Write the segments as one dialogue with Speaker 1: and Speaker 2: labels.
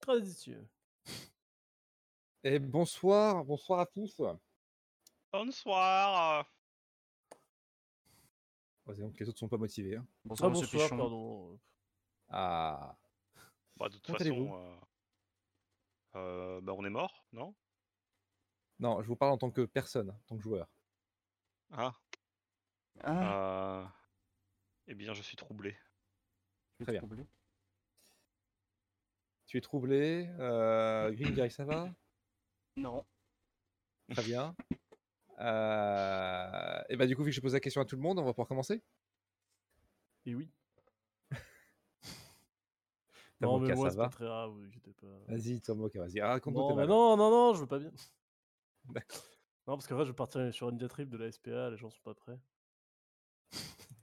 Speaker 1: Traditieux.
Speaker 2: Et Eh, bonsoir, bonsoir à tous. Oh,
Speaker 3: Bonsoir.
Speaker 2: Ouais, donc les autres sont pas motivés. hein.
Speaker 1: Ah,
Speaker 4: Bonsoir, monsieur
Speaker 1: bonsoir,
Speaker 4: Pichon.
Speaker 1: pardon.
Speaker 2: Ah,
Speaker 3: Bah, de toute
Speaker 2: Comment allez-vous
Speaker 3: façon, euh, euh, bah, on est mort, non
Speaker 2: non, je vous parle en tant que personne, en tant que joueur.
Speaker 3: Ah.
Speaker 4: Ah,
Speaker 3: euh, Eh bien, je suis troublé.
Speaker 2: très
Speaker 4: je suis
Speaker 2: bien.
Speaker 4: troublé.
Speaker 2: Tu es troublé. Euh, Green Guy, ça va
Speaker 4: Non.
Speaker 2: Très bien. Euh, Et bah du coup, vu que j'ai posé la question à tout le monde, on va pouvoir commencer.
Speaker 1: Et Eh oui.
Speaker 2: T'as
Speaker 1: non,
Speaker 2: mon
Speaker 1: mais
Speaker 2: cas,
Speaker 1: moi,
Speaker 2: ça
Speaker 1: c'est
Speaker 2: va Euh,
Speaker 1: pas très grave. oui, J'étais pas.
Speaker 2: Vas-y, Tom, ok, vas-y, raconte-nous
Speaker 1: Non,
Speaker 2: tes
Speaker 1: mais
Speaker 2: malades.
Speaker 1: non, non, non, je veux pas bien.
Speaker 2: D'accord.
Speaker 1: Non, parce qu'en vrai, je vais partir sur une diatribe de la SPA, les gens sont pas prêts.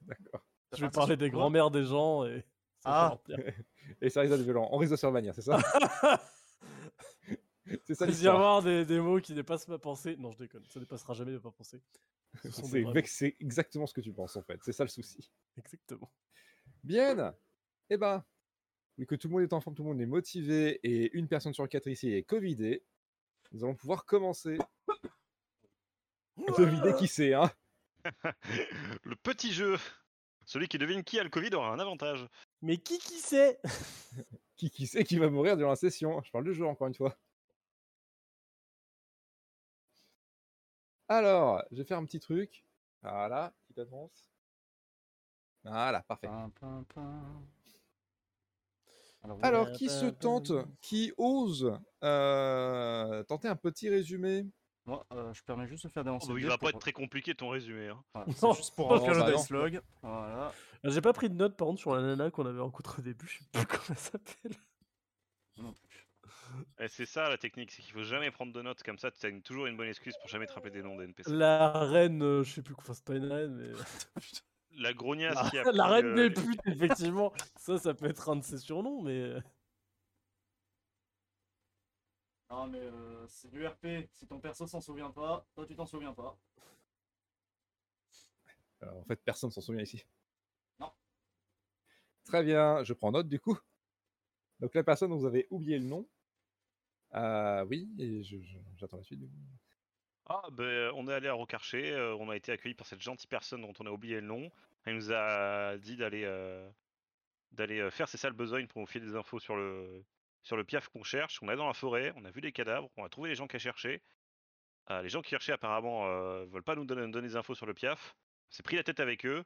Speaker 2: D'accord.
Speaker 1: Je vais
Speaker 4: Attends,
Speaker 1: parler
Speaker 4: c'est
Speaker 1: des
Speaker 4: quoi
Speaker 1: grands-mères des gens et. ça va
Speaker 4: Ah.
Speaker 1: leur plaire.
Speaker 2: Et ça risque d'être violent. On risque de se faire bannir, c'est ça C'est
Speaker 1: Il va
Speaker 2: ça
Speaker 1: y
Speaker 2: l'histoire.
Speaker 1: avoir des, des mots qui dépassent ma pensée. Non, je déconne, ça dépassera jamais ma pensée. Ce sont des
Speaker 2: C'est
Speaker 1: vrais
Speaker 2: vex- c'est exactement ce que tu penses en fait. C'est ça le souci.
Speaker 1: mots. Exactement.
Speaker 2: Bien Eh ben, vu que tout le monde est en forme, tout le monde est motivé et une personne sur quatre ici est Covidée, nous allons pouvoir commencer. Covidée qui sait, hein
Speaker 3: Le petit jeu. Celui qui devine qui a le Covid aura un avantage.
Speaker 1: Mais qui qui sait
Speaker 2: qui, qui sait qui va mourir durant la session Je parle de jeu encore une fois. Alors, je vais faire un petit truc. Voilà, petite avance. Voilà, parfait.
Speaker 4: Pin, pin, pin. Alors, vous-
Speaker 2: Alors, qui se tente Qui ose euh, tenter un petit résumé
Speaker 4: moi, euh, je permets juste de faire des
Speaker 3: Oh,
Speaker 4: lancers
Speaker 3: bah,
Speaker 4: de
Speaker 3: il
Speaker 4: dés
Speaker 3: va pas
Speaker 4: pour-
Speaker 3: être très compliqué ton résumé. hein.
Speaker 4: Voilà,
Speaker 1: Non,
Speaker 4: c'est juste pour
Speaker 1: non,
Speaker 4: remplir
Speaker 2: bah
Speaker 4: le
Speaker 2: non.
Speaker 4: dice log. Voilà.
Speaker 1: J'ai pas pris de notes, par contre, sur la nana qu'on avait rencontrée au début. Je sais plus comment elle s'appelle.
Speaker 4: Non plus.
Speaker 3: Et Eh, c'est ça la technique, c'est qu'il faut jamais prendre de notes comme ça. Tu as une- toujours une bonne excuse pour jamais te rappeler des noms des NPC.
Speaker 1: La reine, euh, je sais plus quoi. Enfin, c'est pas une reine, mais.
Speaker 3: La grognasse qui a.
Speaker 1: La, Ah, la
Speaker 3: pris,
Speaker 1: reine des
Speaker 3: euh, les-
Speaker 1: putes, effectivement. Ça, ça peut être un de ses surnoms, mais. euh,
Speaker 4: Non, mais euh, c'est du RP. Si ton perso s'en souvient pas, toi tu t'en souviens pas.
Speaker 2: Alors, Euh, En fait, personne s'en souvient ici.
Speaker 4: Non.
Speaker 2: Très bien, je prends note du coup. Donc la personne, dont vous avez oublié le nom. Euh, oui, et je- je- j'attends la suite. du coup.
Speaker 3: Ah, ben, on est allé à Rocarcher, euh, on a été accueilli par cette gentille personne dont on a oublié le nom. Elle nous a dit d'aller euh, d'aller euh, faire ses sales besognes pour nous filer des infos sur le sur le piaf qu'on cherche. On est dans la forêt, on a vu des cadavres, on a trouvé les gens qu'elle cherchait. Euh, les gens qui cherchaient apparemment euh, veulent pas nous donner, nous donner des infos sur le piaf. On s'est pris la tête avec eux.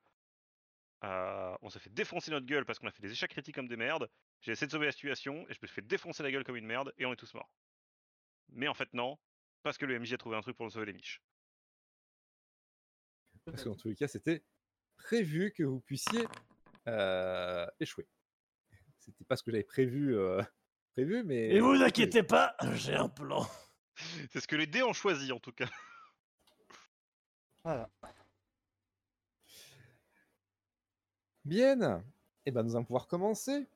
Speaker 3: Euh, on s'est fait défoncer notre gueule parce qu'on a fait des échecs critiques comme des merdes. J'ai essayé de sauver la situation et je me suis fait défoncer la gueule comme une merde et on est tous morts. Mais en fait non, parce que le MJ a trouvé un truc pour nous sauver les miches.
Speaker 2: Parce que dans tous les cas, c'était prévu que vous puissiez euh, échouer. C'était pas ce que j'avais prévu, euh, prévu, mais.
Speaker 1: Et vous inquiétez pas, j'ai un plan.
Speaker 3: C'est ce que les dés ont choisi en tout cas.
Speaker 4: Voilà.
Speaker 2: Bien. Eh ben, nous allons pouvoir commencer.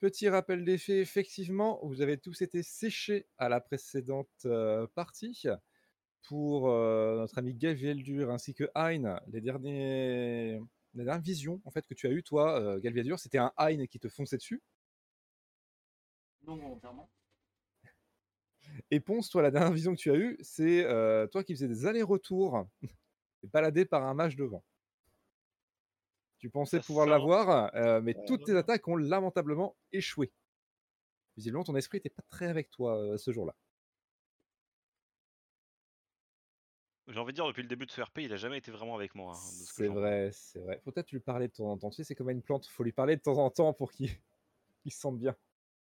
Speaker 2: Petit rappel des faits, effectivement, vous avez tous été séchés à la précédente euh, partie. Pour euh, notre ami Galvieldur ainsi que Hein, les derniers, la dernière vision en fait que tu as eu toi, euh, Galvieldur, c'était un Hein qui te fonçait dessus.
Speaker 4: Non, volontairement.
Speaker 2: Et Ponce, toi, la dernière vision que tu as eue, c'est euh, toi qui faisais des allers-retours, baladé par un mage devant. Tu pensais
Speaker 3: Ça
Speaker 2: pouvoir
Speaker 3: sent.
Speaker 2: l'avoir, euh, mais
Speaker 3: Ouais,
Speaker 2: toutes tes
Speaker 3: vraiment.
Speaker 2: attaques ont lamentablement échoué. Visiblement, ton esprit n'était pas très avec toi euh, ce jour-là.
Speaker 3: J'ai envie de dire, depuis le début de ce RP, il a jamais été vraiment avec moi. hein, de ce que
Speaker 2: c'est
Speaker 3: j'en-
Speaker 2: vrai, c'est vrai. Faut peut-être lui parler de temps en temps. Tu sais, c'est comme à une plante, faut lui parler de temps en temps pour qu'il il se sente bien.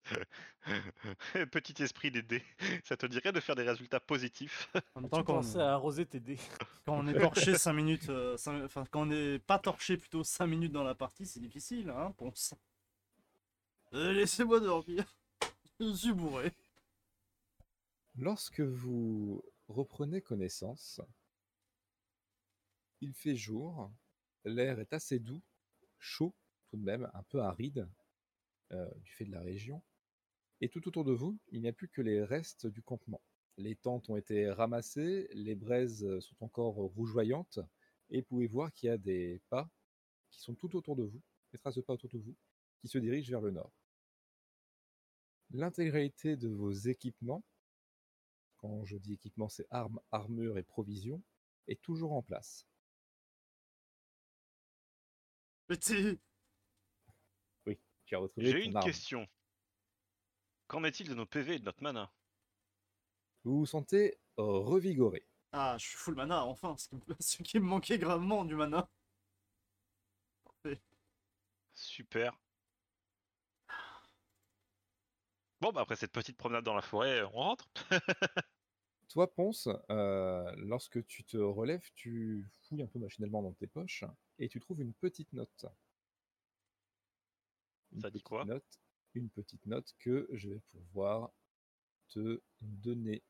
Speaker 3: Petit esprit des dés, ça te dirait de faire des résultats positifs
Speaker 4: En même temps,
Speaker 1: Tu
Speaker 4: quand
Speaker 1: pensais
Speaker 4: on,
Speaker 1: à arroser tes dés.
Speaker 4: quand on est torché 5 minutes, euh, cinq- enfin, quand on n'est pas torché plutôt 5 minutes dans la partie, c'est difficile, hein, ponce. Euh, Laissez-moi dormir. Je suis bourré.
Speaker 2: Lorsque vous reprenez connaissance, il fait jour, l'air est assez doux, chaud tout de même, un peu aride euh, du fait de la région, et tout autour de vous, il n'y a plus que les restes du campement. Les tentes ont été ramassées, les braises euh, sont encore rougeoyantes, et vous pouvez voir qu'il y a des pas qui sont tout autour de vous, des traces de pas autour de vous, qui se dirigent vers le nord. l'intégralité de vos équipements, quand je dis équipement, c'est armes, armure et provisions, est toujours en place.
Speaker 4: Mais t'es-
Speaker 2: Tu as retrouvé
Speaker 3: J'ai
Speaker 2: ton
Speaker 3: une
Speaker 2: arme.
Speaker 3: question. Qu'en est-il de nos PV et de notre mana
Speaker 2: Vous vous sentez euh, revigoré.
Speaker 4: Ah, je suis full mana, enfin, ce qui, me- ce qui me manquait gravement du mana.
Speaker 3: Super. Bon, bah après cette petite promenade dans la forêt, on rentre.
Speaker 2: Toi, Ponce, euh, lorsque tu te relèves, tu fouilles un peu machinalement dans tes poches et tu trouves une petite note. Une
Speaker 3: Ça dit
Speaker 2: petite
Speaker 3: quoi
Speaker 2: note, Une petite note que je vais pouvoir te donner.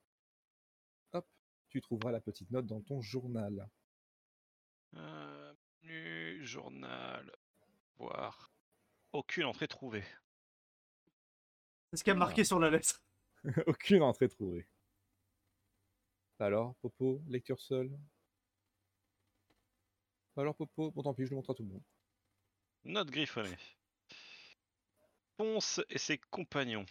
Speaker 2: Hop, tu trouveras la petite note dans ton journal.
Speaker 3: Euh, menu, journal, voir. Aucune entrée trouvée.
Speaker 4: C'est ce qui a
Speaker 1: Ah.
Speaker 4: marqué sur la lettre.
Speaker 2: Aucune entrée trouvée. Alors, Popo, lecture seule Alors, Popo, bon tant pis, je le montre à tout le monde.
Speaker 3: Note griffonnée. Ponce et ses compagnons.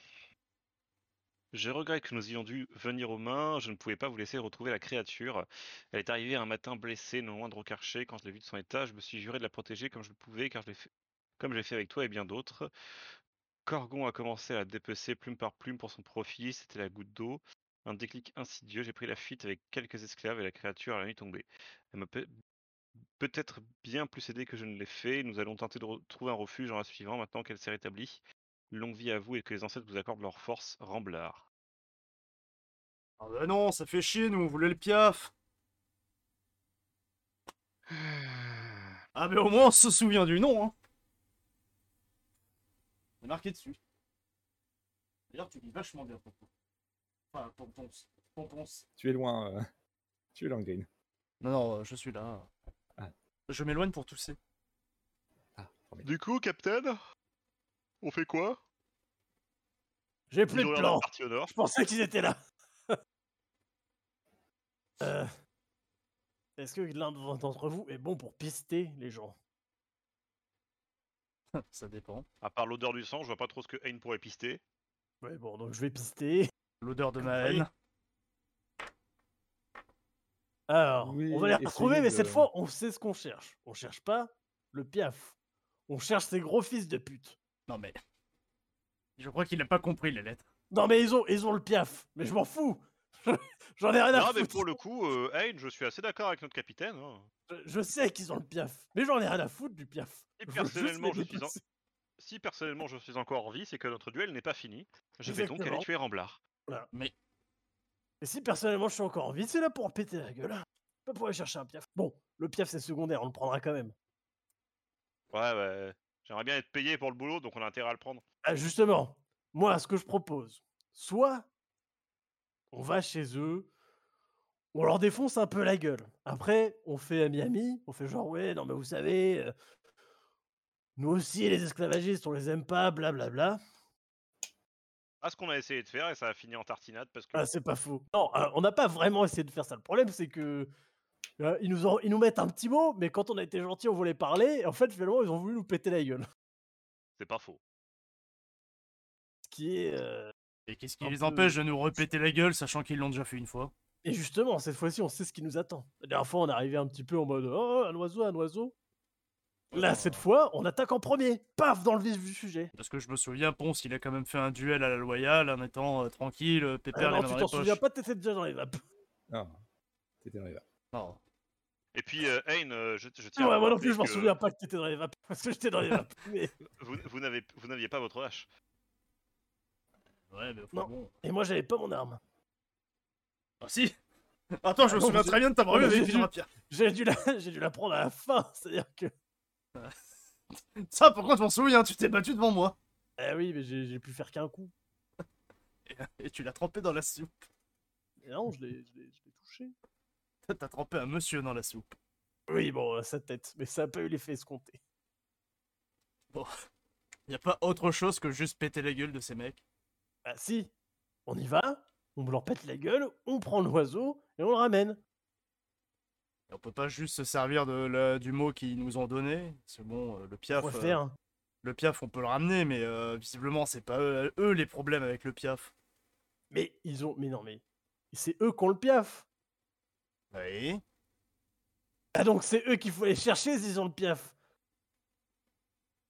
Speaker 3: Je regrette que nous ayons dû venir aux mains, je ne pouvais pas vous laisser retrouver la créature. Elle est arrivée un matin blessée, non loin de Rocarcher, quand je l'ai vue de son état, je me suis juré de la protéger comme je le pouvais, car je l'ai fait... comme j'ai fait avec toi et bien d'autres. Corgon a commencé à la dépecer plume par plume pour son profit, c'était la goutte d'eau. Un déclic insidieux, j'ai pris la fuite avec quelques esclaves et la créature à la nuit tombée. Elle m'a pe- peut-être bien plus aidée que je ne l'ai fait. Nous allons tenter de re- trouver un refuge en la suivant maintenant qu'elle s'est rétablie. Longue vie à vous et que les ancêtres vous accordent leur force, Ramblard.
Speaker 4: Ah bah non, ça fait chier, nous, on voulait le piaf. Ah mais au moins, on se souvient du nom, hein. C'est marqué dessus. D'ailleurs, tu dis vachement bien, Pompon. Enfin, Pompons. Pompons.
Speaker 2: Tu es loin, euh, tu es loin, Green.
Speaker 4: Non, non, euh, je suis là.
Speaker 2: Ah.
Speaker 4: Je m'éloigne pour tousser.
Speaker 2: Ah, formidable.
Speaker 3: Du coup, Captain, on fait quoi
Speaker 1: J'ai plus de plan.
Speaker 3: partie au nord.
Speaker 1: Je pensais qu'ils étaient là. Euh, Est-ce que l'un de- d'entre vous est bon pour pister les gens
Speaker 4: ça dépend.
Speaker 3: À part l'odeur du sang, je vois pas trop ce que Ain pourrait pister.
Speaker 1: Ouais, bon, donc je vais pister.
Speaker 4: L'odeur de ma
Speaker 1: Ah oui.
Speaker 4: haine.
Speaker 1: Alors, on va
Speaker 2: Oui,
Speaker 1: les retrouver,
Speaker 2: essayez
Speaker 1: mais cette
Speaker 2: de-
Speaker 1: fois, on sait ce qu'on cherche. On cherche pas le piaf. On cherche ces gros fils de pute.
Speaker 4: Non mais... Je crois qu'il a pas compris les lettres.
Speaker 1: Non, mais ils ont, ils ont le piaf. Mais je m'en fous. J'en ai rien à
Speaker 3: Non, mais
Speaker 1: foutre.
Speaker 3: pour le coup, euh, Ain, je suis assez d'accord avec notre capitaine. hein.
Speaker 1: Je- Je sais qu'ils ont le piaf. Mais j'en ai rien à foutre du piaf.
Speaker 3: Et
Speaker 1: Je veux juste
Speaker 3: personnellement,
Speaker 1: les
Speaker 3: je suis en-
Speaker 1: dépasser.
Speaker 3: Si personnellement je suis encore en vie, c'est que notre duel n'est pas fini. Je vais donc aller
Speaker 1: Exactement.
Speaker 3: tuer Ramblard.
Speaker 1: Et si personnellement je suis encore en vie, c'est là pour en péter la gueule. Pas pour aller chercher un piaf. Bon, le piaf c'est secondaire, on le prendra quand même.
Speaker 3: Ouais, ouais. J'aimerais bien être payé pour le boulot, donc on a intérêt à le prendre.
Speaker 1: Ah, justement, moi, ce que je propose, soit on va chez eux, on leur défonce un peu la gueule. Après, on fait ami-ami, on fait genre, ouais, non, mais vous savez, euh, nous aussi, les esclavagistes, on les aime pas, blablabla.
Speaker 3: Ah, ce qu'on a essayé de faire et ça a fini en tartinade parce que
Speaker 1: Ah, c'est pas faux. Non, alors, on n'a pas vraiment essayé de faire ça. Le problème, c'est que. euh, ils, nous ont- ils nous mettent un petit mot, mais quand on a été gentil, on voulait parler. Et en fait, finalement, ils ont voulu nous péter la gueule.
Speaker 3: c'est pas faux.
Speaker 1: Ce qui est. euh,
Speaker 4: Et qu'est-ce qui
Speaker 1: Un
Speaker 4: les
Speaker 1: peu-
Speaker 4: empêche de nous répéter la gueule, sachant qu'ils l'ont déjà fait une fois
Speaker 1: Et justement, cette fois-ci, on sait ce qui nous attend. La dernière fois, on arrivait un petit peu en mode Oh, un oiseau, un oiseau. Là, cette fois, on attaque en premier. Paf, dans le vif du sujet.
Speaker 4: Parce que je me souviens, Ponce, il a quand même fait un duel à la loyale en étant euh, tranquille, euh,
Speaker 1: Ah
Speaker 4: pépère, les
Speaker 1: non, tu
Speaker 4: mains dans
Speaker 1: t'en
Speaker 4: les poches.
Speaker 1: souviens pas, t'étais déjà dans les vapes.
Speaker 2: Ah, t'étais arrivé.
Speaker 4: Non.
Speaker 3: Et puis, euh, Hein, euh, je, je tiens à
Speaker 1: Ah Ouais,
Speaker 3: vous
Speaker 1: moi non plus,
Speaker 3: rappeler
Speaker 1: je m'en
Speaker 3: que
Speaker 1: souviens pas que t'étais dans les vapes. Parce que j'étais dans les vapes. Mais-
Speaker 3: Vous, vous n'avez- vous n'aviez pas votre hache.
Speaker 4: Ouais, mais enfin,
Speaker 1: Non.
Speaker 4: bon.
Speaker 1: Et moi, j'avais pas mon arme.
Speaker 4: Ah si Attends, je me
Speaker 1: Ah non,
Speaker 4: souviens
Speaker 1: mais-
Speaker 4: très bien de ta
Speaker 1: mais
Speaker 4: brûlure
Speaker 1: j'ai
Speaker 4: avec
Speaker 1: dû-
Speaker 4: Pierre Pierre.
Speaker 1: J'ai dû, la... j'ai dû la prendre à la fin. C'est-à-dire que.
Speaker 4: Ça, par contre, je m'en souviens, tu t'es battu devant moi.
Speaker 1: Eh oui, mais j'ai j'ai pu faire qu'un coup.
Speaker 4: Et tu l'as trempé dans la soupe.
Speaker 1: Et non, je l'ai je l'ai- je l'ai touché.
Speaker 4: T'as trempé un monsieur dans la soupe.
Speaker 1: Oui, bon, euh, sa tête, mais ça n'a pas eu l'effet escompté.
Speaker 4: Y a pas autre chose que juste péter la gueule de ces mecs.
Speaker 1: Bah si, on y va, on leur pète la gueule, on prend l'oiseau et on le ramène.
Speaker 4: Et on peut pas juste se servir de la- du mot qu'ils nous ont donné. C'est bon, euh, le piaf.
Speaker 1: On va
Speaker 4: euh,
Speaker 1: faire.
Speaker 4: Le piaf, on peut le ramener, mais euh, visiblement, c'est pas eux, eux les problèmes avec le piaf.
Speaker 1: Mais ils ont. Mais non, mais. C'est eux qui ont le piaf.
Speaker 4: Oui.
Speaker 1: Ah donc c'est eux qu'il faut aller chercher s'ils ont le piaf.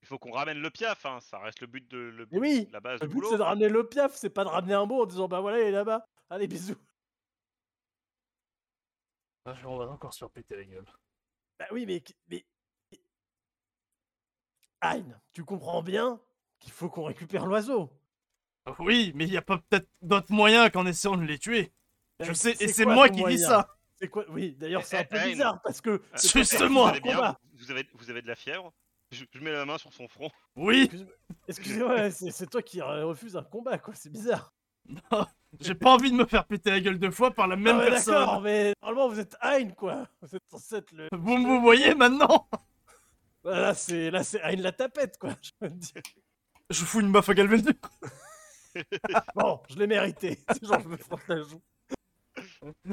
Speaker 3: Il faut qu'on ramène le piaf, hein, ça reste le but de le
Speaker 1: Mais
Speaker 3: but,
Speaker 1: oui,
Speaker 3: de la base
Speaker 1: Le
Speaker 3: du
Speaker 1: but
Speaker 3: boulot.
Speaker 1: c'est de ramener le piaf, c'est pas de ramener un mot en disant bah voilà il est là-bas. Allez bisous.
Speaker 4: Ah, je- on va encore se faire péter la gueule.
Speaker 1: Bah oui mais mais. Hein, tu comprends bien qu'il faut qu'on récupère l'oiseau.
Speaker 4: Ah Oui, mais il y a pas peut-être d'autres moyens qu'en essayant de les tuer. Je
Speaker 1: Bah,
Speaker 4: sais, et c'est
Speaker 1: quoi
Speaker 4: moi
Speaker 1: ton
Speaker 4: qui dis
Speaker 1: moyen
Speaker 4: ça.
Speaker 1: C'est quoi Oui, d'ailleurs c'est
Speaker 3: Eh,
Speaker 1: un peu
Speaker 3: eh, Hein.
Speaker 1: bizarre parce que.
Speaker 3: Ah,
Speaker 1: c'est pas
Speaker 4: justement,
Speaker 1: un
Speaker 3: vous allez bien
Speaker 1: combat.
Speaker 3: vous, avez, vous avez de la fièvre je, je mets la main sur son front.
Speaker 4: Oui,
Speaker 1: Excusez-moi, ouais, c'est c'est toi qui euh, refuse un combat quoi, c'est bizarre.
Speaker 4: j'ai pas envie de me faire péter la gueule deux fois par la même
Speaker 1: Ah ouais,
Speaker 4: personne.
Speaker 1: D'accord, mais normalement vous êtes Hein quoi. Vous êtes censé être le.
Speaker 4: Vous me voyez maintenant
Speaker 1: Voilà, Là c'est là c'est Hein la tapette quoi. Je veux dire.
Speaker 4: Je fous une baffe à Galvendu.
Speaker 1: Bon, je l'ai mérité. C'est genre, je me frotte la joue.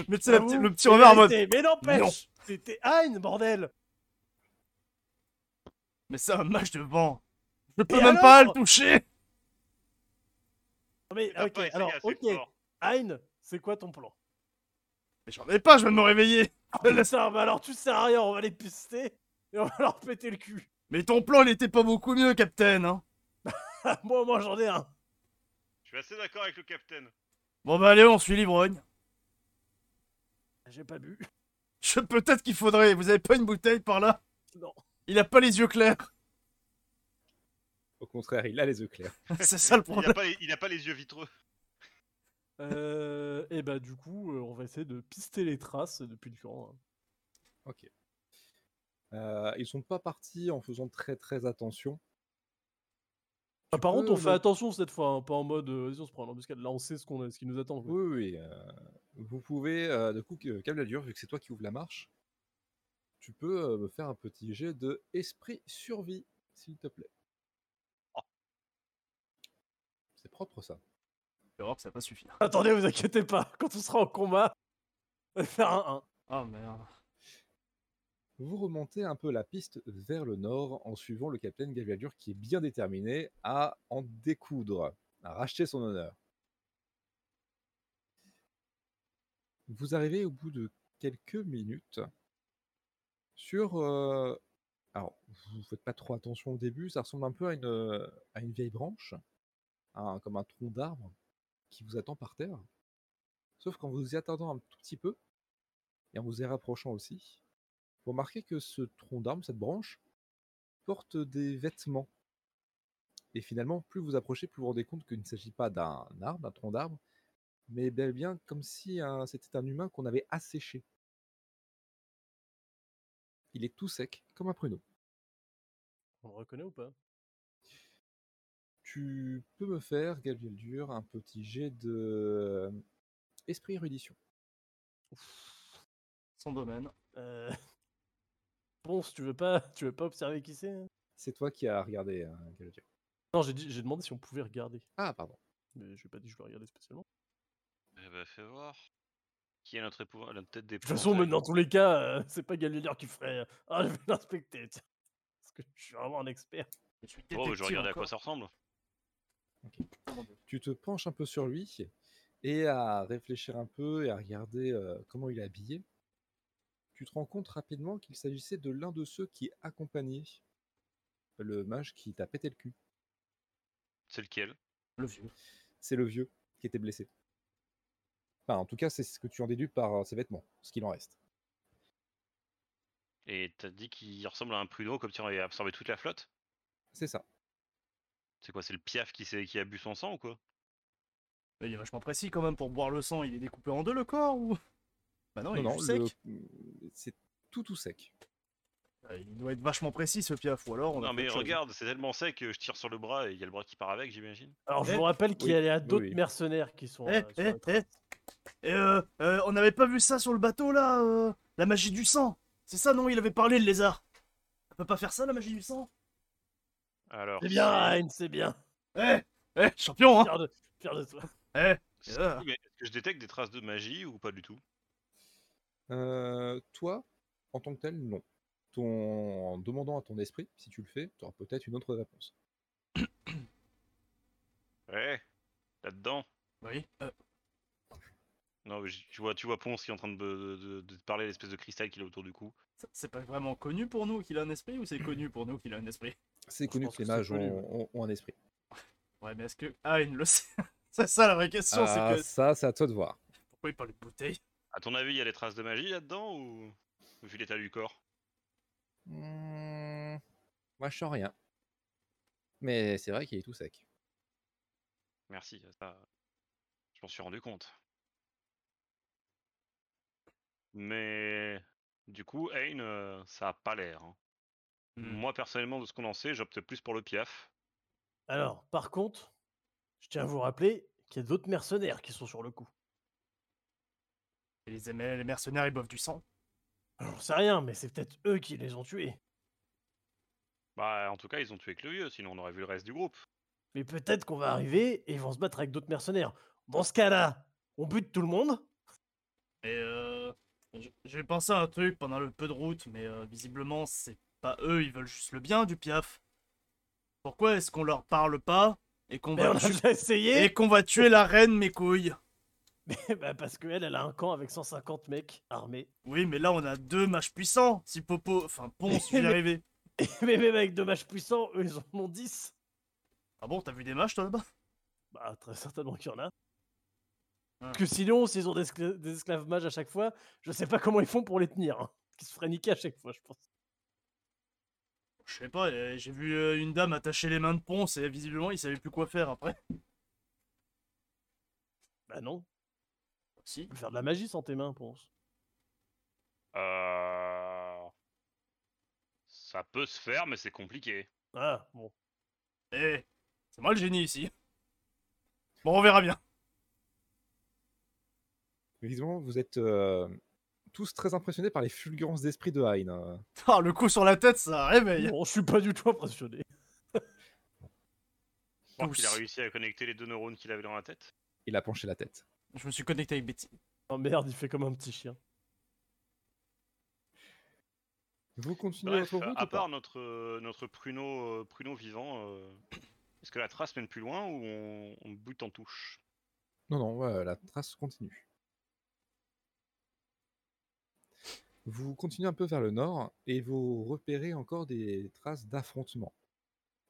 Speaker 4: Mais tu sais, la
Speaker 1: J'avoue,
Speaker 4: petite- le petit
Speaker 1: je l'ai
Speaker 4: revers en mode.
Speaker 1: mérité, Mais
Speaker 4: Non.
Speaker 1: n'empêche, c'était Hein, bordel.
Speaker 4: Mais c'est un match de vent. Je peux
Speaker 1: Et
Speaker 4: même pas le
Speaker 1: alors
Speaker 4: toucher.
Speaker 1: Non, Mais
Speaker 3: Ah,
Speaker 1: ok,
Speaker 3: ouais, c'est
Speaker 1: alors,
Speaker 3: bien, c'est
Speaker 1: ok.
Speaker 3: fort.
Speaker 1: Hein, c'est quoi ton plan
Speaker 4: Mais j'en ai pas, je viens de me réveiller.
Speaker 1: Ah, ça, bah alors tu sers à rien, on va les pister et on va leur péter le cul.
Speaker 4: Mais ton plan, il était pas beaucoup mieux, Captain. Hein.
Speaker 1: Ah, Moi, au moins, j'en ai un.
Speaker 3: Je suis assez d'accord avec le capitaine.
Speaker 4: Bon bah allez, on suit l'ivrogne.
Speaker 1: J'ai pas bu.
Speaker 4: Je peut-être qu'il faudrait. Vous avez pas une bouteille par là
Speaker 1: Non.
Speaker 4: Il a pas les yeux clairs.
Speaker 2: Au contraire, il a les yeux clairs.
Speaker 4: c'est ça le
Speaker 3: Il
Speaker 4: problème.
Speaker 3: a, pas les, il a pas les yeux vitreux.
Speaker 1: Euh, et bah, du coup, euh, on va essayer de pister les traces depuis le camp. hein.
Speaker 2: Ok. Euh, ils sont pas partis en faisant très très attention.
Speaker 1: Ah, par
Speaker 2: peux,
Speaker 1: contre, on fait
Speaker 2: bah-
Speaker 1: attention cette fois, hein, pas en mode euh, vas-y, on se prend en embuscade. Là, on sait ce, qu'on a, ce qui nous attend. quoi.
Speaker 2: Oui, oui. euh, vous pouvez, euh, du coup, que- câble à dur, vu que c'est toi qui ouvre la marche, tu peux euh, me faire un petit jet de esprit survie, s'il te plaît.
Speaker 3: Oh.
Speaker 2: C'est propre ça.
Speaker 4: Je vais voir que ça va pas suffire.
Speaker 1: Attendez, vous inquiétez pas, quand on sera en combat, on va faire un 1.
Speaker 4: Ah merde.
Speaker 2: Vous remontez un peu la piste vers le nord en suivant le capitaine Gaviadur qui est bien déterminé à en découdre, à racheter son honneur. Vous arrivez au bout de quelques minutes sur... euh, Alors, vous faites pas trop attention au début, ça ressemble un peu à une, euh, à une vieille branche, à un- comme un tronc d'arbre qui vous attend par terre. Sauf qu'en vous y attendant un tout petit peu, et en vous y rapprochant aussi, vous remarquez que ce tronc d'arbre, cette branche, porte des vêtements. Et finalement, plus vous approchez, plus vous vous rendez compte qu'il ne s'agit pas d'un arbre, d'un tronc d'arbre, mais bel et bien comme si un- c'était un humain qu'on avait asséché. Il est tout sec, comme un pruneau.
Speaker 1: On le reconnaît ou pas
Speaker 2: Tu peux me faire, Gabriel Dur, un petit jet de euh, esprit érudition.
Speaker 4: Son domaine.
Speaker 1: euh... Bon, si tu veux pas, tu veux pas observer qui c'est hein
Speaker 2: C'est toi qui as regardé, hein, Gabriel Dur.
Speaker 1: Non, j'ai dit- j'ai demandé si on pouvait regarder.
Speaker 2: Ah, pardon.
Speaker 1: Mais j'ai pas dit que je voulais regarder spécialement.
Speaker 3: Eh ben, fais voir. Qui est notre épouvant La tête des
Speaker 1: De toute façon, même dans tous les cas, euh, c'est pas Galileur qui ferait euh, Ah, je vais l'inspecter, tiens. Parce que je suis vraiment un expert.
Speaker 4: Je suis
Speaker 3: Oh, je
Speaker 4: détective
Speaker 3: regarde à
Speaker 4: encore.
Speaker 3: quoi ça ressemble.
Speaker 2: tu te penches un peu sur lui et à réfléchir un peu et à regarder euh, comment il est habillé, tu te rends compte rapidement qu'il s'agissait de l'un de ceux qui accompagnait le mage qui t'a pété le cul.
Speaker 3: C'est lequel
Speaker 4: Le vieux.
Speaker 2: C'est le vieux qui était blessé. Enfin, en tout cas, c'est ce que tu en déduis par euh, ses vêtements, ce qu'il en reste.
Speaker 3: Et t'as dit qu'il ressemble à un pruneau comme si on avait absorbé toute la flotte
Speaker 2: C'est ça.
Speaker 3: C'est quoi C'est le piaf qui, s'est- qui a bu son sang ou quoi
Speaker 4: Mais il est vachement précis quand même pour boire le sang. Il est découpé en deux le corps ou Bah non, il est
Speaker 2: non,
Speaker 4: juste
Speaker 2: le-
Speaker 4: sec.
Speaker 2: mm, c'est tout tout sec.
Speaker 4: Euh, Il doit être vachement précis ce piaf ou alors on a
Speaker 3: Non
Speaker 4: fait
Speaker 3: mais
Speaker 4: autre chose.
Speaker 3: regarde, c'est tellement sec que je tire sur le bras et il y a le bras qui part avec, j'imagine.
Speaker 1: Alors, je
Speaker 4: Eh,
Speaker 1: vous rappelle qu'il y
Speaker 2: oui,
Speaker 1: a
Speaker 2: oui,
Speaker 1: d'autres
Speaker 2: oui.
Speaker 1: mercenaires qui sont.
Speaker 4: Eh,
Speaker 1: euh, sur
Speaker 4: eh,
Speaker 1: la trace.
Speaker 4: eh. Et euh, euh, on n'avait pas vu ça sur le bateau là, euh, la magie du sang. C'est ça non, il avait parlé le lézard. On peut pas faire ça la magie du sang
Speaker 3: Alors,
Speaker 1: C'est bien, Hein, c'est bien.
Speaker 4: Eh, eh, champion hein.
Speaker 1: Fier de, fier de toi.
Speaker 4: Eh,
Speaker 3: c'est-
Speaker 4: Ah.
Speaker 3: mais est-ce que je détecte des traces de magie ou pas du tout
Speaker 2: Euh, toi, en tant que tel, non. Ton... En demandant à ton esprit, si tu le fais, tu auras peut-être une autre réponse.
Speaker 3: Ouais, là-dedans.
Speaker 4: Oui. Euh,
Speaker 3: Non, mais j- tu vois, tu vois Ponce qui est en train de, de, de- de te parler à l'espèce de cristal qu'il a autour du cou.
Speaker 4: c'est- c'est pas vraiment connu pour nous qu'il a un esprit ou c'est connu pour nous qu'il a un esprit
Speaker 2: C'est
Speaker 1: Je
Speaker 2: connu
Speaker 1: pense
Speaker 2: que les
Speaker 1: que c'est
Speaker 2: mages ont,
Speaker 1: connu,
Speaker 2: ont- ont un esprit.
Speaker 4: Ouais, mais est-ce que. Ah, il le sait. c'est ça la vraie question,
Speaker 2: Ah,
Speaker 4: c'est que.
Speaker 2: ça, c'est à toi de voir.
Speaker 4: Pourquoi il parle de bouteille
Speaker 3: À ton avis, il y a des traces de magie là-dedans ou vu l'état du corps
Speaker 2: Hmm, Moi, je sens rien. Mais c'est vrai qu'il est tout sec.
Speaker 3: Merci, ça, je m'en suis rendu compte. Mais du coup, Ain, euh, ça a pas l'air. hein.
Speaker 4: Hmm.
Speaker 3: Moi, personnellement, de ce qu'on en sait, j'opte plus pour le piaf.
Speaker 1: Alors, par contre, je tiens à vous rappeler qu'il y a d'autres mercenaires qui sont sur le coup.
Speaker 4: Et les, aimais- les mercenaires, ils boivent du sang.
Speaker 1: J'en sais rien, mais c'est peut-être eux qui les ont tués.
Speaker 3: Bah, en tout cas, ils ont tué que le vieux, sinon on aurait vu le reste du groupe.
Speaker 1: Mais peut-être qu'on va arriver et ils vont se battre avec d'autres mercenaires. Dans ce cas-là, on bute tout le monde.
Speaker 4: Et euh. j- J'ai pensé à un truc pendant le peu de route, mais euh, visiblement, c'est pas eux, ils veulent juste le bien du piaf. Pourquoi est-ce qu'on leur parle pas et qu'on
Speaker 1: Mais on
Speaker 4: va,
Speaker 1: a
Speaker 4: tu-
Speaker 1: déjà essayé.
Speaker 4: et qu'on va tuer la reine, mes couilles
Speaker 1: Mais bah, parce qu'elle, elle a un camp avec 150 mecs armés.
Speaker 4: Oui, mais là, on a deux mages puissants. Si Popo. Enfin, Ponce, je vais y
Speaker 1: Mais-
Speaker 4: arriver.
Speaker 1: mais même avec dommages puissants, eux, ils en ont 10.
Speaker 4: Ah bon, t'as vu des mages, toi, là-bas
Speaker 1: Bah, très certainement qu'il y en a.
Speaker 4: Ah.
Speaker 1: Parce que sinon, s'ils ont des, escla- des esclaves mages à chaque fois, je sais pas comment ils font pour les tenir. hein. Qui se feraient niquer à chaque fois, je pense.
Speaker 4: Je sais pas, euh, j'ai vu euh, une dame attacher les mains de Ponce et visiblement, il savait plus quoi faire après.
Speaker 1: Bah non,
Speaker 4: Si.
Speaker 1: tu peux faire de la magie sans tes mains, pense.
Speaker 3: Euh, Ça peut se faire, mais c'est compliqué.
Speaker 1: Ah, bon.
Speaker 4: Eh, c'est moi le génie ici. Bon, on verra bien.
Speaker 2: Évidemment, vous êtes euh, tous très impressionnés par les fulgurances d'esprit de Hein. euh.
Speaker 4: Ah, le coup sur la tête, ça réveille.
Speaker 1: Bon, je suis pas du tout impressionné.
Speaker 3: Je crois qu'il a
Speaker 4: Tous.
Speaker 3: réussi à connecter les deux neurones qu'il avait dans la tête.
Speaker 2: Il a penché la tête.
Speaker 4: Je me suis connecté avec Betty.
Speaker 1: Oh merde, il fait comme un petit chien.
Speaker 2: Vous continuez
Speaker 3: Bref,
Speaker 2: votre route
Speaker 3: à
Speaker 2: ou pas
Speaker 3: part notre, euh, notre pruneau, euh, pruneau vivant, euh, est-ce que la trace mène plus loin ou on, on bute en touche
Speaker 2: Non, non, ouais, la trace continue. Vous continuez un peu vers le nord et vous repérez encore des traces d'affrontements.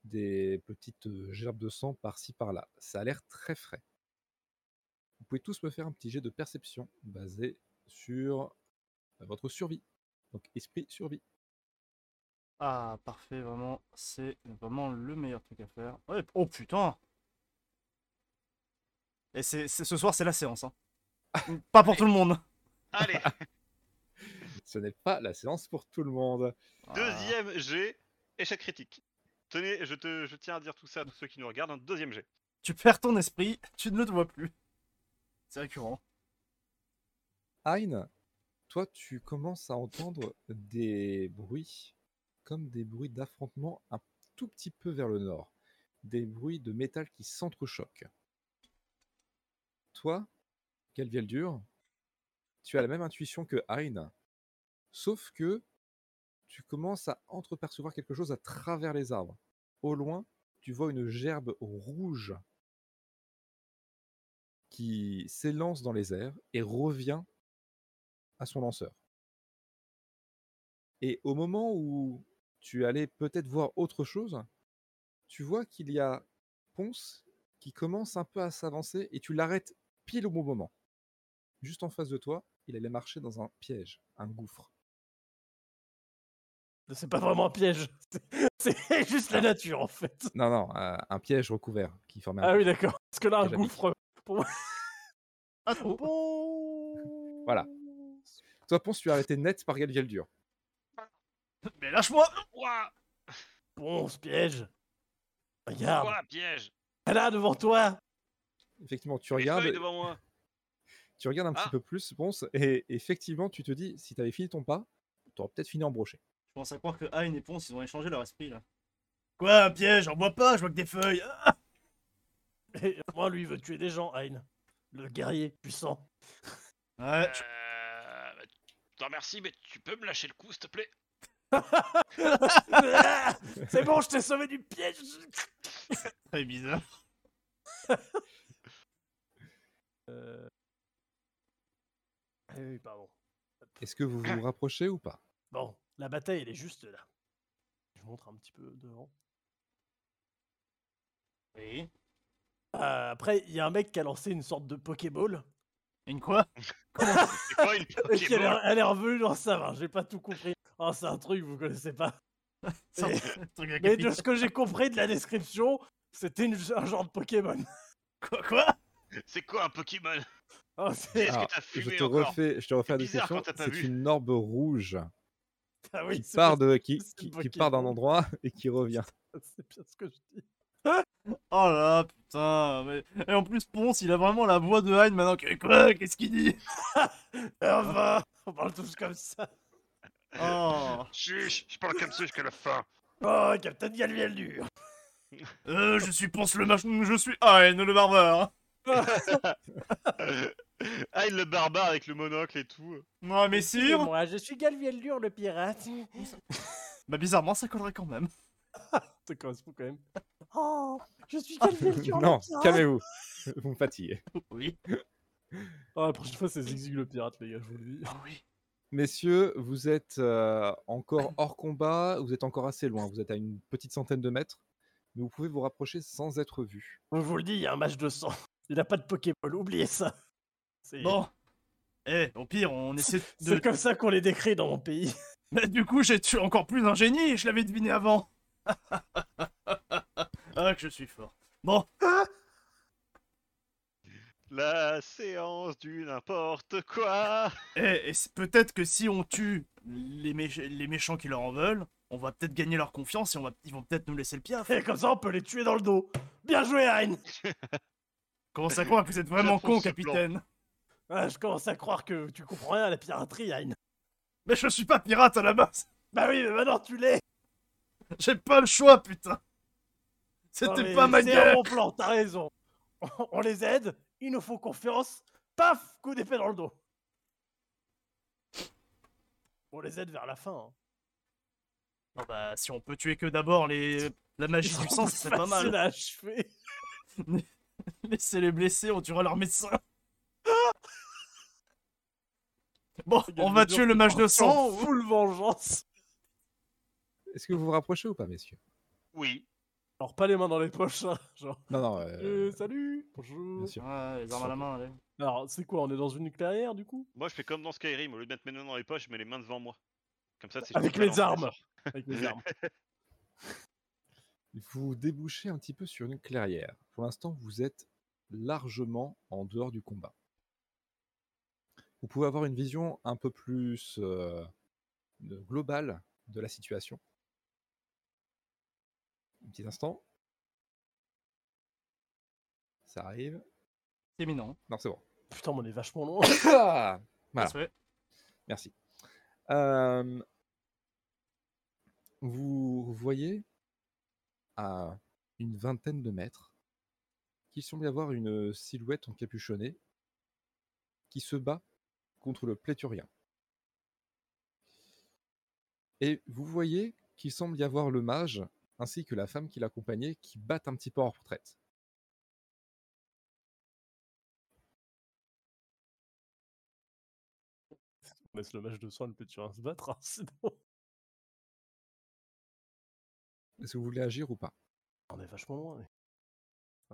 Speaker 2: Des petites euh, gerbes de sang par-ci par-là. Ça a l'air très frais. Vous pouvez tous me faire un petit jet de perception basé sur euh, votre survie. Donc esprit survie.
Speaker 4: Ah, parfait, vraiment. C'est vraiment le meilleur truc à faire. Ouais, oh putain Et c'est, c'est- ce soir, c'est la séance. Hein. Pas pour tout le monde.
Speaker 3: Allez,
Speaker 2: Ce n'est pas la séance pour tout le monde.
Speaker 3: deuxième G, échec critique. Tenez, je, te, je tiens à dire tout ça à tous ceux qui nous regardent, un deuxième G.
Speaker 4: Tu perds ton esprit, tu ne le vois plus. C'est récurrent.
Speaker 2: Hein, toi, tu commences à entendre des bruits, comme des bruits d'affrontement un tout petit peu vers le nord, des bruits de métal qui s'entrechoquent. Toi, Calviel Dur, tu as la même intuition que Hein, sauf que tu commences à entrepercevoir quelque chose à travers les arbres. Au loin, tu vois une gerbe rouge qui s'élance dans les airs et revient à son lanceur. Et au moment où tu allais peut-être voir autre chose, tu vois qu'il y a Ponce qui commence un peu à s'avancer et tu l'arrêtes pile au bon moment. Juste en face de toi, il allait marcher dans un piège, un gouffre.
Speaker 1: C'est pas vraiment un piège. c'est- C'est juste la nature, en fait.
Speaker 2: Non, non, un, un piège recouvert qui formait un
Speaker 1: Ah
Speaker 2: gouffre.
Speaker 1: oui, d'accord. Parce que là, un
Speaker 2: Déjà piqué.
Speaker 1: gouffre.
Speaker 4: Ah, trop.
Speaker 1: Bon.
Speaker 2: Voilà. Toi, Ponce, tu es arrêté net par Galviel Dur.
Speaker 4: Mais lâche-moi
Speaker 3: Ouah,
Speaker 1: Bon, ce piège. Regarde.
Speaker 3: ouah, piège
Speaker 1: Là, devant toi.
Speaker 2: Effectivement, tu
Speaker 3: Les
Speaker 2: regardes,
Speaker 3: feuilles devant moi
Speaker 2: tu regardes un petit
Speaker 3: Ah.
Speaker 2: peu plus, Ponce, et effectivement, tu te dis, si tu avais fini ton pas, tu aurais peut-être fini en brochet.
Speaker 4: Je pense à croire que Hein et Ponce, ils ont échangé leur esprit là. Quoi, un piège J'en vois pas, je vois que des feuilles. Ah
Speaker 1: Et moi, lui, il veut tuer des gens, Hein. Le guerrier puissant.
Speaker 4: Ouais, je-
Speaker 3: Euh, bah, Je te remercie, mais tu peux me lâcher le coup, s'il te plaît
Speaker 1: Ah, C'est bon, je t'ai sauvé du piège.
Speaker 4: très bizarre.
Speaker 1: Euh, ah oui, pardon.
Speaker 2: Est-ce que vous vous rapprochez ou pas
Speaker 1: Bon, la bataille, elle est juste là. Je montre un petit peu devant.
Speaker 4: Oui.
Speaker 1: Euh, après, il y a un mec qui a lancé une sorte de Pokéball.
Speaker 4: Une quoi
Speaker 3: C'est quoi une
Speaker 1: Et puis elle,
Speaker 3: Pokéball
Speaker 1: est, elle est revenue dans sa main, j'ai pas tout compris. Oh, c'est un truc, vous connaissez pas.
Speaker 4: C'est un truc à
Speaker 1: Mais de
Speaker 4: capitale.
Speaker 1: ce que j'ai compris de la description, c'était une- un genre de Pokémon.
Speaker 4: Quoi, quoi
Speaker 3: C'est quoi un Pokémon
Speaker 1: Oh, c'est-
Speaker 3: Qu'est-ce
Speaker 2: Alors,
Speaker 3: que t'as
Speaker 2: Ah, Je
Speaker 3: fumé
Speaker 2: te
Speaker 3: encore
Speaker 2: refais, je te refais la
Speaker 3: bizarre
Speaker 2: description.
Speaker 3: quand t'as pas
Speaker 2: C'est
Speaker 3: vu.
Speaker 2: une orbe rouge
Speaker 1: ah oui,
Speaker 2: qui
Speaker 1: c'est
Speaker 2: part de, qui,
Speaker 1: c'est
Speaker 2: qui-
Speaker 1: le
Speaker 2: qui part d'un
Speaker 1: Pokémon.
Speaker 2: endroit et qui revient.
Speaker 1: bien- C'est bien ce que je dis.
Speaker 4: Oh là là, putain. mais- Et en plus, Ponce, il a vraiment la voix de Hyde maintenant. que- Quoi Qu'est-ce qu'il dit
Speaker 1: Enfin, on parle tous comme ça.
Speaker 4: Oh.
Speaker 3: Chuch, je parle comme ça jusqu'à la fin.
Speaker 1: Oh, Captain Galviel dur.
Speaker 4: Euh, je suis Ponce le machin. Je suis Hyde le barbare.
Speaker 3: ah, il le barbare avec le monocle et tout.
Speaker 4: Moi, messire.
Speaker 1: Moi, je suis Galviel dur, le pirate.
Speaker 4: Bah, bizarrement, ça collerait quand même.
Speaker 1: Ça correspond quand même. Oh, je suis Galviel dur,
Speaker 2: non,
Speaker 1: le pirate.
Speaker 2: calmez-vous. Vous me fatiguez.
Speaker 4: Oui.
Speaker 1: Oh, la prochaine fois, c'est Zigzag le pirate, les gars, je vous le dis.
Speaker 4: Ah oui.
Speaker 2: Messieurs, vous êtes euh, encore hors combat, vous êtes encore assez loin, vous êtes à une petite centaine de mètres, mais vous pouvez vous rapprocher sans être vu.
Speaker 1: Je vous le dis, il y a un match de sang. Il n'a pas de Pokéball, oubliez ça. C'est
Speaker 4: Bon. Eh, au pire, on essaie de.
Speaker 1: c'est comme ça qu'on les décrit dans mon pays.
Speaker 4: Mais du coup, j'ai tué encore plus un génie et je l'avais deviné avant. ah, que je suis fort. Bon,
Speaker 3: La séance du n'importe quoi.
Speaker 4: eh, et c'est- peut-être que si on tue les, méch- les méchants qui leur en veulent, on va peut-être gagner leur confiance et on va... ils vont peut-être nous laisser le piaf.
Speaker 1: Et comme ça, on peut les tuer dans le dos. Bien joué, Hein
Speaker 4: Commence à croire que vous êtes vraiment
Speaker 3: J'approuve
Speaker 4: con,
Speaker 3: ce plan.
Speaker 4: capitaine.
Speaker 1: Ah, Je commence à croire que tu comprends rien à la piraterie, Hein.
Speaker 4: Mais je suis pas pirate à la base.
Speaker 1: Bah oui, mais maintenant tu l'es.
Speaker 4: J'ai pas le choix, putain.
Speaker 1: Non,
Speaker 4: C'était
Speaker 1: mais
Speaker 4: pas ma
Speaker 1: C'est un
Speaker 4: guerre.
Speaker 1: bon plan, t'as raison. On les aide, ils nous font confiance. Paf, coup d'épée dans le dos. On les aide vers la fin. hein.
Speaker 4: Non, bah, si on peut tuer que d'abord les... la magie du sang, c'est pas
Speaker 1: Facile
Speaker 4: mal.
Speaker 1: à achever.
Speaker 4: Laissez les blessés, on tuera leur médecin. Bon, on va tuer le mage de sang. ou-
Speaker 1: full vengeance.
Speaker 2: Est-ce que vous vous rapprochez ou pas, messieurs
Speaker 3: Oui.
Speaker 1: Alors pas les mains dans les poches, hein, genre.
Speaker 2: Non, non,
Speaker 1: Euh,
Speaker 2: euh,
Speaker 1: salut,
Speaker 2: bien
Speaker 1: bonjour.
Speaker 2: sûr.
Speaker 4: Ouais, les armes à la main, allez.
Speaker 1: Alors c'est quoi On est dans une nucléaire du coup
Speaker 3: Moi, je fais comme dans Skyrim. Au lieu de mettre mes mains dans les poches, je mets les mains devant moi. Comme ça, c'est
Speaker 1: Avec
Speaker 3: je peux
Speaker 1: les
Speaker 3: balancer
Speaker 1: armes. Avec les armes.
Speaker 2: Vous débouchez un petit peu sur une clairière. Pour l'instant, vous êtes largement en dehors du combat. Vous pouvez avoir une vision un peu plus euh, de- globale de la situation. Un petit instant. Ça arrive.
Speaker 4: C'est hein. éminent.
Speaker 2: Non, c'est bon.
Speaker 1: Putain, mais on est vachement loin. hein.
Speaker 2: Ah Voilà.
Speaker 4: Ouais.
Speaker 2: Merci. Euh, vous voyez à une vingtaine de mètres qu'il semble y avoir une silhouette encapuchonnée qui se bat contre le pléthurien. Et vous voyez qu'il semble y avoir le mage ainsi que la femme qui l'accompagnait qui battent un petit peu en retraite.
Speaker 1: On laisse le match de soin, le petit se battre, hein, sinon-
Speaker 2: Est-ce que vous voulez agir ou pas
Speaker 1: On est vachement loin. mais-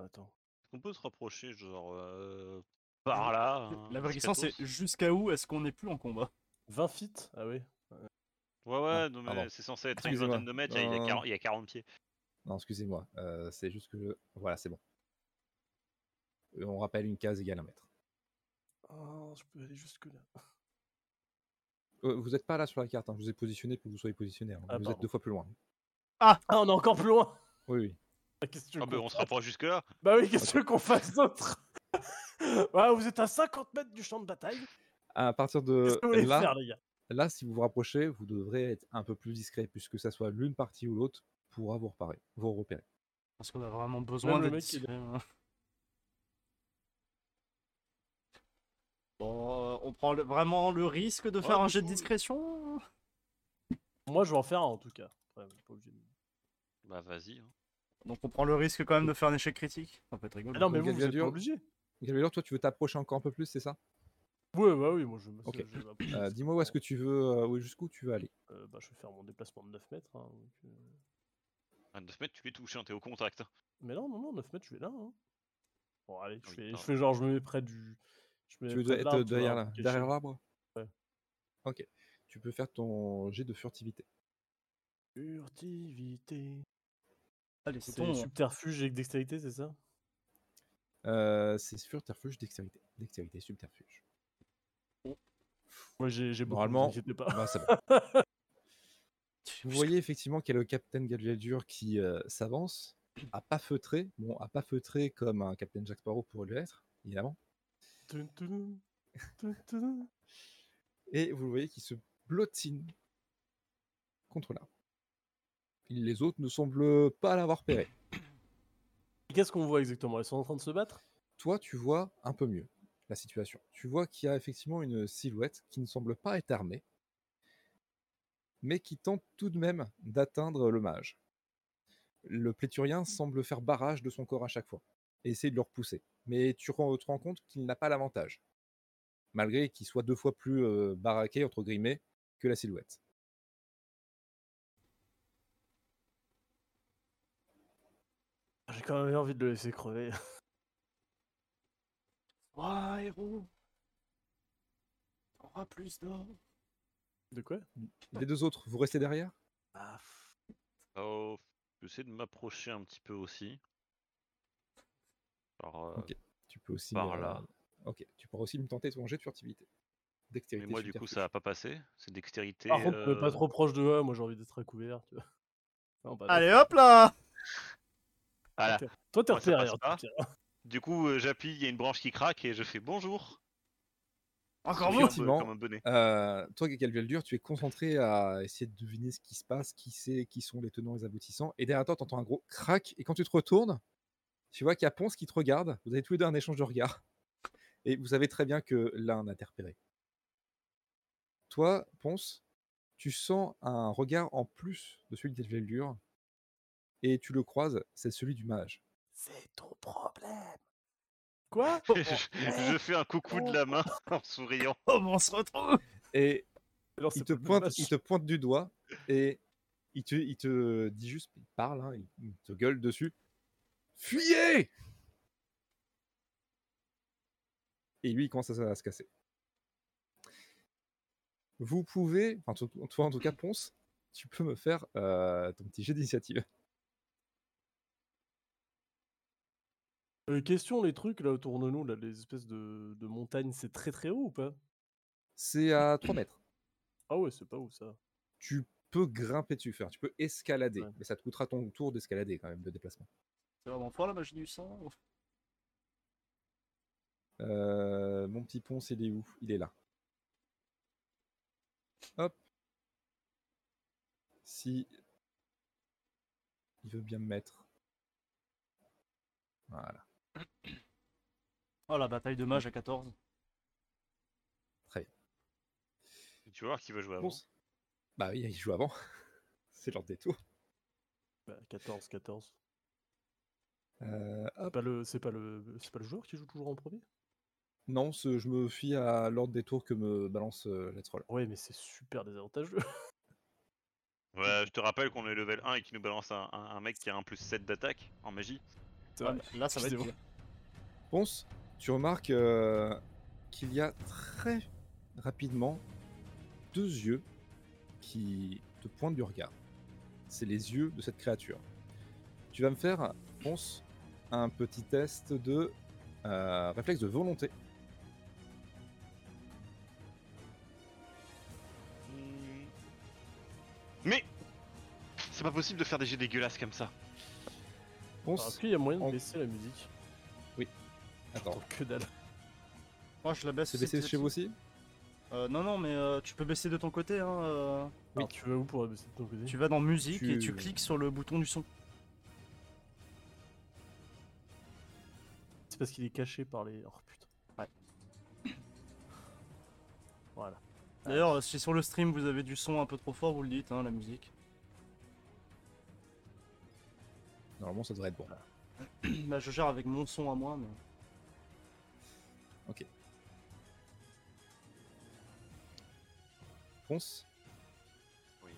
Speaker 1: Attends.
Speaker 3: On peut se rapprocher, genre euh, par là. hein,
Speaker 4: La vraie
Speaker 3: petit
Speaker 4: question, c'est
Speaker 3: gratos.
Speaker 4: jusqu'à où est-ce qu'on n'est plus en combat
Speaker 1: 20 feet Ah oui.
Speaker 3: Ouais,
Speaker 2: Ah,
Speaker 3: ouais, non, mais
Speaker 2: pardon.
Speaker 3: c'est censé être une
Speaker 2: Excusez-moi.
Speaker 3: vingtaine de mètres. il y a- Il y, a
Speaker 2: Euh,
Speaker 3: 40 il y a 40 pieds.
Speaker 2: Non, excusez-moi. euh, c'est juste que je- Voilà, c'est bon. Euh, On rappelle une case égale un mètre.
Speaker 1: Oh, je peux aller jusque là.
Speaker 2: Euh, vous n'êtes pas là sur la carte. hein, Je vous ai positionné pour que vous soyez positionné. hein,
Speaker 1: Ah,
Speaker 2: vous êtes
Speaker 1: pardon.
Speaker 2: deux fois plus loin.
Speaker 1: Ah, on est encore plus loin
Speaker 2: Oui, oui.
Speaker 1: Ah, qu'est-ce que tu veux
Speaker 3: Ah, bah,
Speaker 1: qu'on
Speaker 3: on se
Speaker 1: fasse
Speaker 3: rapproche jusque-là.
Speaker 1: Bah oui, qu'est-ce que tu veux qu'on fasse d'autre Ouais, Vous êtes à 50 mètres du champ de bataille.
Speaker 2: Euh, À partir
Speaker 1: Qu'est-ce
Speaker 2: de
Speaker 1: que vous voulez
Speaker 2: là,
Speaker 1: faire, les gars
Speaker 2: là, si vous vous rapprochez, vous devrez être un peu plus discret, puisque ça soit l'une partie ou l'autre pourra vous repérer. Vous repérer.
Speaker 4: Parce qu'on a vraiment besoin
Speaker 1: Même le
Speaker 4: d'être
Speaker 1: mec, il
Speaker 4: discret, hein. Bon, euh, on prend le- vraiment le risque de
Speaker 3: Ouais,
Speaker 4: faire un
Speaker 3: du
Speaker 4: jet de
Speaker 3: coup,
Speaker 4: discrétion
Speaker 1: Moi, je vais en faire un en tout cas. Ouais, mais pas obligé de-
Speaker 3: Bah, vas-y. hein.
Speaker 4: Donc on prend le risque quand même de faire un échec critique. Ça peut être rigolo.
Speaker 1: Ah non, mais
Speaker 2: Donc,
Speaker 1: vous,
Speaker 2: il y
Speaker 1: vous
Speaker 2: a
Speaker 1: êtes
Speaker 2: du-
Speaker 1: pas obligé.
Speaker 2: Gabriel, toi, tu veux t'approcher encore un peu plus, c'est ça
Speaker 1: Oui, bah oui, moi je me
Speaker 2: Ok.
Speaker 1: je- je-
Speaker 2: Euh, Dis-moi où est-ce que tu veux, euh, où- jusqu'où tu veux aller.
Speaker 1: Euh, bah, je vais faire mon déplacement de 9 mètres. hein, donc, euh,
Speaker 3: À 9 mètres, tu les touches, hein, t'es au contact.
Speaker 1: Mais non, non, non, 9 mètres, je vais là. hein. Bon, allez, je
Speaker 3: oui,
Speaker 1: fais, je
Speaker 3: pardon.
Speaker 1: fais genre, je me mets près du. Je me mets
Speaker 2: Tu veux
Speaker 1: près de
Speaker 2: être
Speaker 1: l'arbre, tu vois,
Speaker 2: derrière
Speaker 1: un
Speaker 2: la-
Speaker 1: peu caché.
Speaker 2: derrière l'arbre
Speaker 1: Ouais.
Speaker 2: Ok. Tu peux faire ton jet de furtivité.
Speaker 1: Furtivité.
Speaker 4: Allez, c'est
Speaker 1: C'est
Speaker 4: ton. hein.
Speaker 1: subterfuge et dextérité, c'est ça
Speaker 2: Euh, c'est furterfuge, dextérité. Dextérité, subterfuge.
Speaker 1: Moi j'ai j'ai beaucoup,
Speaker 2: Normalement,
Speaker 1: vous inquiétez pas.
Speaker 2: Bah, c'est bon. Vous voyez effectivement qu'il y a le capitaine Galviadur qui euh, s'avance, à pas feutré, bon, à pas feutré comme un capitaine Jack Sparrow pourrait le être, évidemment.
Speaker 1: Tun, tun, tun, tun.
Speaker 2: Et vous le voyez qui se blottine contre l'arbre. Les autres ne semblent pas l'avoir péré.
Speaker 1: Et Qu'est-ce qu'on voit exactement Ils sont en train de se battre
Speaker 2: Toi, tu vois un peu mieux la situation. Tu vois qu'il y a effectivement une silhouette qui ne semble pas être armée, mais qui tente tout de même d'atteindre le mage. Le
Speaker 3: Mmh.
Speaker 2: pléturien semble faire barrage de son corps à chaque fois et essayer de le repousser. Mais tu ren- te rends compte qu'il n'a pas l'avantage, malgré qu'il soit deux fois plus euh, baraqué, entre guillemets, que la silhouette.
Speaker 1: Ah, J'ai quand même envie de le laisser crever.
Speaker 4: Oh, héros. T'auras plus d'or.
Speaker 1: De quoi
Speaker 2: Les deux autres, vous restez derrière
Speaker 1: Ah, pff.
Speaker 3: Oh, j'essaie de m'approcher un petit peu aussi. Alors, euh,
Speaker 2: Ok. Tu peux aussi. euh,
Speaker 3: Par là.
Speaker 2: Ok, tu pourras aussi me tenter ton jet de furtivité.
Speaker 3: mais
Speaker 2: Dextérité.
Speaker 3: moi, du coup,
Speaker 2: subterfuge.
Speaker 3: ça a pas passé. C'est dextérité.
Speaker 1: Par contre, euh,
Speaker 3: euh,
Speaker 1: pas trop proche de eux, moi j'ai envie d'être à couvert. Tu vois. Non, pas
Speaker 4: Allez hop là
Speaker 3: voilà.
Speaker 1: Toi t'es
Speaker 3: moi, ça
Speaker 1: repéré,
Speaker 3: passe
Speaker 1: en tout
Speaker 3: pas.
Speaker 1: cas.
Speaker 3: Du coup, euh, j'appuie, il y a une branche qui craque et je fais bonjour.
Speaker 4: Encore
Speaker 3: Comme
Speaker 4: vous
Speaker 3: un-
Speaker 2: Effectivement.
Speaker 3: Comme un bonnet.
Speaker 2: Euh, toi, Galveldur, tu es concentré à essayer de deviner ce qui se passe, qui c'est, qui sont les tenants et les aboutissants. Et derrière toi, tu entends un gros crack. Et quand tu te retournes, tu vois qu'il y a Ponce qui te regarde. Vous avez tous les deux un échange de regards. Et vous savez très bien que l'un a été repéré. Toi, Ponce, tu sens un regard en plus de celui de Galveldur. Et tu le croises, c'est celui du mage.
Speaker 1: C'est ton problème. Quoi
Speaker 3: je, je fais un coucou de la main en souriant.
Speaker 4: Oh, mais on se retrouve
Speaker 2: Et
Speaker 1: Alors,
Speaker 2: il
Speaker 1: c'est
Speaker 2: te,
Speaker 1: pas le
Speaker 2: pointe,
Speaker 1: match.
Speaker 2: il te pointe du doigt et il te, il te dit juste, il parle, hein, il, il te gueule dessus. Fuyez Et lui, il commence à, à se casser. Vous pouvez, enfin, to- toi en tout cas, Ponce, tu peux me faire euh, ton petit jet d'initiative.
Speaker 1: Euh, question, les trucs là autour de nous, là, les espèces de, de montagnes, c'est très très haut ou pas
Speaker 2: C'est à 3 mètres.
Speaker 1: Ah ouais, c'est pas haut ça.
Speaker 2: Tu peux grimper dessus, faire, tu peux escalader,
Speaker 1: Ouais.
Speaker 2: mais ça te coûtera ton tour d'escalader quand même, de déplacement.
Speaker 4: C'est vraiment fort la magie du sang.
Speaker 2: Euh, mon petit Ponce, il est où Il est là. Hop. Si il veut bien me mettre. Voilà.
Speaker 4: Oh la bataille de mage à 14.
Speaker 3: Tu vas voir qui veut jouer avant.
Speaker 2: Ponce. Bah oui, il joue avant. C'est leur détour.
Speaker 1: Bah, 14, 14.
Speaker 2: Euh,
Speaker 1: C'est
Speaker 2: hop.
Speaker 1: pas, le, c'est, pas le, c'est pas le joueur qui joue toujours en premier
Speaker 2: Non, ce- je me fie à l'ordre des tours que me balance euh, Let's Roll.
Speaker 1: Ouais, mais c'est super désavantageux.
Speaker 3: Ouais, je te rappelle qu'on est level 1 et qu'il nous balance un, un- un mec qui a un plus 7 d'attaque en magie.
Speaker 1: C'est
Speaker 4: Ouais,
Speaker 1: vrai.
Speaker 4: mais Ah, là, ça va être
Speaker 1: Excusez-moi.
Speaker 4: dur.
Speaker 2: Ponce, tu remarques euh, qu'il y a très rapidement deux yeux qui te pointent du regard. C'est les yeux de cette créature. Tu vas me faire, Ponce, un petit test de euh, réflexe de volonté.
Speaker 3: Hmm. Mais c'est pas possible de faire des jets dégueulasses comme ça.
Speaker 1: Alors, est-ce
Speaker 2: Ponce,
Speaker 1: qu'il y a moyen
Speaker 2: on-
Speaker 1: de baisser la musique
Speaker 2: attends,
Speaker 1: J'entends que dalle.
Speaker 4: Moi, je la baisse.
Speaker 2: c'est baissé
Speaker 4: si-
Speaker 2: chez vous aussi
Speaker 4: Euh, Non, non, mais euh, tu peux baisser de ton côté. Hein, euh.
Speaker 1: Alors, tu vas où pour baisser de ton côté
Speaker 4: Tu vas dans musique
Speaker 2: Tu-
Speaker 4: et tu cliques sur le bouton du son.
Speaker 1: C'est parce qu'il est caché par les. Oh putain.
Speaker 4: Ouais.
Speaker 1: Voilà.
Speaker 4: D'ailleurs, si sur le stream vous avez du son un peu trop fort, vous le dites, hein, la musique.
Speaker 2: Normalement, ça devrait être bon.
Speaker 4: bah, je gère avec mon son à moi, mais.
Speaker 2: Ponce.
Speaker 3: Oui.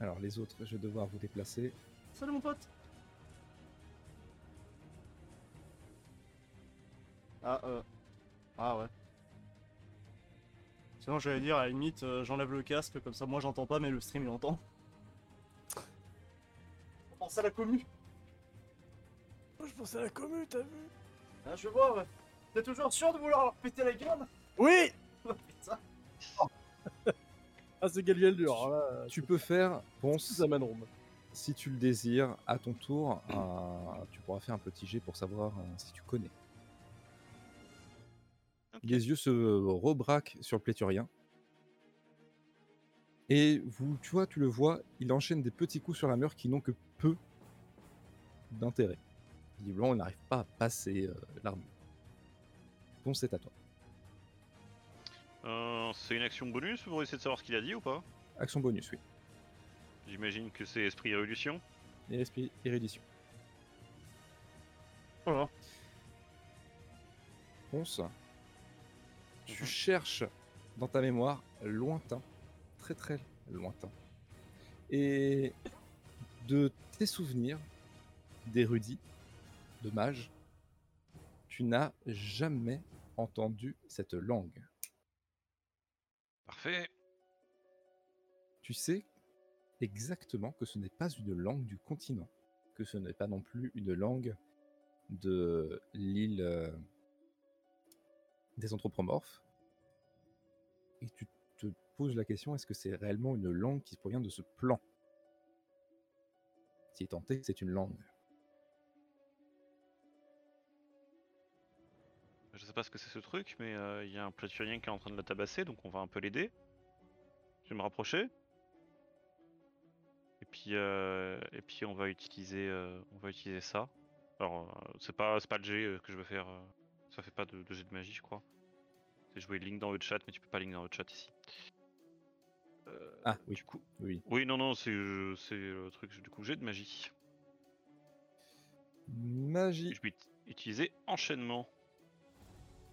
Speaker 2: Alors, les autres, je vais devoir vous déplacer.
Speaker 4: Salut mon pote Ah, euh. Ah ouais. Sinon, j'allais dire, à la limite, euh, j'enlève le casque, comme ça, moi j'entends pas, mais le stream il entend. On pense à la commu
Speaker 1: Moi, je pensais à la commu, t'as vu
Speaker 4: Ah, je vois, ouais. T'es toujours sûr de vouloir leur péter la gueule
Speaker 1: Oui
Speaker 4: Oh, putain.
Speaker 1: Ah, c'est Galviel dur. alors Là,
Speaker 2: Tu peux faire,
Speaker 1: c'est
Speaker 2: Ponce,
Speaker 1: ça, Manon.
Speaker 2: si tu le désires, à ton tour, un- tu pourras faire un petit jet pour savoir euh, si tu connais. Les yeux se rebraquent sur le pléthurien. Et vous, tu vois, tu le vois, il enchaîne des petits coups sur la mur qui n'ont que peu d'intérêt. Visiblement, on n'arrive pas à passer euh, l'armure. Ponce, c'est à toi.
Speaker 3: Euh, c'est une action bonus pour essayer de savoir ce qu'il a dit ou pas
Speaker 2: Action bonus, oui.
Speaker 3: J'imagine que c'est esprit évolution.
Speaker 2: Et l'esprit iridition.
Speaker 4: Voilà.
Speaker 2: Ponce, tu cherches dans ta mémoire lointain, très très lointain, et de tes souvenirs d'érudits, de mages, tu n'as jamais entendu cette langue.
Speaker 3: Parfait.
Speaker 2: Tu sais exactement que ce n'est pas une langue du continent, que ce n'est pas non plus une langue de l'île euh, des anthropomorphes. Et tu te poses la question, est-ce que c'est réellement une langue qui provient de ce plan Si tant est que c'est une langue.
Speaker 3: Je sais pas ce que c'est ce truc, mais euh, il y a un platurien qui est en train de la tabasser, donc on va un peu l'aider. Je vais me rapprocher. Et puis, euh, et puis on va utiliser, euh, on va utiliser ça. Alors, euh, c'est pas, c'est pas le jet euh, que je veux faire. euh, ça fait pas de, de jet de magie, je crois. C'est jouer link dans le chat, mais tu peux pas link dans le chat ici. Euh,
Speaker 2: Ah oui,
Speaker 3: Du coup,
Speaker 2: oui.
Speaker 3: oui, non, non, c'est, euh, c'est le truc du coup jet de magie.
Speaker 2: Magie.
Speaker 3: Je vais ut- utiliser enchaînement.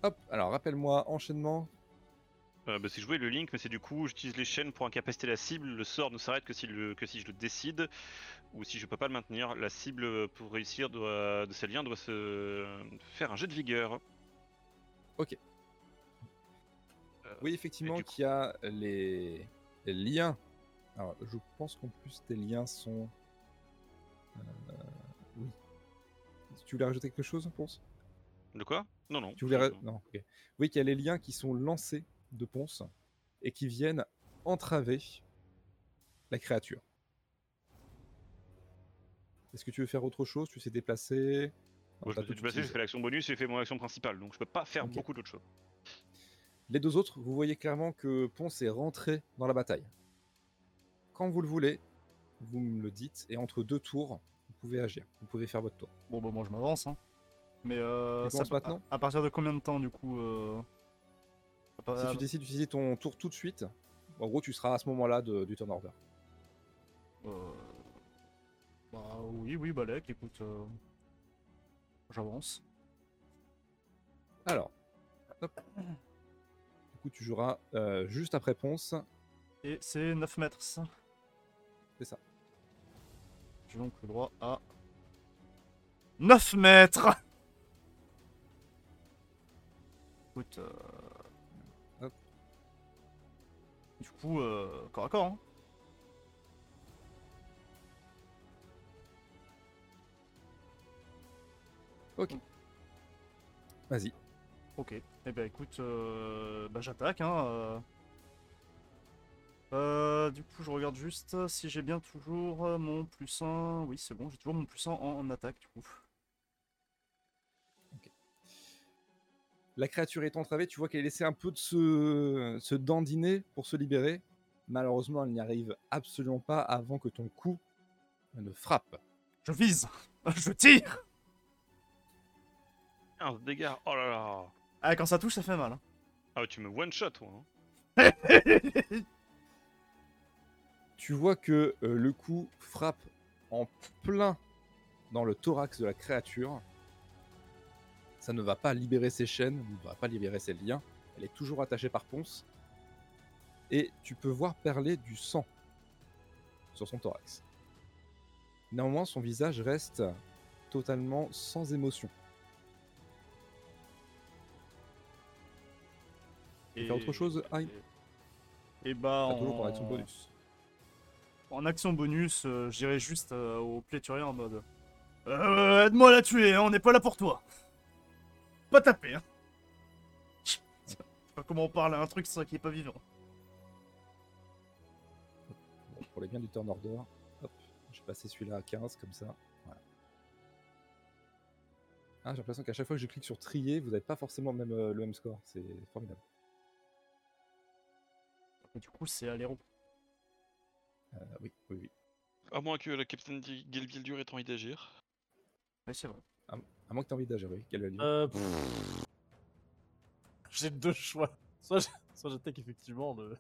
Speaker 2: Hop, alors rappelle-moi, enchaînement.
Speaker 3: Euh, bah, c'est jouer le link, mais c'est du coup, j'utilise les chaînes pour incapaciter la cible. Le sort ne s'arrête que, si le- que si je le décide ou si je peux pas le maintenir. La cible, euh, pour réussir doit- de ces liens, doit se faire un jet de vigueur.
Speaker 2: Oui, effectivement,
Speaker 3: du coup-
Speaker 2: qu'il y a les... les liens. Alors, je pense qu'en plus, tes liens sont. Euh, Oui. Tu voulais rajouter quelque chose, Ponce
Speaker 3: De quoi Non, non.
Speaker 2: Tu voulais. ra-
Speaker 3: non, non.
Speaker 2: Non, ok. Oui, qu'il y a les liens qui sont lancés de Ponce et qui viennent entraver la créature. Est-ce que tu veux faire autre chose Tu sais déplacer
Speaker 3: Moi,
Speaker 2: Non,
Speaker 3: je me
Speaker 2: t'as
Speaker 3: suis
Speaker 2: Ah, tout
Speaker 3: déplacé, j'ai
Speaker 2: utilisé.
Speaker 3: fait l'action bonus et j'ai fait mon action principale, donc je peux pas faire
Speaker 2: Ok.
Speaker 3: beaucoup d'autres choses.
Speaker 2: Les deux autres, vous voyez clairement que Ponce est rentré dans la bataille. Quand vous le voulez, vous me le dites, et entre deux tours, vous pouvez agir, vous pouvez faire votre tour.
Speaker 4: Bon, bah, moi je m'avance, hein. Mais euh.
Speaker 2: Tu commences
Speaker 4: peut- à-
Speaker 2: maintenant
Speaker 4: à, partir de combien de temps, du coup euh... à part-
Speaker 2: Si tu décides d'utiliser ton tour tout de suite, en gros, tu seras à ce moment-là de- du turn order.
Speaker 4: Euh, Bah oui, oui, Balek, écoute, euh, j'avance.
Speaker 2: Alors, hop. du coup, tu joueras euh, juste après Ponce.
Speaker 4: Et c'est 9 mètres, ça
Speaker 2: C'est ça.
Speaker 4: J'ai donc le droit à... 9 mètres Écoute, euh,
Speaker 2: Hop.
Speaker 4: Du coup, euh, corps à corps, hein.
Speaker 2: Vas-y.
Speaker 4: Ok. Eh ben écoute, euh, bah, j'attaque. Hein, euh. Euh, du coup, je regarde juste si j'ai bien toujours euh, mon plus 1. Oui, c'est bon, j'ai toujours mon plus 1 en, en attaque, du coup.
Speaker 2: La créature est entravée, tu vois qu'elle est laissée un peu de se, se dandiner pour se libérer. Malheureusement, elle n'y arrive absolument pas avant que ton coup ne frappe.
Speaker 4: Je vise Je tire
Speaker 3: 15 dégâts, oh là là
Speaker 4: Ah, quand ça touche, ça fait mal. hein.
Speaker 3: Ah, tu me one shot, toi. hein.
Speaker 2: tu Tu vois que euh, le coup frappe en plein dans le thorax de la créature. Ça ne va pas libérer ses chaînes, ne va pas libérer ses liens. Elle est toujours attachée par ponce. Et tu peux voir perler du sang sur son thorax. Néanmoins, son visage reste totalement sans émotion.
Speaker 4: Et
Speaker 2: faire autre chose, Hein
Speaker 4: Et bah,
Speaker 2: T'as toujours
Speaker 4: en...
Speaker 2: par action bonus.
Speaker 4: en action bonus, euh, je dirais juste euh, au pléthurien en mode Euh, Aide-moi à la tuer, hein, on n'est pas là pour toi. Pas taper, hein. Je sais pas comment on parle à un truc sans qui est pas vivant.
Speaker 2: Bon, pour les biens du turn order, hop, j'ai passé celui-là à 15 comme ça. Voilà. Ah, j'ai l'impression qu'à chaque fois que je clique sur trier, vous n'avez pas forcément le même, euh, le même score. C'est formidable.
Speaker 4: Et du coup, c'est Aléron.
Speaker 2: Euh, oui, oui, oui.
Speaker 5: À moins que le capitaine Gil- Gilbildur ait envie d'agir.
Speaker 4: Ouais, c'est vrai.
Speaker 2: À moins que tu envie d'agir, oui. Quelle value
Speaker 1: Euh, pff. J'ai deux choix. Soit je- soit j'attaque effectivement le.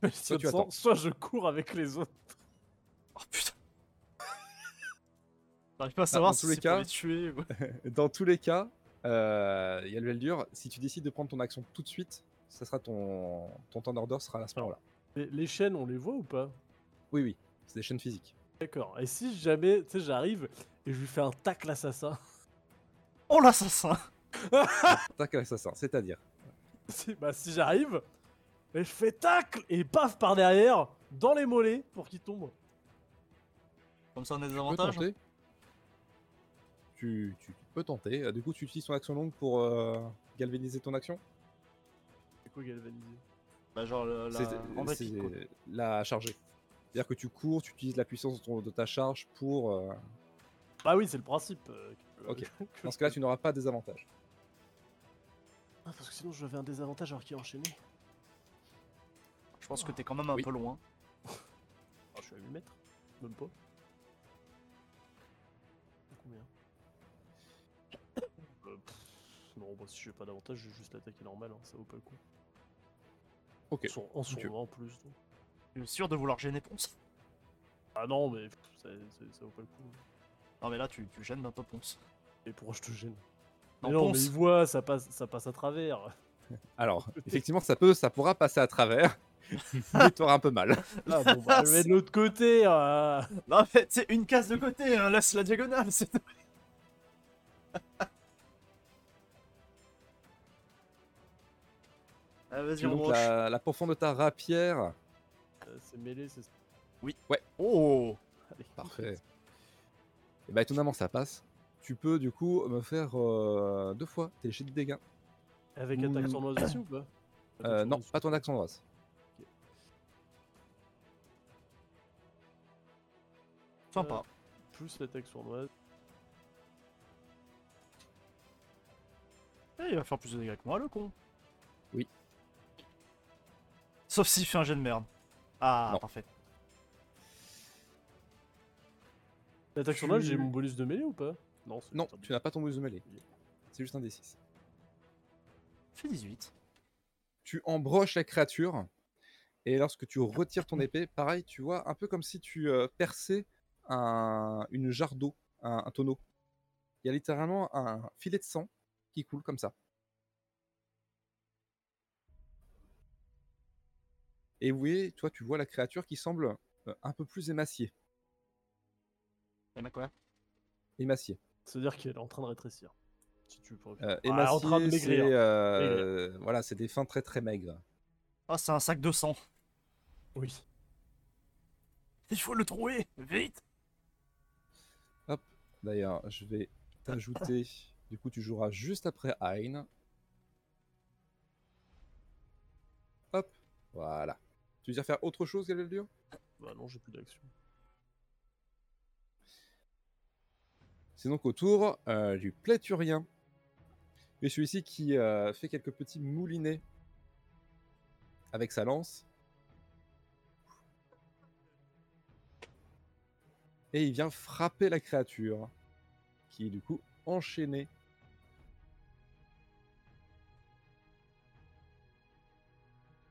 Speaker 1: le
Speaker 2: Soit tu
Speaker 1: Tian San,
Speaker 2: attends.
Speaker 1: soit je cours avec les autres.
Speaker 4: Oh putain. J'arrive pas à savoir
Speaker 2: Bah, dans
Speaker 4: si
Speaker 2: tous les
Speaker 4: c'est pour
Speaker 2: cas-
Speaker 4: les tuer ou.
Speaker 2: Dans tous les cas, euh, il y a le dur. Si tu décides de prendre ton action tout de suite, ça sera ton, ton turn order sera à ce moment-là.
Speaker 1: Les, les chaînes, on les voit ou pas
Speaker 2: Oui, oui. C'est des chaînes physiques.
Speaker 1: D'accord. Et si jamais, tu sais, j'arrive et je lui fais un tac l'assassin,
Speaker 4: Oh l'assassin
Speaker 2: Tac à l'assassin, c'est-à-dire.
Speaker 1: si, bah si j'arrive, et je fais tacle et paf par derrière dans les mollets pour qu'il tombe.
Speaker 4: Comme ça on a des
Speaker 2: Tu peux
Speaker 4: avantages.
Speaker 2: tenter. Tu, tu peux tenter. Euh, Du coup, tu utilises ton action longue pour euh, galvaniser ton action
Speaker 1: C'est quoi galvaniser
Speaker 4: Bah genre le- la
Speaker 2: C'est-
Speaker 4: en vrai,
Speaker 2: c'est-
Speaker 4: pique, quoi.
Speaker 2: la charger. C'est-à-dire que tu cours, tu utilises la puissance de, ton- de ta charge pour. euh,
Speaker 1: Bah oui, c'est le principe. euh, que-
Speaker 2: Ok.
Speaker 1: que-
Speaker 2: Dans ce cas-là, tu n'auras pas des avantages.
Speaker 1: Ah, parce que sinon j'avais un désavantage alors qu'il enchaîné.
Speaker 4: Je pense que t'es quand même un
Speaker 2: Oui.
Speaker 4: peu loin.
Speaker 1: Ah, je suis à 8 mètres, même pas. Combien Euh, pff, Non, bah, si j'ai pas d'avantage, je vais juste l'attaquer normal, hein, ça vaut pas le coup.
Speaker 2: Ok.
Speaker 1: En son- En son
Speaker 2: Ok.
Speaker 1: en plus. donc.
Speaker 4: Je suis sûr de vouloir gêner Ponce.
Speaker 1: Ah non, mais pff, ça, ça- ça vaut pas le coup.
Speaker 4: Non mais là tu, tu gênes un peu Ponce.
Speaker 1: Et pourquoi je te gêne
Speaker 4: Non,
Speaker 1: Mais non, mais
Speaker 4: Ponce.
Speaker 1: il voit, ça passe, ça passe à travers.
Speaker 2: Alors, effectivement, ça peut, ça pourra passer à travers, mais tu auras un peu mal.
Speaker 1: Là, bon, bah, je vais de l'autre côté. euh.
Speaker 4: Non mais c'est une case de côté, hein, laisse la diagonale, c'est Ah vas-y
Speaker 2: Tu as
Speaker 4: on
Speaker 2: donc
Speaker 4: broche.
Speaker 2: la, la profondeur de ta rapière.
Speaker 1: Euh, C'est mêlé, c'est.
Speaker 4: Oui.
Speaker 2: Ouais.
Speaker 1: Oh Allez.
Speaker 2: Parfait. Et bah, étonnamment, ça passe. Tu peux, du coup, me faire euh, deux fois tes jets de dégâts.
Speaker 1: Avec attaque
Speaker 4: Ouh.
Speaker 1: sournoise aussi ou pas Attaque
Speaker 2: Euh, non,
Speaker 1: sournoise.
Speaker 2: pas ton action de race.
Speaker 4: Sympa.
Speaker 1: Plus l'attaque sournoise.
Speaker 4: Eh, il va faire plus de dégâts que moi le con.
Speaker 2: Oui.
Speaker 4: Sauf s'il fait un jet de merde. Ah
Speaker 2: Non.
Speaker 4: parfait.
Speaker 1: L'attaque sournoise, j'ai
Speaker 2: Tu-
Speaker 1: mon bonus de mêlée ou pas Non, c'est
Speaker 2: Non,
Speaker 1: un
Speaker 2: tu n'as pas ton bonus de mêlée. C'est juste un D6.
Speaker 4: Fait 18.
Speaker 2: tu embroches la créature. Et lorsque tu retires ton épée, pareil, tu vois, un peu comme si tu euh, perçais un, une jarre d'eau, un, un tonneau. Il y a littéralement un filet de sang qui coule comme ça. Et oui, toi, tu vois la créature qui semble euh, un peu plus émaciée.
Speaker 4: Il y en a quoi
Speaker 2: Émaciée.
Speaker 1: C'est-à-dire qu'elle est en train de rétrécir. Si tu veux.
Speaker 2: Euh,
Speaker 1: Ah, elle est en train de
Speaker 2: émaciée,
Speaker 1: maigrir.
Speaker 2: c'est, euh, voilà, c'est des fins très très maigres.
Speaker 4: Ah c'est un sac de sang.
Speaker 1: Oui.
Speaker 4: Il faut le trouver, vite
Speaker 2: D'ailleurs, je vais t'ajouter. Du coup, tu joueras juste après Hein. Hop, voilà. Tu veux dire faire autre chose, Galileo
Speaker 1: Bah non, j'ai plus d'action.
Speaker 2: C'est donc au tour euh, du pléthurien. Et celui-ci qui euh, fait quelques petits moulinets avec sa lance. Et il vient frapper la créature, qui est du coup enchaînée.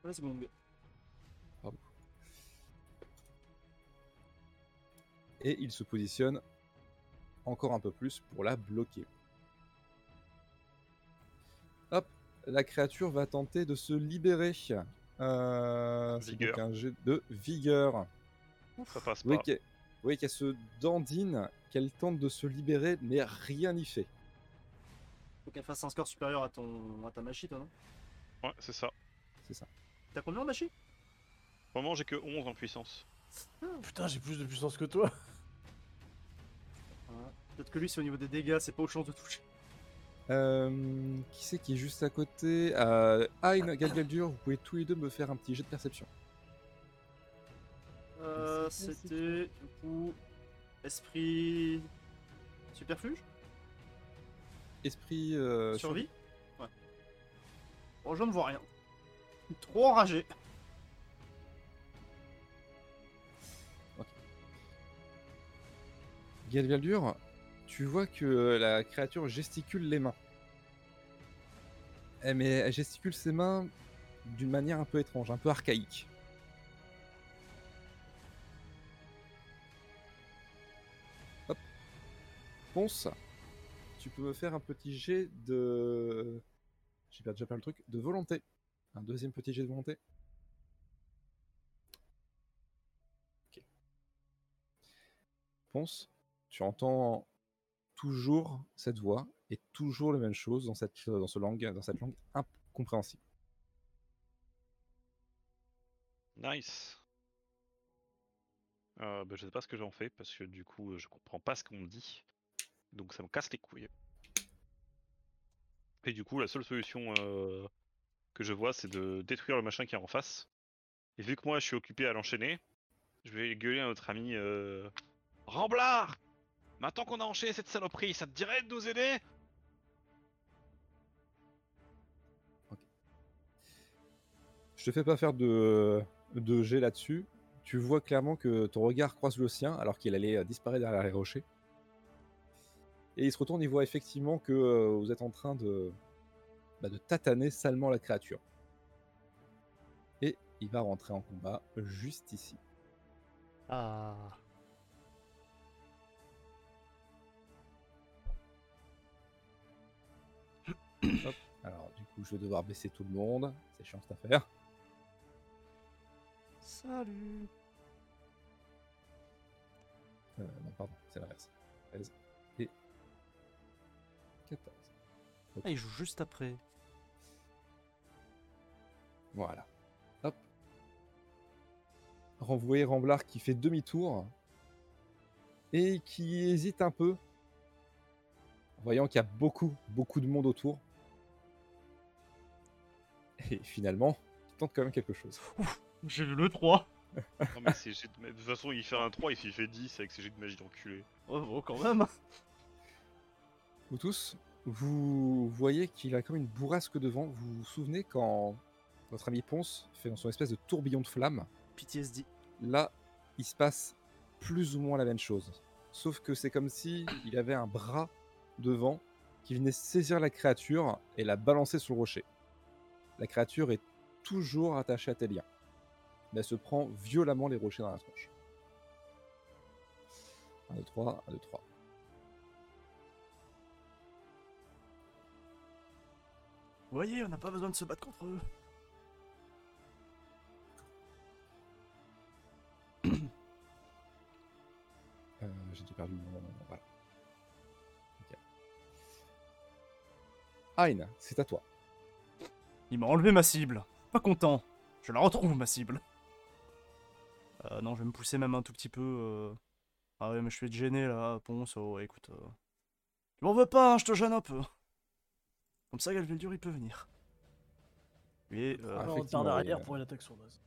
Speaker 4: Ouais, c'est bon.
Speaker 2: Pardon. et il se positionne encore un peu plus pour la bloquer. Hop, la créature va tenter de se libérer. Euh, c'est
Speaker 3: Vigueur.
Speaker 2: donc un jet de vigueur.
Speaker 3: Ça passe
Speaker 2: Oui,
Speaker 3: pas.
Speaker 2: qu'elle oui, qu'elle se dandine, qu'elle tente de se libérer, mais rien n'y fait.
Speaker 4: Faut qu'elle fasse un score supérieur à, ton... à ta machine, toi, non
Speaker 3: Ouais, c'est ça.
Speaker 2: C'est ça.
Speaker 4: T'as combien en machine
Speaker 3: Pour le moment, j'ai que 11 en puissance.
Speaker 1: Putain, j'ai plus de puissance que
Speaker 2: Ah,
Speaker 1: toi.
Speaker 4: Peut-être que lui, c'est au niveau des dégâts, c'est pas aux chances de toucher.
Speaker 2: Euh, qui c'est qui est juste à côté euh, Hein, Galgaldur, vous pouvez tous les deux me faire un petit jet de perception.
Speaker 4: Euh,
Speaker 6: Merci, merci.
Speaker 4: C'était du coup. Esprit. Superfuge
Speaker 2: Esprit euh,
Speaker 4: Survie Ouais. Bon, je ne vois rien. Trop enragé.
Speaker 2: Galgaldur, tu vois que euh, la créature gesticule les mains. Eh, Mais elle gesticule ses mains d'une manière un peu étrange, un peu archaïque. Hop. Ponce, tu peux me faire un petit jet de. J'ai pas- déjà perdu le truc, de volonté. Un deuxième petit jet de volonté. Ponce, tu entends toujours cette voix et toujours la même chose dans cette, dans ce langue, dans cette langue incompréhensible.
Speaker 3: Nice. Euh, bah, je sais pas ce que j'en fais parce que du coup, euh, je comprends pas ce qu'on me dit. Donc ça me casse les couilles. Et du coup, la seule solution euh, que je vois, c'est de détruire le machin qui est en face. Et vu que moi, je suis occupé à l'enchaîner, je vais gueuler à notre ami euh, Ramblard Maintenant qu'on a enchaîné cette saloperie, ça te dirait de nous aider
Speaker 2: Je te fais pas faire de, de jet là-dessus. Tu vois clairement que ton regard croise le sien alors qu'il allait euh, disparaître derrière les rochers. Et il se retourne, il voit effectivement que euh, vous êtes en train de, bah, de tataner salement la créature. Et il va rentrer en combat juste ici.
Speaker 4: Ah.
Speaker 2: Alors du coup, je vais devoir baisser tout le monde. C'est chiant cette affaire.
Speaker 4: Salut.
Speaker 2: Euh, non, pardon, c'est l'inverse. 13 et 14.
Speaker 4: Ah, il joue juste après.
Speaker 2: Voilà. Hop. Renvoyer Ramblard qui fait demi-tour et qui hésite un peu, voyant qu'il y a beaucoup, beaucoup de monde autour. Et finalement, il tente quand même quelque chose.
Speaker 4: J'ai eu le 3.
Speaker 3: Non, mais c'est jet de ma- De toute façon, il fait un 3 et s'il fait 10 avec ses jets de magie d'enculé.
Speaker 4: Oh, bon, quand même.
Speaker 2: Vous tous, vous voyez qu'il a comme une bourrasque devant. Vous vous souvenez quand votre ami Ponce fait son espèce de tourbillon de flammes
Speaker 4: PTSD.
Speaker 2: là, il se passe plus ou moins la même chose. Sauf que c'est comme si il avait un bras devant qui venait saisir la créature et la balancer sur le rocher. La créature est toujours attachée à tes liens. Mais elle se prend violemment les rochers dans la tronche. 1, 2, 3, 1, 2, 3.
Speaker 4: Vous voyez, on n'a pas besoin de se battre contre eux.
Speaker 2: Euh, J'ai déjà perdu mon. Voilà. Ok. Ayn, c'est à toi.
Speaker 4: Il m'a enlevé ma cible. Pas content. Je la retrouve, ma cible. Euh, non, je vais me pousser même un tout petit peu. euh. Ah ouais, mais je suis gêné là, Ponce. Oh, ouais, écoute. euh. Tu m'en veux pas, hein, je te gêne un peu. Comme ça, Galvildur, il peut venir. Et, euh,
Speaker 2: Ah,
Speaker 1: Alors, on
Speaker 2: effectivement,
Speaker 1: tarde arrière
Speaker 2: oui, euh.
Speaker 1: pour une attaque sournoise.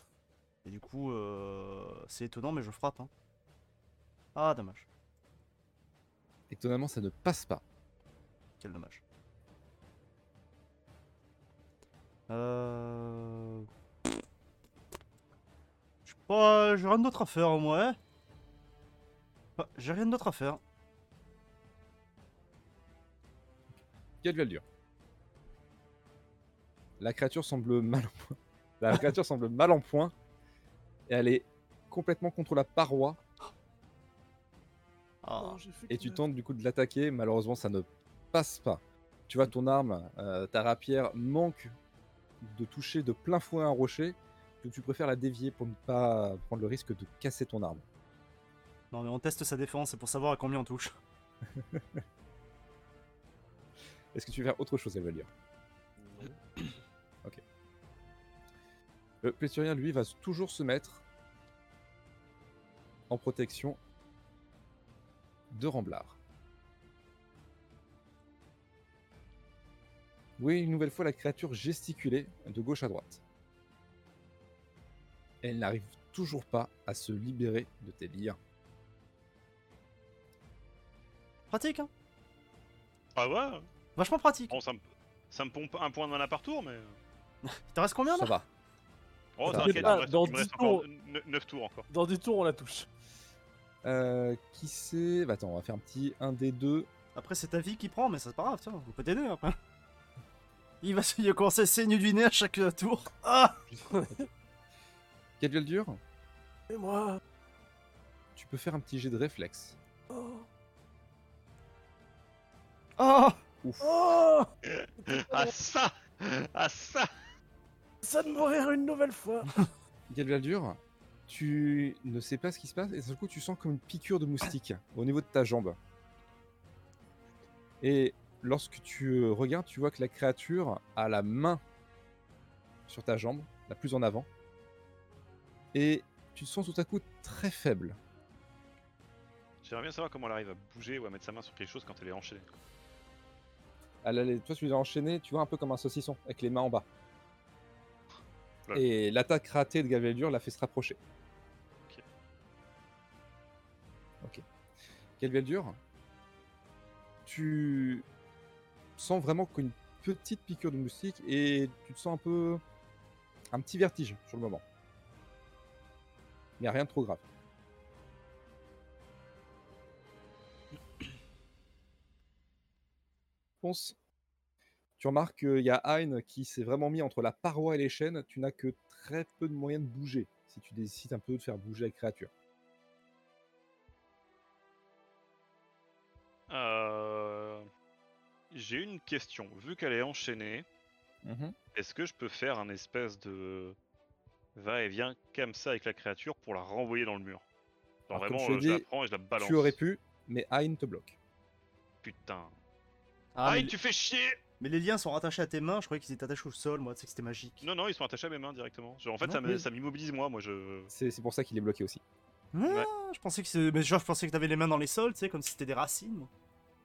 Speaker 4: et du coup, euh, c'est étonnant, mais je frappe. hein. Ah, dommage.
Speaker 2: Étonnamment, ça ne passe pas.
Speaker 4: Quel dommage. Euh... Je sais pas, j'ai rien d'autre à faire au moins. Ouais, j'ai rien d'autre à faire.
Speaker 2: Galgal dur. La créature semble mal en point. La créature semble mal en point. Et elle est complètement contre la paroi.
Speaker 5: Ah,
Speaker 1: Oh,
Speaker 2: et tu tentes du coup de l'attaquer. Malheureusement, ça ne passe pas. Tu vois, ton arme, euh, ta rapière manque de toucher de plein fouet un rocher. Donc tu préfères la dévier pour ne pas prendre le risque de casser ton arme.
Speaker 4: Non, mais on teste sa défense, c'est pour savoir à combien on touche.
Speaker 2: Est-ce que tu veux faire autre chose, elle va dire Ok. Le pléthorien, lui, va s- toujours se mettre en protection de Ramblard. Oui, une nouvelle fois, la créature gesticulait de gauche à droite. Elle n'arrive toujours pas à se libérer de tes liens.
Speaker 4: Pratique, hein
Speaker 3: Ah ouais
Speaker 4: Vachement pratique.
Speaker 3: Bon, ça me, ça me pompe un point de mana par tour, mais.
Speaker 4: Il te reste combien là
Speaker 2: Ça va.
Speaker 3: Oh,
Speaker 2: Ça va.
Speaker 3: t'inquiète, il me
Speaker 1: Ah,
Speaker 3: reste-
Speaker 1: dans
Speaker 3: il me reste
Speaker 1: dix
Speaker 3: encore
Speaker 1: tours.
Speaker 3: 9 tours encore.
Speaker 1: Dans 10 tours, on la touche.
Speaker 2: Euh, qui c'est bah, Attends, on va faire un petit 1 des 2.
Speaker 4: Après, c'est ta vie qui prend, mais c'est pas grave, tiens, on peut t'aider après. Il va se il va commencer à saigner du nez à chaque euh, tour. Ah
Speaker 2: Quel duel dur
Speaker 1: Et moi
Speaker 2: Tu peux faire un petit jet de réflexe.
Speaker 1: Oh,
Speaker 4: Oh
Speaker 2: Ouf.
Speaker 1: Oh
Speaker 3: Ah ça Ah ça
Speaker 1: Ça de mourir une nouvelle fois
Speaker 2: Galval dur, tu ne sais pas ce qui se passe et d'un seul coup tu sens comme une piqûre de moustique au niveau de ta jambe. Et lorsque tu euh, regardes, tu vois que la créature a la main sur ta jambe, la plus en avant. Et tu te sens tout à coup très faible.
Speaker 3: J'aimerais bien savoir comment elle arrive à bouger ou à mettre sa main sur quelque chose quand elle est enchaînée.
Speaker 2: Elle a les- Toi tu l'as enchaîné, tu vois un peu comme un saucisson avec les mains en bas.
Speaker 3: Ouais.
Speaker 2: Et l'attaque ratée de Galval dur l'a fait se rapprocher.
Speaker 3: Ok.
Speaker 2: Ok. Galviel dur, tu sens vraiment qu'une petite piqûre de moustique et tu te sens un peu. un petit vertige sur le moment. Mais rien de trop grave. Ponce, tu remarques qu'il y a Hein qui s'est vraiment mis entre la paroi et les chaînes. Tu n'as que très peu de moyens de bouger si tu décides un peu de faire bouger la créature.
Speaker 3: Euh... J'ai une question. Vu qu'elle est enchaînée,
Speaker 4: Mm-hmm.
Speaker 3: est-ce que je peux faire un espèce de va-et-vient comme ça avec la créature pour la renvoyer dans le mur Genre
Speaker 2: Alors, comme
Speaker 3: vraiment,
Speaker 2: je l'ai
Speaker 3: euh, je, la
Speaker 2: dit,
Speaker 3: prends et je la balance.
Speaker 2: Tu aurais pu, mais Hein te bloque.
Speaker 3: Putain.
Speaker 4: Ah,
Speaker 3: Aïe,
Speaker 4: mais,
Speaker 3: tu fais chier
Speaker 4: mais les liens sont rattachés à tes mains, je croyais qu'ils étaient attachés au sol, moi, tu sais que c'était magique.
Speaker 3: Non, non, ils sont attachés à mes mains directement. Genre, en fait,
Speaker 4: Non,
Speaker 3: ça me-
Speaker 4: mais-
Speaker 3: ça m'immobilise, moi. Moi, je.
Speaker 2: C'est c'est pour ça qu'il est bloqué aussi.
Speaker 4: Ah, je pensais que c'est- mais genre, je pensais que t'avais les mains dans les sols, tu sais, comme si c'était des racines.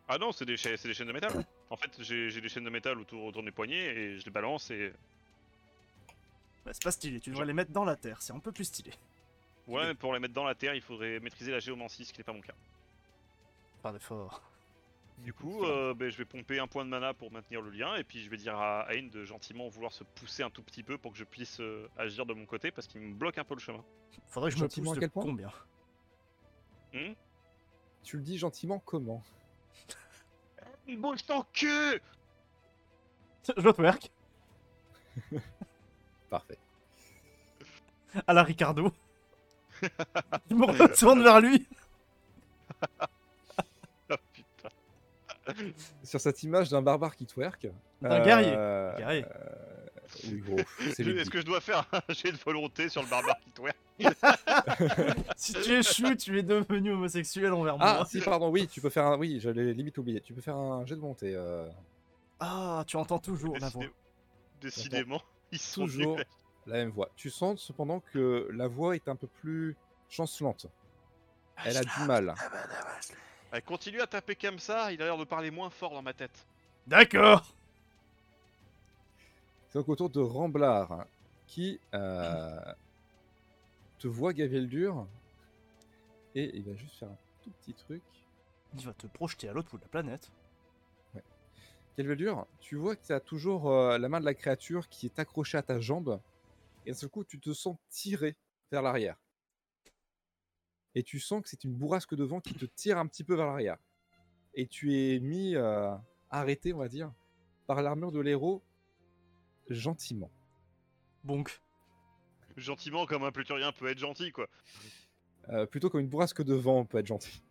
Speaker 3: Ah non, c'est des, cha- c'est des chaînes de métal. En fait, j'ai j'ai des chaînes de métal autour, autour des poignets et je les balance et.
Speaker 4: Bah, c'est pas stylé, tu devrais les mettre dans la terre, c'est un peu plus stylé.
Speaker 3: Ouais, mais pour les mettre dans la terre, il faudrait maîtriser la géomancie, ce qui n'est pas mon cas.
Speaker 4: Pas d'effort.
Speaker 2: Mm.
Speaker 3: Du coup, euh, ben, je vais pomper un point de mana pour maintenir le lien, et puis je vais dire à Ayn de gentiment vouloir se pousser un tout petit peu pour que je puisse euh, agir de mon côté, parce qu'il me bloque un peu le chemin.
Speaker 4: Faudrait que je me
Speaker 2: Gentiment,
Speaker 4: pousse
Speaker 2: à
Speaker 4: de
Speaker 2: quel point
Speaker 4: combien
Speaker 2: Tu le dis gentiment comment
Speaker 3: Bouge ton cul
Speaker 4: Je le twerk
Speaker 2: Parfait.
Speaker 4: à la Ricardo. je me retourne vers lui.
Speaker 3: Ah putain.
Speaker 2: Sur cette image d'un barbare qui twerk.
Speaker 4: D'un
Speaker 2: euh,
Speaker 4: guerrier.
Speaker 2: euh,
Speaker 4: Guerrier.
Speaker 2: oui, gros, c'est vite
Speaker 3: Est-ce
Speaker 2: dit.
Speaker 3: que je dois faire un jet de volonté sur le barbare qui twerk
Speaker 4: Si tu échoues, tu es devenu homosexuel envers
Speaker 2: Ah,
Speaker 4: moi.
Speaker 2: si, pardon, oui, tu peux faire un. Oui, j'allais limite oublier. Tu peux faire un jet de volonté. euh,
Speaker 4: Ah, tu entends toujours la voix.
Speaker 3: Décidé- Décidément, ils sont
Speaker 2: toujours
Speaker 3: nuls.
Speaker 2: la même voix. Tu sens cependant que la voix est un peu plus chancelante. Elle a du mal.
Speaker 3: Eh, Continue à taper comme ça, il a l'air de parler moins fort dans ma tête.
Speaker 4: D'accord.
Speaker 2: C'est donc au tour de Ramblard hein, qui euh, te voit Gaviel dur et il va juste faire un tout petit truc.
Speaker 4: Il va te projeter à l'autre bout de la planète.
Speaker 2: Gaviel dur, tu vois que tu as toujours euh, la main de la créature qui est accrochée à ta jambe et d'un seul coup tu te sens tiré vers l'arrière. Et tu sens que c'est une bourrasque de vent qui te tire un petit peu vers l'arrière. Et tu es mis euh, arrêté, on va dire, par l'armure de l'héros gentiment.
Speaker 4: Donc,
Speaker 3: Gentiment, comme un pluturien peut être gentil, quoi.
Speaker 2: Euh, plutôt comme une bourrasque de vent, on peut être gentil.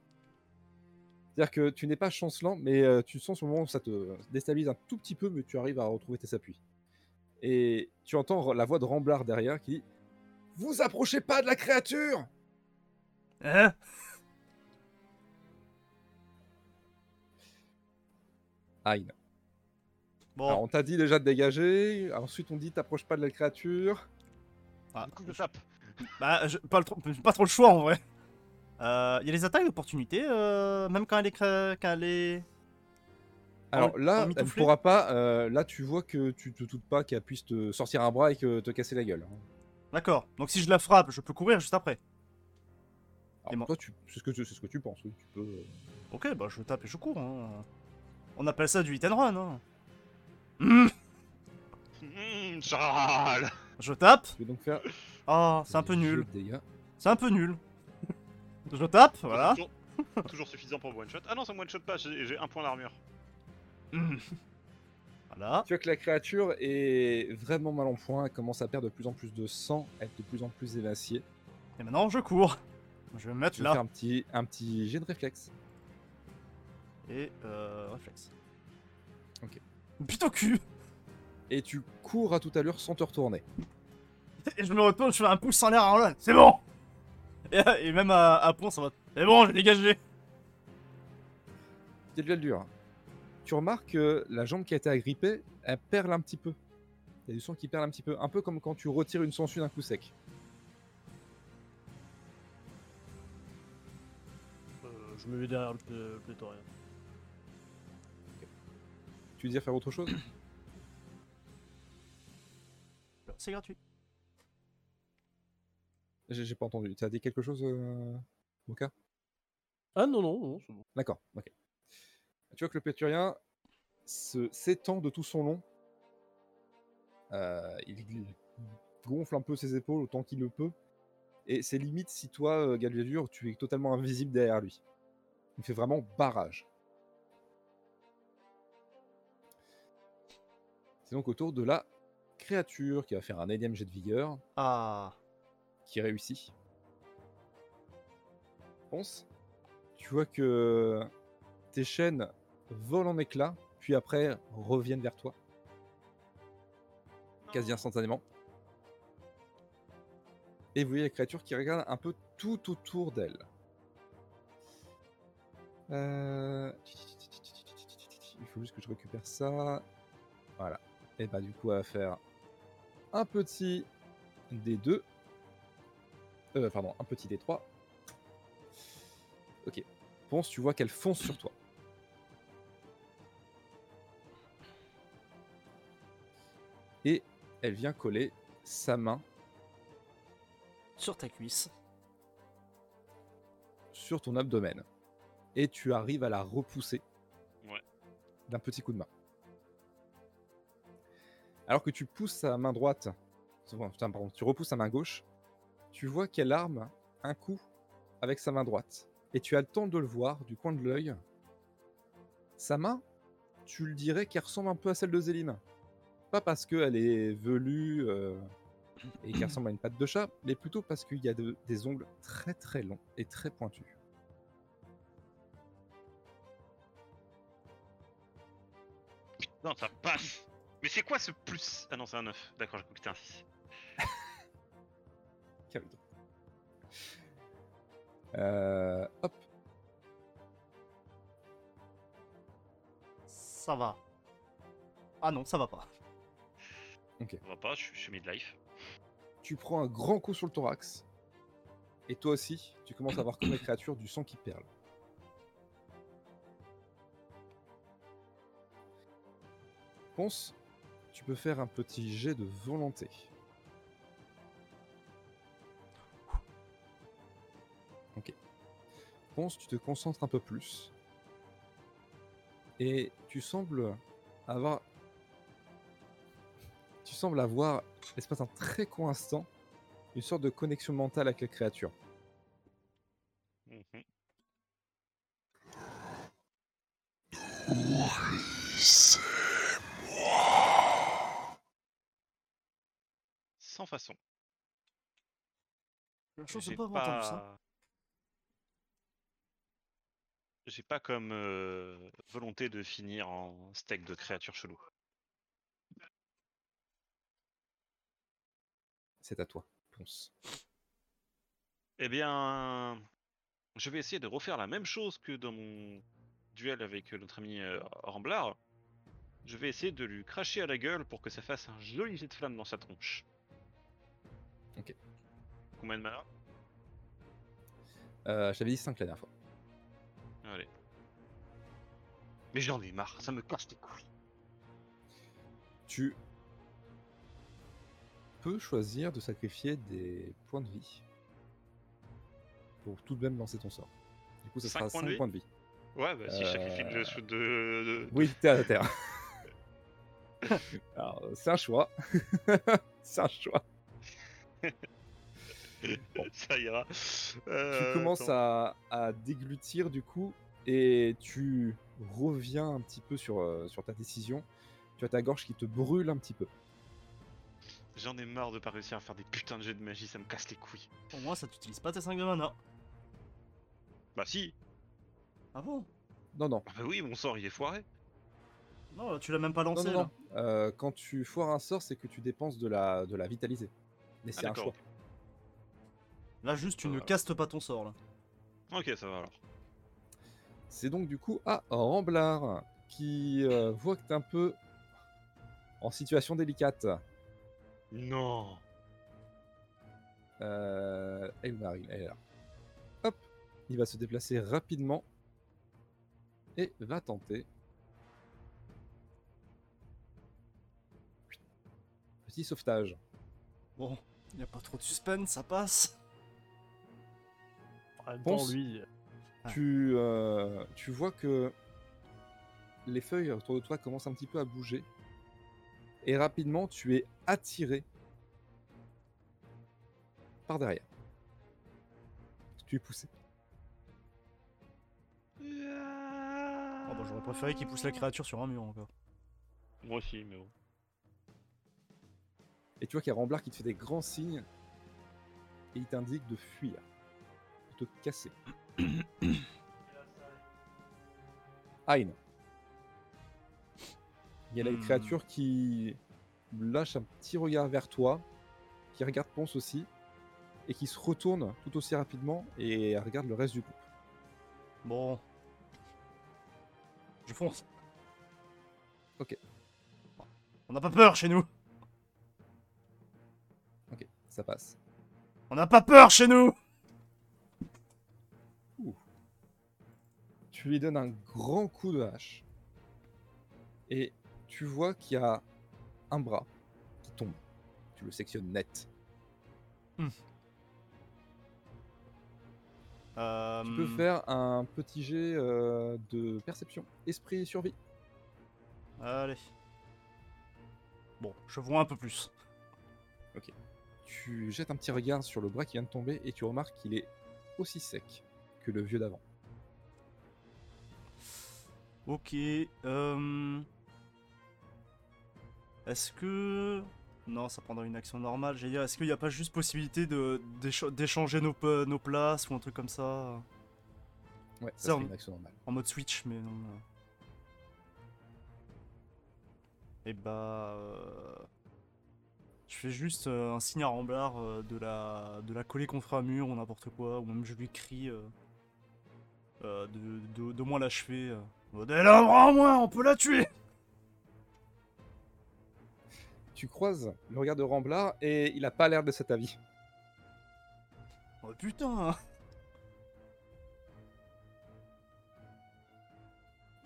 Speaker 2: C'est-à-dire que tu n'es pas chancelant, mais euh, tu sens sur le moment où ça te déstabilise un tout petit peu, mais tu arrives à retrouver tes appuis. Et tu entends la voix de Ramblard derrière qui dit Vous approchez pas de la créature
Speaker 4: Hein
Speaker 2: Aïe. Alors,
Speaker 4: Bon,
Speaker 2: on t'a dit déjà de dégager, ensuite on dit T'approches pas de la créature.
Speaker 4: ah,
Speaker 3: Du coup, je tape.
Speaker 4: bah, je- pas, le trop- pas trop le choix en vrai. Euh, Il y a les attaques d'opportunité, euh, même quand elle est. cré- Quand elle est...
Speaker 2: Alors
Speaker 4: En- en
Speaker 2: là, elle ne
Speaker 4: mitouflé
Speaker 2: pourra pas. euh, là, tu vois que tu te doutes pas qu'elle puisse te sortir un bras et que te casser la gueule. hein.
Speaker 4: D'accord, donc si je la frappe, je peux courir juste après. Et
Speaker 2: Alors,
Speaker 4: moi-
Speaker 2: toi, tu- c'est ce, que tu- c'est ce que tu penses. Oui, tu peux. euh,
Speaker 4: Ok, bah je tape et je cours. hein. On appelle ça du hit and run. hein. Hmm,
Speaker 3: Mmh, Charles
Speaker 4: je tape.
Speaker 2: Tu peux donc faire.
Speaker 4: Ah, c'est un peu
Speaker 2: des jets
Speaker 4: nul.
Speaker 2: de dégâts.
Speaker 4: C'est un peu nul. Je tape, voilà.
Speaker 3: Toujours, toujours suffisant pour one shot. Ah non, ça me one shot pas, j'ai j'ai un point d'armure.
Speaker 4: Hmm. Voilà.
Speaker 2: Tu vois que la créature est vraiment mal en point. Elle commence à perdre de plus en plus de sang, être de plus en plus évaciée.
Speaker 4: Et maintenant, je cours. Je vais me mettre
Speaker 2: Tu vas faire
Speaker 4: là.
Speaker 2: un petit, un petit jet de réflexe.
Speaker 4: Et euh, réflexe.
Speaker 2: Ok.
Speaker 4: Putain cul
Speaker 2: Et tu cours à tout à l'heure sans te retourner.
Speaker 4: Et je me retourne, je fais un pouce en l'air en là. C'est bon et, et même à, à pont, ça va. C'est bon, j'ai dégagé.
Speaker 2: C'est déjà dur. hein. Tu remarques que la jambe qui a été agrippée, elle perle un petit peu. Il y a du sang qui perle un petit peu. Un peu comme quand tu retires une sangsue d'un coup sec.
Speaker 1: Euh, je me mets derrière le, plé- le pléthorien.
Speaker 2: Tu veux dire faire autre chose
Speaker 4: C'est gratuit.
Speaker 2: J'ai j'ai pas entendu. Tu as dit quelque chose, euh, Moka
Speaker 1: Ah non, non, non, c'est bon.
Speaker 2: D'accord, ok. Tu vois que le péturien se- s'étend de tout son long. Euh, il il gonfle un peu ses épaules autant qu'il le peut. Et c'est limite si toi, euh, Galvaldur, tu es totalement invisible derrière lui. Il fait vraiment barrage. C'est donc au tour de la créature qui va faire un énième jet de vigueur,
Speaker 4: Ah.
Speaker 2: qui réussit. Ponce, tu vois que tes chaînes volent en éclats, puis après reviennent vers toi, quasi instantanément. Et vous voyez la créature qui regarde un peu tout autour d'elle. Euh, Il faut juste que je récupère ça. Voilà. Et bah du coup, elle va faire un petit des deux. Euh, pardon, un petit D3. Ok. Ponce, tu vois qu'elle fonce sur toi. Et elle vient coller sa main
Speaker 4: Sur ta cuisse.
Speaker 2: sur ton abdomen. Et tu arrives à la repousser
Speaker 3: Ouais.
Speaker 2: d'un petit coup de main. Alors que tu pousses sa main droite, enfin, putain, pardon, tu repousses sa main gauche, tu vois qu'elle arme un coup avec sa main droite. Et tu as le temps de le voir du coin de l'œil. Sa main, tu le dirais qu'elle ressemble un peu à celle de Zélim. Pas parce qu'elle est velue euh, et qu'elle ressemble à une patte de chat, mais plutôt parce qu'il y a de- des ongles très très longs et très pointus.
Speaker 3: Non, ça passe Mais c'est quoi ce plus Ah non, c'est un 9. D'accord, j'ai cru que c'était un 6.
Speaker 2: Calme-toi. Euh, hop,
Speaker 4: Ça va. Ah non, ça va pas.
Speaker 3: Ça va pas, je je suis midlife.
Speaker 2: tu prends un grand coup sur le thorax. Et toi aussi, tu commences à voir comme la créature du sang qui perle. Ponce, tu peux faire un petit jet de volonté. Ok. Ponce, tu te concentres un peu plus. Et tu sembles avoir. Tu sembles avoir l'espace d'un très court instant, une sorte de connexion mentale avec la créature.
Speaker 3: Mhm. Sans façon.
Speaker 4: La chose
Speaker 3: J'ai
Speaker 4: pas avoir entendu ça.
Speaker 3: j'ai pas comme euh, volonté de finir en steak de créature chelou.
Speaker 2: C'est à toi, Ponce.
Speaker 3: Eh bien, je vais essayer de refaire la même chose que dans mon duel avec euh, notre ami euh, Ramblard. Je vais essayer de lui cracher à la gueule pour que ça fasse un joli jet de flamme dans sa tronche.
Speaker 2: Ok.
Speaker 3: Combien de mana
Speaker 2: Euh, je t'avais dit 5 la dernière fois.
Speaker 3: Allez. Mais j'en ai marre, ça me casse les couilles.
Speaker 2: Tu peux choisir de sacrifier des points de vie pour tout de même lancer ton sort. Du coup, ça
Speaker 3: Cinq
Speaker 2: sera
Speaker 3: points de
Speaker 2: 5
Speaker 3: vie
Speaker 2: points de vie.
Speaker 3: Ouais, bah si je sacrifie
Speaker 2: Euh,
Speaker 3: le shoot de, de-
Speaker 2: Oui, t'es à terre. Alors, c'est un choix. c'est un choix.
Speaker 3: ça ira.
Speaker 2: tu
Speaker 3: Euh,
Speaker 2: commences à, à déglutir du coup et tu reviens un petit peu sur, euh, sur ta décision. Tu as ta gorge qui te brûle un petit peu.
Speaker 3: J'en ai marre de pas réussir à faire des putains de jets de magie, ça me casse les couilles.
Speaker 4: Pour moi, ça t'utilise pas tes 5 de mana.
Speaker 3: Bah si
Speaker 4: Ah bon
Speaker 2: Non, non.
Speaker 3: Ah bah oui, mon sort il est foiré. Ah,
Speaker 4: Non, tu l'as même pas
Speaker 2: Non,
Speaker 4: lancé
Speaker 2: non,
Speaker 4: là.
Speaker 2: non. Euh, quand tu foires un sort, c'est que tu dépenses de la, de la vitaliser. Mais
Speaker 3: Ah
Speaker 2: c'est un
Speaker 3: d'accord.
Speaker 2: choix.
Speaker 3: ok.
Speaker 4: Là, juste, tu ne
Speaker 3: Voilà.
Speaker 4: castes pas ton sort là.
Speaker 3: Ok, ça va alors.
Speaker 2: C'est donc du coup à Ramblard qui euh, voit que t'es un peu en situation délicate.
Speaker 3: Non
Speaker 2: Euh, Elmaril, elle est là. Hop, il va se déplacer rapidement et va tenter. Petit sauvetage.
Speaker 4: Bon, y a pas trop de suspense, ça passe.
Speaker 1: En même temps,
Speaker 2: Ponce.
Speaker 1: lui,
Speaker 4: Ah.
Speaker 2: Tu, euh, tu vois que les feuilles autour de toi commencent un petit peu à bouger. Et rapidement, tu es attiré par derrière. Tu es poussé.
Speaker 4: Oh, bah, j'aurais préféré qu'il pousse la créature sur un mur encore.
Speaker 3: Moi aussi, mais bon.
Speaker 2: Et tu vois qu'il y a Ramblard qui te fait des grands signes. Et il t'indique de fuir. De te casser. Aïn. Il y a la
Speaker 4: Hmm.
Speaker 2: créature qui lâche un petit regard vers toi, qui regarde Ponce aussi, et qui se retourne tout aussi rapidement et regarde le reste du groupe.
Speaker 4: Bon. Je fonce.
Speaker 2: Ok.
Speaker 4: On n'a pas peur chez nous
Speaker 2: Ok, ça passe.
Speaker 4: On n'a pas peur chez nous
Speaker 2: Tu lui donnes un grand coup de hache. Et tu vois qu'il y a un bras qui tombe. Tu le sectionnes net.
Speaker 4: euh,
Speaker 2: Tu peux faire un petit jet euh, de perception, esprit et survie.
Speaker 4: Allez. Bon, je vois un peu plus.
Speaker 2: Tu jettes un petit regard sur le bras qui vient de tomber et tu remarques qu'il est aussi sec que le vieux d'avant.
Speaker 4: Ok. Euh... Est-ce que... Non, ça prendra une action normale. J'allais dire, est-ce qu'il n'y a pas juste possibilité de d'écha- d'échanger nos, pe- nos places ou un truc comme ça
Speaker 2: Ouais,
Speaker 4: Ça,
Speaker 2: ça
Speaker 4: on-
Speaker 2: c'est une action normale.
Speaker 4: En mode Switch, mais non. Et bah. euh, Je fais juste euh, un signe à Ramblard euh, de, la... de la coller contre un mur ou n'importe quoi, ou même je lui crie. euh, euh, de, de, de moins l'achever. euh, en mode, Elle a un bras en moins, on peut la tuer
Speaker 2: Tu croises le regard de Ramblard et il a pas l'air de cet avis.
Speaker 4: Oh putain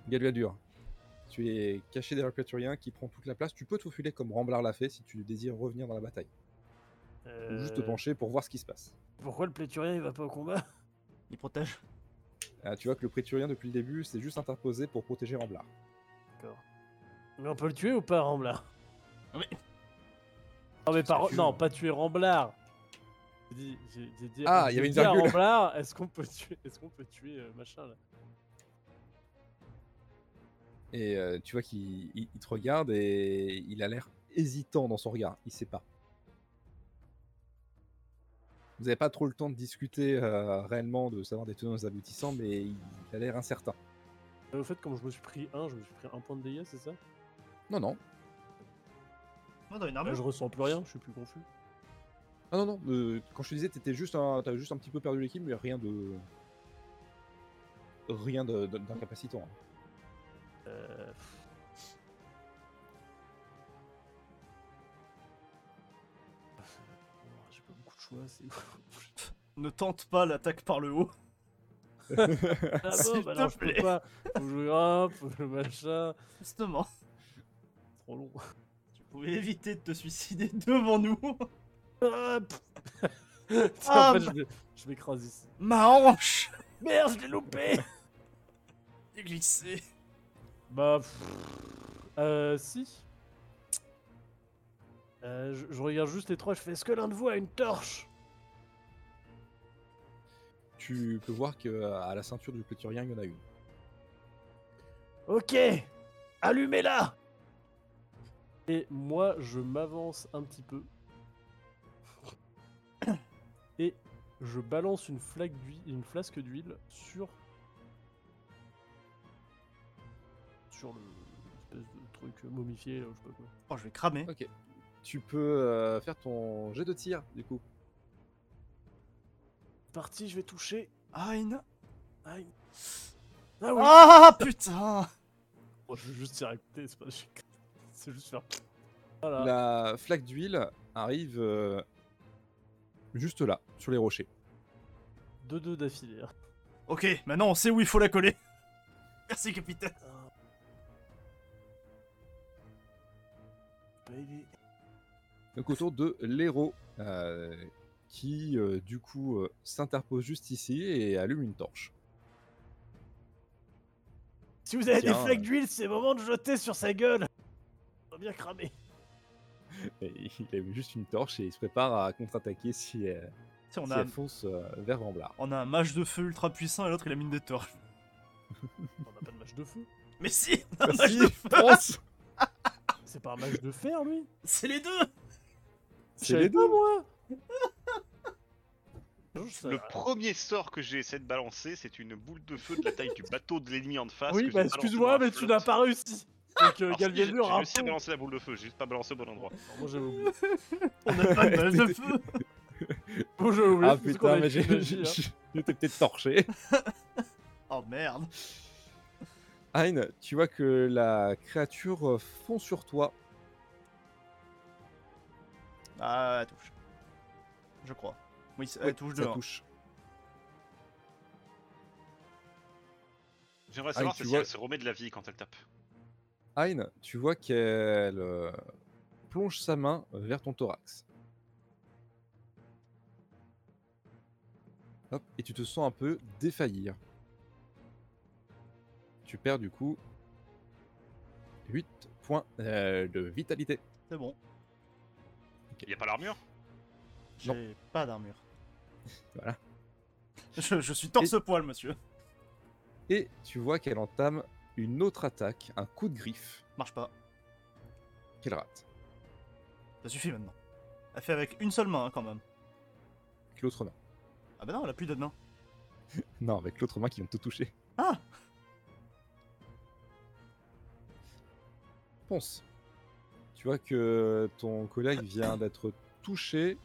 Speaker 2: Galvadur, tu es caché derrière le créaturien qui prend toute la place. Tu peux te faufiler comme Ramblard l'a fait si tu désires revenir dans la bataille. Ou juste te
Speaker 1: euh,
Speaker 2: pencher pour voir ce qui se passe.
Speaker 1: Pourquoi le pléturien il va pas au combat
Speaker 4: Il protège.
Speaker 2: Ah, tu vois que le préturien depuis le début s'est juste interposé pour protéger Ramblard.
Speaker 1: Mais on peut le tuer ou pas, Ramblard
Speaker 4: Ah oui.
Speaker 1: Non, mais
Speaker 4: Ça
Speaker 1: par...
Speaker 4: tue,
Speaker 1: non,
Speaker 4: hein.
Speaker 1: pas tuer Ramblard J'ai dit- j'ai- j'ai dit-
Speaker 2: Ah,
Speaker 1: j'ai
Speaker 2: il y avait une
Speaker 1: dit à
Speaker 2: virgule.
Speaker 1: Ramblard, est-ce qu'on peut tuer, est-ce qu'on peut tuer euh, machin là
Speaker 2: Et euh, tu vois qu'il il- il te regarde et il a l'air hésitant dans son regard. Il sait pas. Vous n'avez pas trop le temps de discuter euh, réellement, de savoir des tenants et aboutissants, mais il a l'air incertain.
Speaker 1: Bah, Au fait, comme je me suis pris un, je me suis pris un point de dégâts, c'est ça
Speaker 2: Non, non.
Speaker 4: Moi, dans une
Speaker 1: Là,
Speaker 4: armure
Speaker 1: Bah, Je ressens plus rien, je suis plus confus.
Speaker 2: Ah non, non. euh, quand je te disais, t'étais juste un, t'avais juste un petit peu perdu l'équilibre, mais rien de. Rien de- de- d'incapacitant. hein.
Speaker 1: Euh, pff, j'ai pas beaucoup de choix, c'est
Speaker 4: Ne tente pas l'attaque par le haut.
Speaker 1: Ah
Speaker 4: S'il
Speaker 1: bon,
Speaker 4: te
Speaker 1: bah alors je peux
Speaker 4: plaît.
Speaker 1: pas. Faut jouer un, faut le machin.
Speaker 4: Justement,
Speaker 1: Trop long.
Speaker 4: tu pouvais éviter de te suicider devant nous.
Speaker 1: Ah, pff. Tiens,
Speaker 4: Ah,
Speaker 1: en fait,
Speaker 4: bah.
Speaker 1: je m'é- je m'écrase ici.
Speaker 4: Ma hanche
Speaker 1: Merde, je l'ai loupé
Speaker 4: J'ai glissé.
Speaker 1: Bah. pff, Euh, si. Euh, je, je regarde juste les trois, je fais est-ce que l'un de vous a une torche
Speaker 2: Tu peux voir que euh, à la ceinture du clôturien, il y en a une.
Speaker 1: Ok Allumez-la Et moi, je m'avance un petit peu. Et je balance une, flaque d'hui- une flasque d'huile sur. Sur le. espèce de truc momifié, là, ou je sais pas quoi.
Speaker 4: Oh, je vais cramer.
Speaker 2: Ok. Tu peux euh, faire ton jet de tir, du coup.
Speaker 1: C'est Parti, je vais toucher.
Speaker 4: Ah, une...
Speaker 1: Ah, il- Ah oui
Speaker 4: Ah, putain
Speaker 1: Bon, Je vais juste tirer à côté, c'est pas. C'est juste faire.
Speaker 2: Ah.
Speaker 1: Voilà.
Speaker 2: La flaque d'huile arrive euh, juste là, sur les rochers.
Speaker 1: Deux deux d'affilée. hein.
Speaker 4: Ok, maintenant on sait où il faut la coller. Merci, capitaine.
Speaker 1: Baby.
Speaker 2: Donc autour de l'héros euh, qui euh, du coup euh, s'interpose juste ici et allume une torche.
Speaker 1: Si vous avez des
Speaker 2: Tiens,
Speaker 1: flaques
Speaker 2: euh.
Speaker 1: d'huile, c'est le moment de jeter sur sa gueule. On va bien cramer.
Speaker 2: Et il allume juste une torche et il se prépare à contre-attaquer si, elle-
Speaker 4: Tiens, on
Speaker 2: si
Speaker 4: a,
Speaker 2: elle fonce euh, vers Ramblard.
Speaker 4: on a un match de feu ultra puissant et l'autre il a mine des torches.
Speaker 1: On a pas de match de feu.
Speaker 4: Mais si, on a un match
Speaker 2: Vas-y,
Speaker 4: de feu.
Speaker 2: fonce
Speaker 1: C'est pas un match de fer, lui.
Speaker 4: C'est les deux
Speaker 1: Je
Speaker 2: C'est
Speaker 1: savais
Speaker 2: les
Speaker 1: pas,
Speaker 2: deux.
Speaker 1: moi. Je sais
Speaker 3: Le
Speaker 1: pas.
Speaker 3: premier sort que j'ai essayé de balancer, c'est une boule de feu de la taille du bateau de l'ennemi en face.
Speaker 1: oui,
Speaker 3: que j'ai
Speaker 1: bah
Speaker 3: balancé
Speaker 1: excuse-moi,
Speaker 3: dans un
Speaker 1: mais tu
Speaker 3: flotte.
Speaker 1: n'as pas réussi. Donc, euh,
Speaker 3: Alors, si, j'ai-
Speaker 1: Galvieldur,
Speaker 3: J'ai
Speaker 1: un
Speaker 3: réussi à
Speaker 1: peu.
Speaker 3: balancer la boule de feu, j'ai juste pas balancé au bon endroit.
Speaker 1: Moi, j'avais oublié.
Speaker 2: Ah,
Speaker 4: On a pas de match de feu
Speaker 1: Moi, j'avais oublié.
Speaker 2: Ah
Speaker 1: parce qu'on a
Speaker 2: putain, mais
Speaker 1: écrit
Speaker 2: j'ai-
Speaker 1: magie,
Speaker 2: j'ai-
Speaker 1: hein.
Speaker 2: j'ai- j'étais peut-être torché.
Speaker 4: Oh merde
Speaker 2: Hein, tu vois que la créature euh, fond sur toi.
Speaker 4: Ah, elle touche. Je crois. Oui, elle
Speaker 2: Oui,
Speaker 4: touche
Speaker 2: ça
Speaker 4: de un.
Speaker 2: touche. Ah,
Speaker 3: J'aimerais
Speaker 2: et
Speaker 3: savoir
Speaker 2: tu
Speaker 3: si
Speaker 2: vois-
Speaker 3: elle se remet de la vie quand elle tape.
Speaker 2: Hein, tu vois qu'elle euh, plonge sa main vers ton thorax. Hop, et tu te sens un peu défaillir. Tu perds du coup 8 points euh, de vitalité.
Speaker 4: C'est bon.
Speaker 3: Il y a pas l'armure
Speaker 2: Non.
Speaker 4: J'ai pas d'armure.
Speaker 2: Voilà.
Speaker 4: Je, je suis torse-poil, monsieur.
Speaker 2: Et tu vois qu'elle entame une autre attaque, un coup de griffe
Speaker 4: Marche pas.
Speaker 2: qu'elle rate,
Speaker 4: Ça suffit maintenant. Elle fait avec une seule main, hein, quand même.
Speaker 2: avec l'autre main.
Speaker 4: Ah bah non, elle a plus de main.
Speaker 2: Non, avec l'autre main qui vient de te toucher.
Speaker 4: Ah
Speaker 2: Ponce. Tu vois que ton collègue vient d'être touché.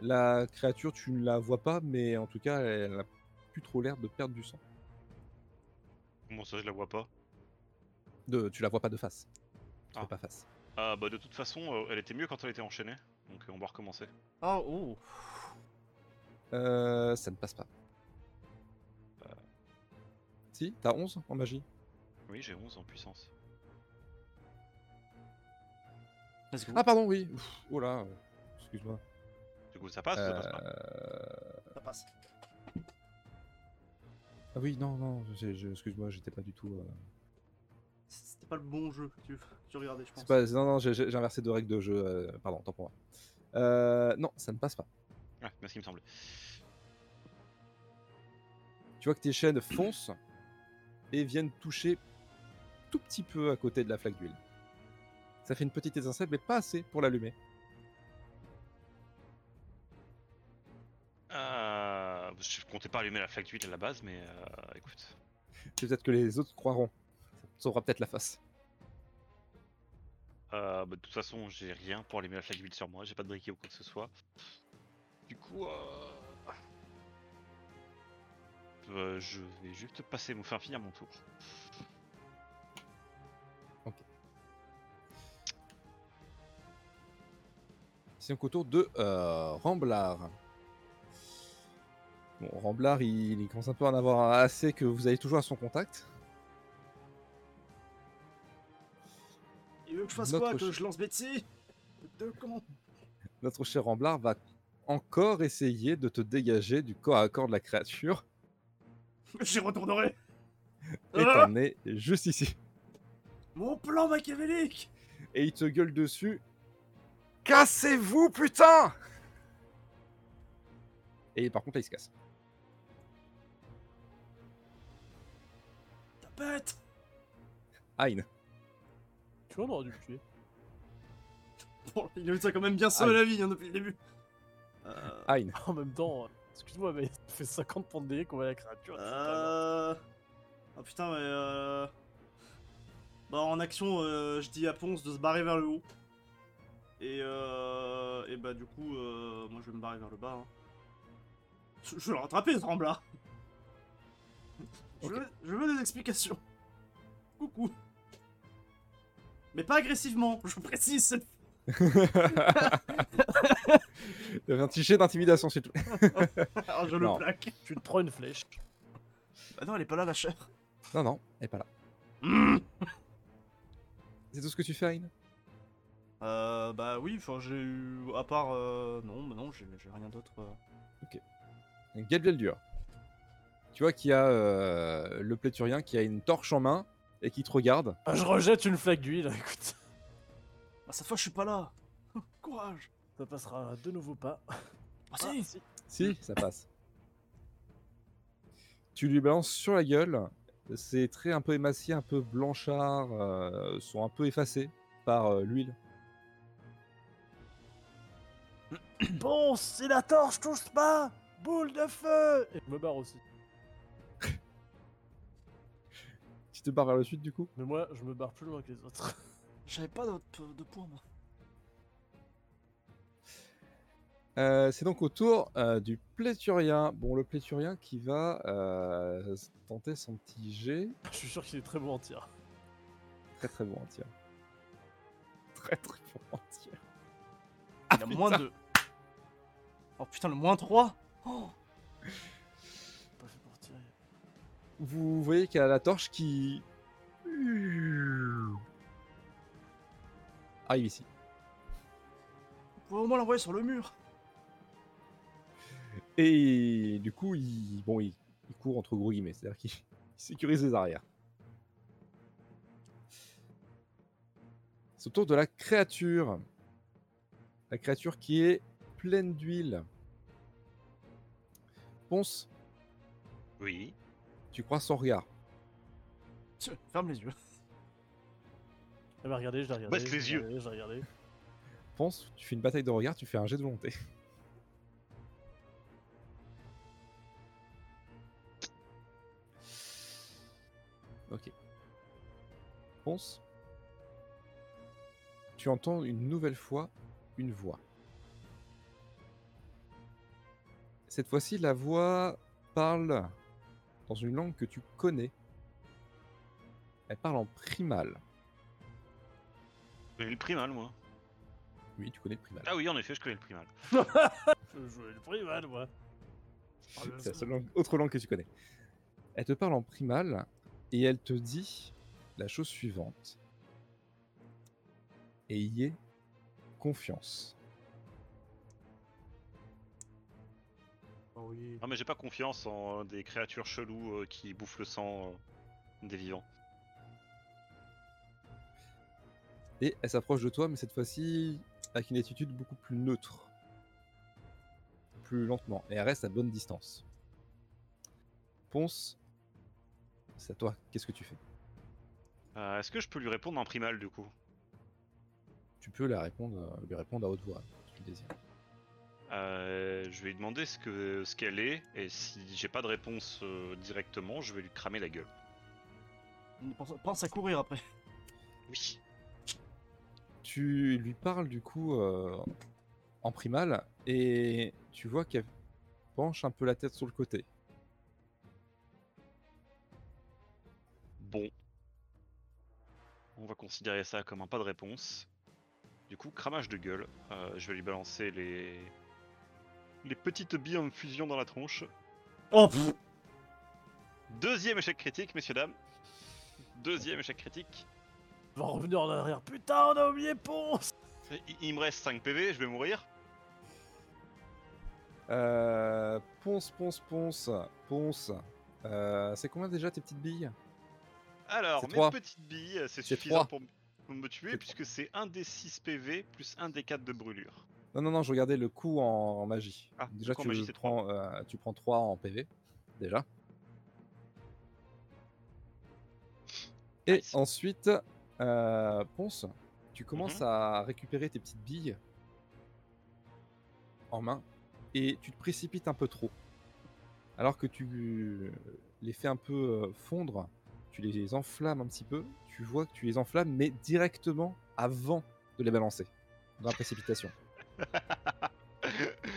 Speaker 2: La créature, tu ne la vois pas, mais en tout cas, elle n'a plus trop l'air de perdre du sang.
Speaker 3: Bon, ça, je la vois pas.
Speaker 2: De, tu la vois pas de face. Tu fais
Speaker 3: Ah.
Speaker 2: pas face.
Speaker 3: Ah, bah de toute façon, euh, elle était mieux quand elle était enchaînée. Donc, euh, on va recommencer.
Speaker 4: Oh, oh
Speaker 2: Euh, ça ne passe pas. Si, t'as 11 en magie.
Speaker 3: Oui, j'ai 11 en puissance.
Speaker 4: Let's go.
Speaker 2: Ah, pardon, oui. Ouf, oh là, euh, excuse-moi.
Speaker 3: Du coup, ça passe ou Ah, ça passe pas
Speaker 2: Euh,
Speaker 4: Ça passe.
Speaker 2: Ah oui, non, non, j'ai- j'ai- excuse-moi, j'étais pas du tout. euh,
Speaker 4: C'était pas le bon jeu que tu, que tu regardais, je pense.
Speaker 2: C'est pas... Non, non, j'ai j'ai- j'ai inversé deux règles de jeu. euh, Pardon, tant pour moi. Euh, non, ça ne passe pas.
Speaker 3: Ouais, c'est ce qui me semble.
Speaker 2: Tu vois que tes chaînes foncent et viennent toucher tout petit peu à côté de la flaque d'huile. Ça fait une petite étincelle, mais pas assez pour l'allumer.
Speaker 3: Euh, Je comptais pas allumer la flaque d'huile à la base, mais euh, écoute.
Speaker 2: Peut-être que les autres croiront. Ça sauvera peut-être la face.
Speaker 3: Euh, bah, de toute façon, j'ai rien pour allumer la flaque d'huile sur moi, j'ai pas de briquet ou quoi que ce soit. Du coup, euh, euh, je vais juste passer, mon- enfin finir mon tour.
Speaker 2: C'est donc au tour de euh, Ramblard. Bon, Ramblard, il, il commence un peu à en avoir assez que vous avez toujours à son contact.
Speaker 4: Il veut que je fasse
Speaker 2: Notre
Speaker 4: quoi Que
Speaker 2: chef.
Speaker 4: je lance Betsy De con
Speaker 2: Notre cher Ramblard va encore essayer de te dégager du corps à corps de la créature
Speaker 4: J'y retournerai
Speaker 2: et
Speaker 4: Ah
Speaker 2: t'en es juste ici.
Speaker 4: Mon plan machiavélique
Speaker 2: Et il te gueule dessus. Cassez-vous, putain Et par contre, là, il se casse.
Speaker 4: Ta bête
Speaker 2: Aïn.
Speaker 1: hein. Tu vois, on aurait dû le tuer.
Speaker 4: Bon, Il a eu ça quand même bien seul
Speaker 2: Aïe.
Speaker 4: la vie hein, depuis le début. Euh,
Speaker 2: Aïn.
Speaker 1: En même temps, euh, excuse-moi, mais ça fait 50 points de dégâts qu'on voit la créature. c'est pas
Speaker 4: euh... Ah putain, mais euh... Bah en action, euh, je dis à Ponce de se barrer vers le haut. Et euh... Et bah du coup, euh, moi je vais me barrer vers le bas. hein. Je, je vais le rattraper ce tremblard je,
Speaker 2: Ok.
Speaker 4: veux, je veux des explications. Coucou. Mais pas agressivement, je précise cette
Speaker 2: Il y avait un petit jet d'intimidation, c'est tout.
Speaker 4: fois, Oh, je
Speaker 2: Non.
Speaker 4: le plaque.
Speaker 1: grave. Tu te prends une flèche.
Speaker 4: Bah non, elle est pas là la chair.
Speaker 2: Non, non, elle est pas là.
Speaker 4: Hmm.
Speaker 2: C'est tout ce que tu fais, Aïn
Speaker 4: Euh, bah oui, enfin j'ai eu. À part. euh, Non, bah non, j'ai j'ai rien d'autre. euh.
Speaker 2: Gabriel Dur. Tu vois qu'il y a euh, le pléturien qui a une torche en main et qui te regarde.
Speaker 1: Ah, je rejette une flaque d'huile, écoute.
Speaker 4: Ah, cette fois je suis pas là Courage
Speaker 1: Ça passera de nouveau pas.
Speaker 4: Ah,
Speaker 1: Ah,
Speaker 4: si.
Speaker 1: si.
Speaker 2: Si, ça passe. Tu lui balances sur la gueule. Ses traits un peu émaciés, un peu blanchâtres, euh, sont un peu effacés par euh, l'huile.
Speaker 1: Bon, c'est la torche, touche pas Boule de feu Et je me barre aussi.
Speaker 2: Tu te barres vers le sud, du coup
Speaker 1: Mais moi, je me barre plus loin que les autres.
Speaker 4: Ah, J'avais pas de, de points moi.
Speaker 2: Euh, c'est donc au tour euh, du pléturien. Bon, le pléturien qui va euh, tenter son petit jet.
Speaker 1: je suis sûr qu'il est très bon en tir.
Speaker 2: Très très bon hein, en tir. Très très bon hein, en tir.
Speaker 4: Il a moins de. Oh putain, le moins 3
Speaker 1: Pas fait pour tirer.
Speaker 2: Vous voyez qu'il y a la torche qui. Arrive Ah, ici.
Speaker 4: Vous au moins l'envoyer sur le mur
Speaker 2: Et du coup, il, bon, il, il court entre gros guillemets, c'est-à-dire qu'il il sécurise les arrières. C'est au tour de la créature. La créature qui est pleine d'huile. Ponce,
Speaker 3: Oui.
Speaker 2: tu crois son regard.
Speaker 4: Tiens, Ferme les yeux.
Speaker 1: Elle m'a regardé, Eh ben, je l'ai regardé.
Speaker 3: Baisse les
Speaker 1: je l'ai
Speaker 3: yeux.
Speaker 1: regardé, Je l'ai regardé.
Speaker 2: Ponce, tu fais une bataille de regard, tu fais un jet de volonté. Ok. Ponce, tu entends une nouvelle fois une voix. Cette fois-ci, la voix parle dans une langue que tu connais. Elle parle en primal.
Speaker 3: J'ai le primal, moi.
Speaker 2: Oui, tu connais le primal.
Speaker 3: Ah oui, en effet, je connais le primal.
Speaker 1: Je jouais le primal, moi.
Speaker 4: Ah,
Speaker 2: C'est la seule langue- autre langue que tu connais. Elle te parle en primal et elle te dit la chose suivante. Ayez confiance.
Speaker 4: oui.
Speaker 3: Ah, mais j'ai pas confiance en des créatures cheloues euh, qui bouffent le sang euh, des vivants.
Speaker 2: Et elle s'approche de toi, mais cette fois-ci avec une attitude beaucoup plus neutre. Plus lentement. Et elle reste à bonne distance. Ponce, c'est à toi. Qu'est-ce que tu fais
Speaker 3: Euh, Est-ce que je peux lui répondre en primal, du coup
Speaker 2: euh, Tu peux la répondre, lui répondre à haute voix, si tu le désires.
Speaker 3: Euh, je vais lui demander ce que ce qu'elle est, et si j'ai pas de réponse euh, directement, je vais lui cramer la gueule.
Speaker 4: Euh, Pense, pense à courir après.
Speaker 3: Oui.
Speaker 2: Tu lui parles du coup euh, en primal et tu vois qu'elle penche un peu la tête sur le côté.
Speaker 3: Bon. On va considérer ça comme un pas de réponse. Du coup, cramage de gueule. Euh, je vais lui balancer les les petites billes en fusion dans la tronche.
Speaker 1: Oh, pff,
Speaker 3: Deuxième échec critique, messieurs dames. Deuxième échec critique.
Speaker 1: on va revenir en arrière. Putain, on a oublié Ponce
Speaker 3: Il, il me reste 5 PV, je vais mourir.
Speaker 2: Euh, ponce, ponce, ponce, ponce. Euh, c'est combien déjà tes petites billes
Speaker 3: Alors,
Speaker 2: C'est
Speaker 3: mes
Speaker 2: trois.
Speaker 3: petites billes, euh, c'est
Speaker 2: C'est
Speaker 3: suffisant
Speaker 2: trois.
Speaker 3: pour m- pour me tuer
Speaker 2: C'est
Speaker 3: puisque c'est 1 des 6 PV plus 1 des 4 de brûlure.
Speaker 2: Non, non, non, je regardais le coup en, en magie.
Speaker 3: Ah,
Speaker 2: déjà,
Speaker 3: le coup en
Speaker 2: tu,
Speaker 3: magie, c'est trois.
Speaker 2: prends, euh, tu prends 3 en PV, déjà. Et
Speaker 3: Nice.
Speaker 2: ensuite, euh, Ponce, tu commences
Speaker 3: Mhm.
Speaker 2: à récupérer tes petites billes en main et tu te précipites un peu trop. Alors que tu les fais un peu euh, fondre, tu les enflammes un petit peu, tu vois que tu les enflammes, mais directement avant de les balancer, dans la précipitation.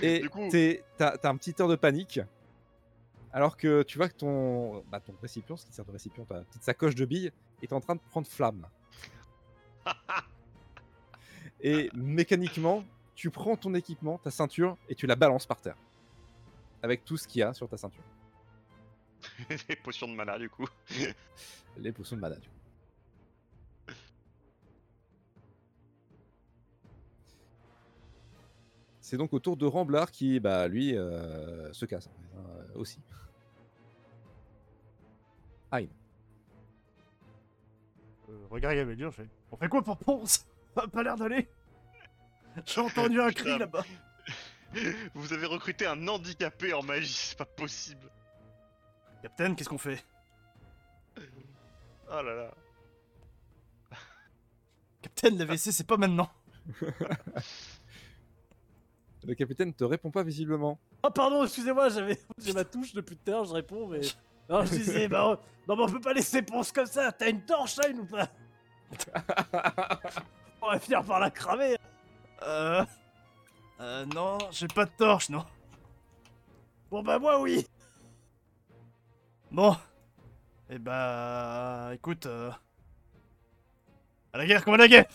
Speaker 2: Et
Speaker 3: du coup,
Speaker 2: t'es- t'as t'as un petit air de panique. Alors que tu vois que ton, bah, ton récipient, ce qui sert de récipient, ta petite sacoche de billes, est en train de prendre flamme. et mécaniquement, tu prends ton équipement, ta ceinture, et tu la balances par terre. Avec tout ce qu'il y a sur ta ceinture.
Speaker 3: les potions de mana du coup.
Speaker 2: Les potions de malade. C'est donc au tour de Ramblard qui, bah, lui, euh, se casse en fait, hein, euh, aussi.
Speaker 4: Euh, regarde Gamelure, je fais. On fait quoi pour Ponce Ça a pas l'air d'aller J'ai entendu un cri
Speaker 3: Putain.
Speaker 4: là-bas.
Speaker 3: Vous avez recruté un handicapé en magie, c'est pas possible.
Speaker 4: Captain, qu'est-ce qu'on fait
Speaker 3: Oh là là.
Speaker 4: Captain, l'AVC, c'est pas maintenant.
Speaker 2: Le capitaine te répond pas visiblement.
Speaker 1: Oh, pardon, excusez-moi, j'avais j'ai ma touche depuis tout à l'heure, je réponds, mais. Non, je disais, bah, euh, non, mais on peut pas laisser Ponce comme ça. T'as une torche, Shine, ou pas On va finir par la cramer.
Speaker 4: Euh. Euh, non, j'ai pas de torche, non.
Speaker 1: Bon, bah, moi, oui.
Speaker 4: Bon. Eh bah. Écoute. euh, À la guerre, comme à la guerre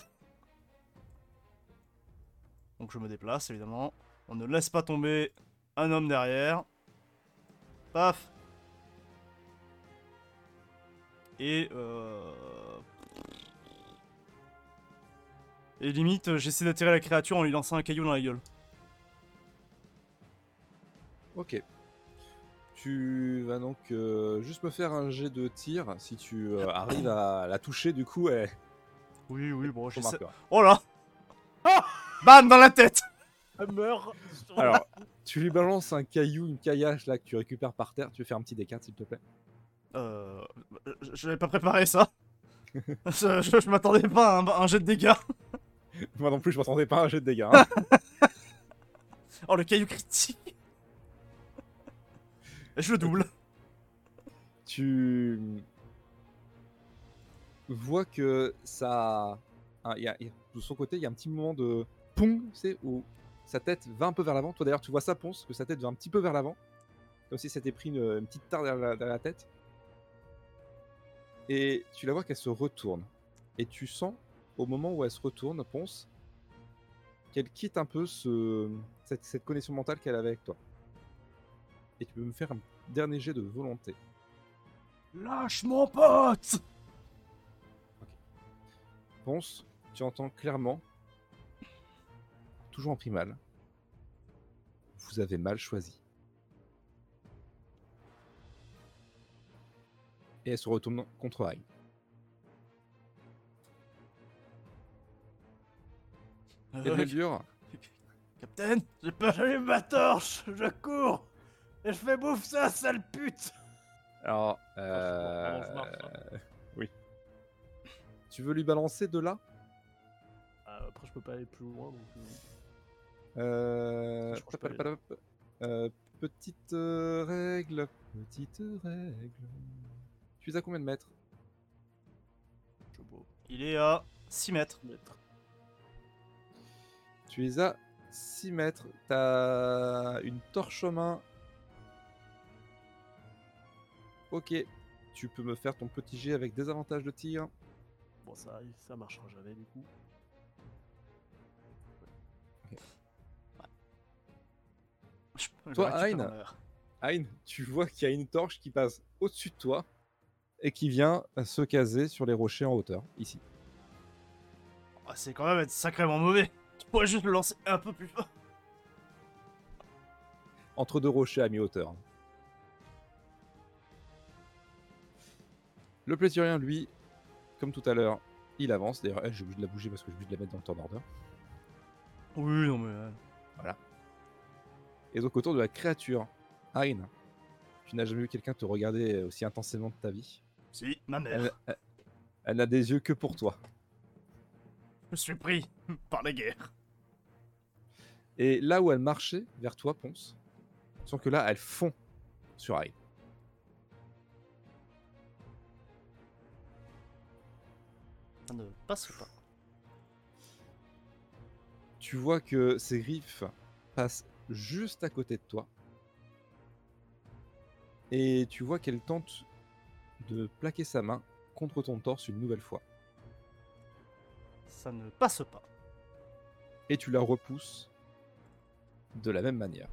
Speaker 4: Donc je me déplace, évidemment. On ne laisse pas tomber un homme derrière. Paf Et. Euh... Et limite, euh, j'essaie d'attirer la créature en lui lançant un caillou dans la gueule.
Speaker 2: Ok. Tu vas donc euh, juste me faire un jet de tir si tu euh, arrives à la toucher du coup. Elle...
Speaker 4: Oui, oui, bon,
Speaker 2: ton
Speaker 4: j'essaie.
Speaker 2: marqueur.
Speaker 4: Oh là Bam dans la tête
Speaker 1: Elle meurt.
Speaker 2: Alors, tu lui balances un caillou, une caillasse là que tu récupères par terre. Tu veux faire un petit décart s'il te plaît
Speaker 4: Euh, je- je n'avais pas préparé ça. je je- je m'attendais pas à un, à un jet de dégâts.
Speaker 2: Moi non plus, je m'attendais pas à un jet de dégâts. hein.
Speaker 4: Oh, le caillou critique. Je le double.
Speaker 2: tu vois que ça. ah, il y a- il y a- de son côté, il y a un petit moment de pong, c'est où sa tête va un peu vers l'avant. Toi d'ailleurs, tu vois ça ponce, que sa tête va un petit peu vers l'avant. Comme si c'était pris une, une petite tarte derrière la, derrière la tête. Et tu la vois qu'elle se retourne. Et tu sens, au moment où elle se retourne, ponce, qu'elle quitte un peu ce, cette, cette connexion mentale qu'elle avait avec toi. Et tu peux me faire un dernier jet de volonté.
Speaker 4: Lâche mon pote
Speaker 2: Ponce, tu entends clairement, toujours en primal, vous avez mal choisi. Et elle se retourne contre Aïe. Et
Speaker 4: Euh,
Speaker 2: le dur,
Speaker 4: Captain, j'ai peur.
Speaker 1: J'allume ma torche, je cours. Et je fais bouffe ça, sale pute.
Speaker 2: alors.
Speaker 1: pardon, je
Speaker 2: euh,
Speaker 1: marche, hein.
Speaker 2: oui. Tu veux lui balancer de là
Speaker 1: Ah, après, euh, je peux pas aller plus loin. Donc...
Speaker 2: Euh,
Speaker 1: Je crois que je peux
Speaker 2: euh, petite euh, règle. Petite règle. Tu es à combien de mètres
Speaker 4: Il est à 6 mètres.
Speaker 2: Tu es à 6 mètres. T'as une torche en main. Ok. Tu peux me faire ton petit jet avec des avantages de tir.
Speaker 1: Bon, ça arrive, ça marchera jamais du coup.
Speaker 4: Je peux- je
Speaker 2: Toi,
Speaker 4: récupère
Speaker 2: Hein
Speaker 4: en arrière.
Speaker 2: Hein, tu vois qu'il y a une torche qui passe au-dessus de toi et qui vient se caser sur les rochers en hauteur, ici.
Speaker 4: Ah, C'est quand même être sacrément mauvais. Tu pourrais juste le lancer un peu plus fort.
Speaker 2: Entre deux rochers à mi-hauteur. Le pléthorien, lui, comme tout à l'heure, il avance. D'ailleurs, eh, j'ai oublié de la bouger parce que j'ai oublié de la mettre dans le temps d'ordre.
Speaker 4: Oui, non, mais. euh,
Speaker 2: Et donc autour de la créature, Aïn, tu n'as jamais vu quelqu'un te regarder euh, aussi intensément de ta vie.
Speaker 4: Si, ma mère.
Speaker 2: Elle, elle- elle n'a des yeux que pour toi.
Speaker 4: Je suis pris par la guerre.
Speaker 2: Et là où elle marchait, vers toi, Ponce, sans que là, elle fond sur Aïn.
Speaker 4: Ça ne passe pas.
Speaker 2: Tu vois que ses griffes passent juste à côté de toi. Et tu vois qu'elle tente de plaquer sa main contre ton torse une nouvelle fois.
Speaker 4: Ça ne passe pas.
Speaker 2: Et tu la repousses de la même manière.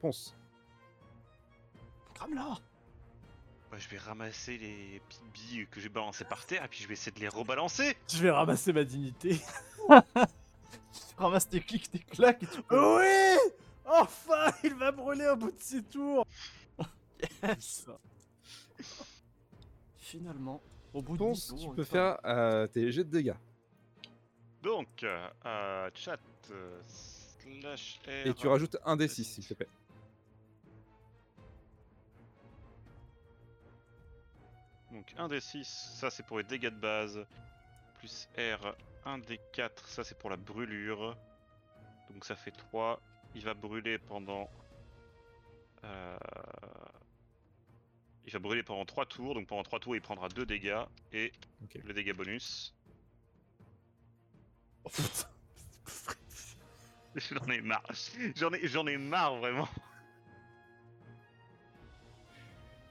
Speaker 2: Ponce.
Speaker 4: Crame là
Speaker 3: Ouais, Bah, je vais ramasser les petites billes que j'ai balancées par terre et puis je vais essayer de les rebalancer.
Speaker 1: Je vais ramasser ma dignité.
Speaker 4: Tu ramasses tes clics, tes claques et tu peux.
Speaker 1: oui Enfin, il va brûler au bout de ses tours.
Speaker 4: Finalement, au bout de 10
Speaker 2: Ponce, tu
Speaker 4: tours,
Speaker 2: peux
Speaker 4: une fois-
Speaker 2: faire euh, tes jets de dégâts.
Speaker 3: Donc, euh, euh, chat euh, slash
Speaker 1: Eh
Speaker 3: R.
Speaker 2: Et tu
Speaker 1: ben.
Speaker 2: rajoutes un D6, s'il te plaît.
Speaker 3: Donc 1 des 6, ça c'est pour les dégâts de base. Plus R, 1 des 4, ça c'est pour la brûlure. Donc ça fait 3. Il va brûler pendant. euh, Il va brûler pendant 3 tours. Donc pendant 3 tours, il prendra 2 dégâts. Et
Speaker 2: Ok.
Speaker 3: le dégât bonus.
Speaker 1: Oh putain.
Speaker 3: J'en ai marre. J'en ai, j'en ai marre vraiment.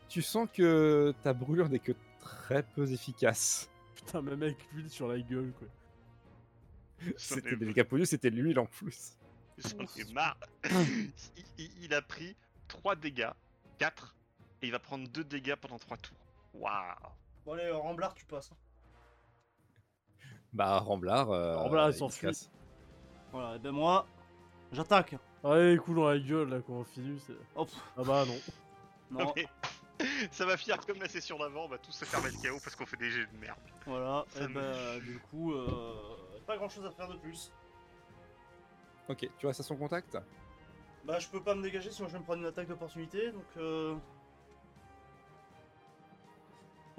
Speaker 2: Tu sens que ta brûlure n'est que très peu efficace.
Speaker 1: Putain, même avec l'huile sur la gueule, quoi.
Speaker 3: J'en ai
Speaker 2: C'était des dégâts pollués, c'était l'huile en plus.
Speaker 3: J'en ai marre. il, il- il a pris 3 dégâts, 4, et il va prendre 2 dégâts pendant 3 tours. Waouh!
Speaker 4: Bon, allez, euh, Ramblard, tu passes. hein.
Speaker 2: Bah, Ramblard. euh,
Speaker 1: Ramblard, il
Speaker 2: se
Speaker 1: s'enfuit.
Speaker 2: casse.
Speaker 4: Voilà, et ben moi, j'attaque.
Speaker 1: Allez, cool dans la gueule, là, qu'on finit. c'est-
Speaker 4: Hop,
Speaker 1: Ah bah non.
Speaker 4: non,
Speaker 3: Mais ça va finir comme la session d'avant, on va tous se faire mettre KO parce qu'on fait des jeux de merde.
Speaker 4: voilà,
Speaker 3: Ça
Speaker 4: et
Speaker 3: me
Speaker 4: ben du coup, euh, pas grand chose à faire de plus.
Speaker 2: Ok, tu restes à son contact
Speaker 4: Bah, je peux pas me dégager sinon je vais me prendre une attaque d'opportunité, donc euh.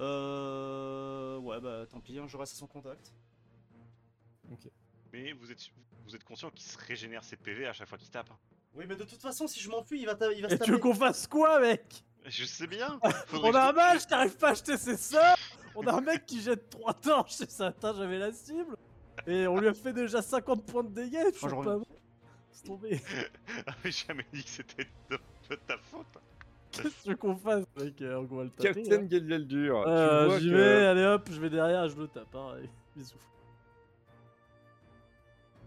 Speaker 4: Euh. Ouais, bah tant pis, hein, je reste à son contact.
Speaker 3: Mais vous êtes, vous êtes conscient qu'il se régénère ses PV à chaque fois qu'il tape. hein.
Speaker 4: Oui, mais de toute façon, si je m'enfuis, il va, ta- il va se
Speaker 1: Et tu veux
Speaker 4: taper.
Speaker 1: qu'on fasse quoi, mec
Speaker 3: Je sais bien! faudrait
Speaker 1: On
Speaker 3: que
Speaker 1: a un
Speaker 3: je-
Speaker 1: match, t'arrives pas à acheter ses sœurs On a un mec qui jette 3 torches, c'est ça, Attends, j'avais la cible Et on lui a fait déjà 50 points de dégâts, je suis
Speaker 4: je
Speaker 1: pas
Speaker 4: reviens.
Speaker 1: mort. C'est tombé.
Speaker 3: Ah, mais J'ai jamais dit que c'était de de ta faute.
Speaker 1: Qu'est-ce que tu veux qu'on fasse, mec Euh, On va le taper. hein.
Speaker 2: Captain Galilel Dur, tu
Speaker 1: Euh,
Speaker 2: vois
Speaker 1: J'y
Speaker 2: que-
Speaker 1: vais, allez hop, je vais derrière, je le tape. Hein, et bisous.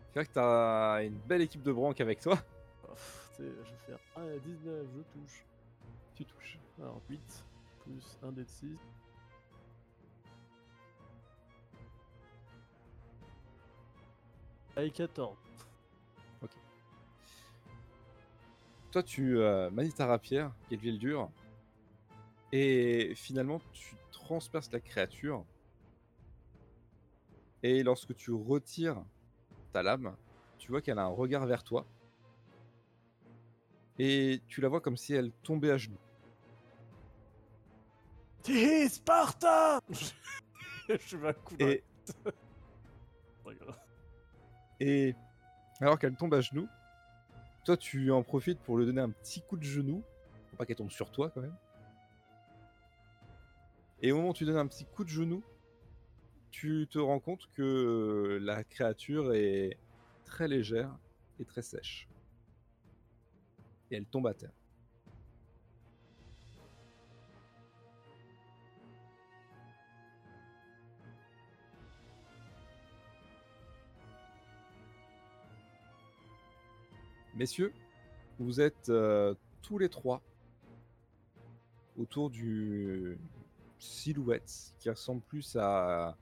Speaker 2: C'est vrai que t'as une belle équipe de branques avec toi.
Speaker 1: Oh, pff, tu sais, je vais faire 1 à 19, je touche.
Speaker 2: Tu touches.
Speaker 1: Alors 8 plus 1 dé de 6. Allez, 14.
Speaker 2: Toi, tu euh, manies ta rapière, Galilel Dur, et finalement, tu transperces la créature. Et lorsque tu retires ta lame, tu vois qu'elle a un regard vers toi. Et tu la vois comme si elle tombait à genoux.
Speaker 1: Tihi, Sparta Je vais un coup dans la
Speaker 2: Et
Speaker 1: tête.
Speaker 2: Et alors qu'elle tombe à genoux, toi tu en profites pour lui donner un petit coup de genou, pour pas qu'elle tombe sur toi quand même. Et au moment où tu donnes un petit coup de genou, tu te rends compte que euh, la créature est très légère et très sèche. Et elle tombe à terre. Messieurs, vous êtes euh, tous les trois autour du silhouette qui ressemble plus à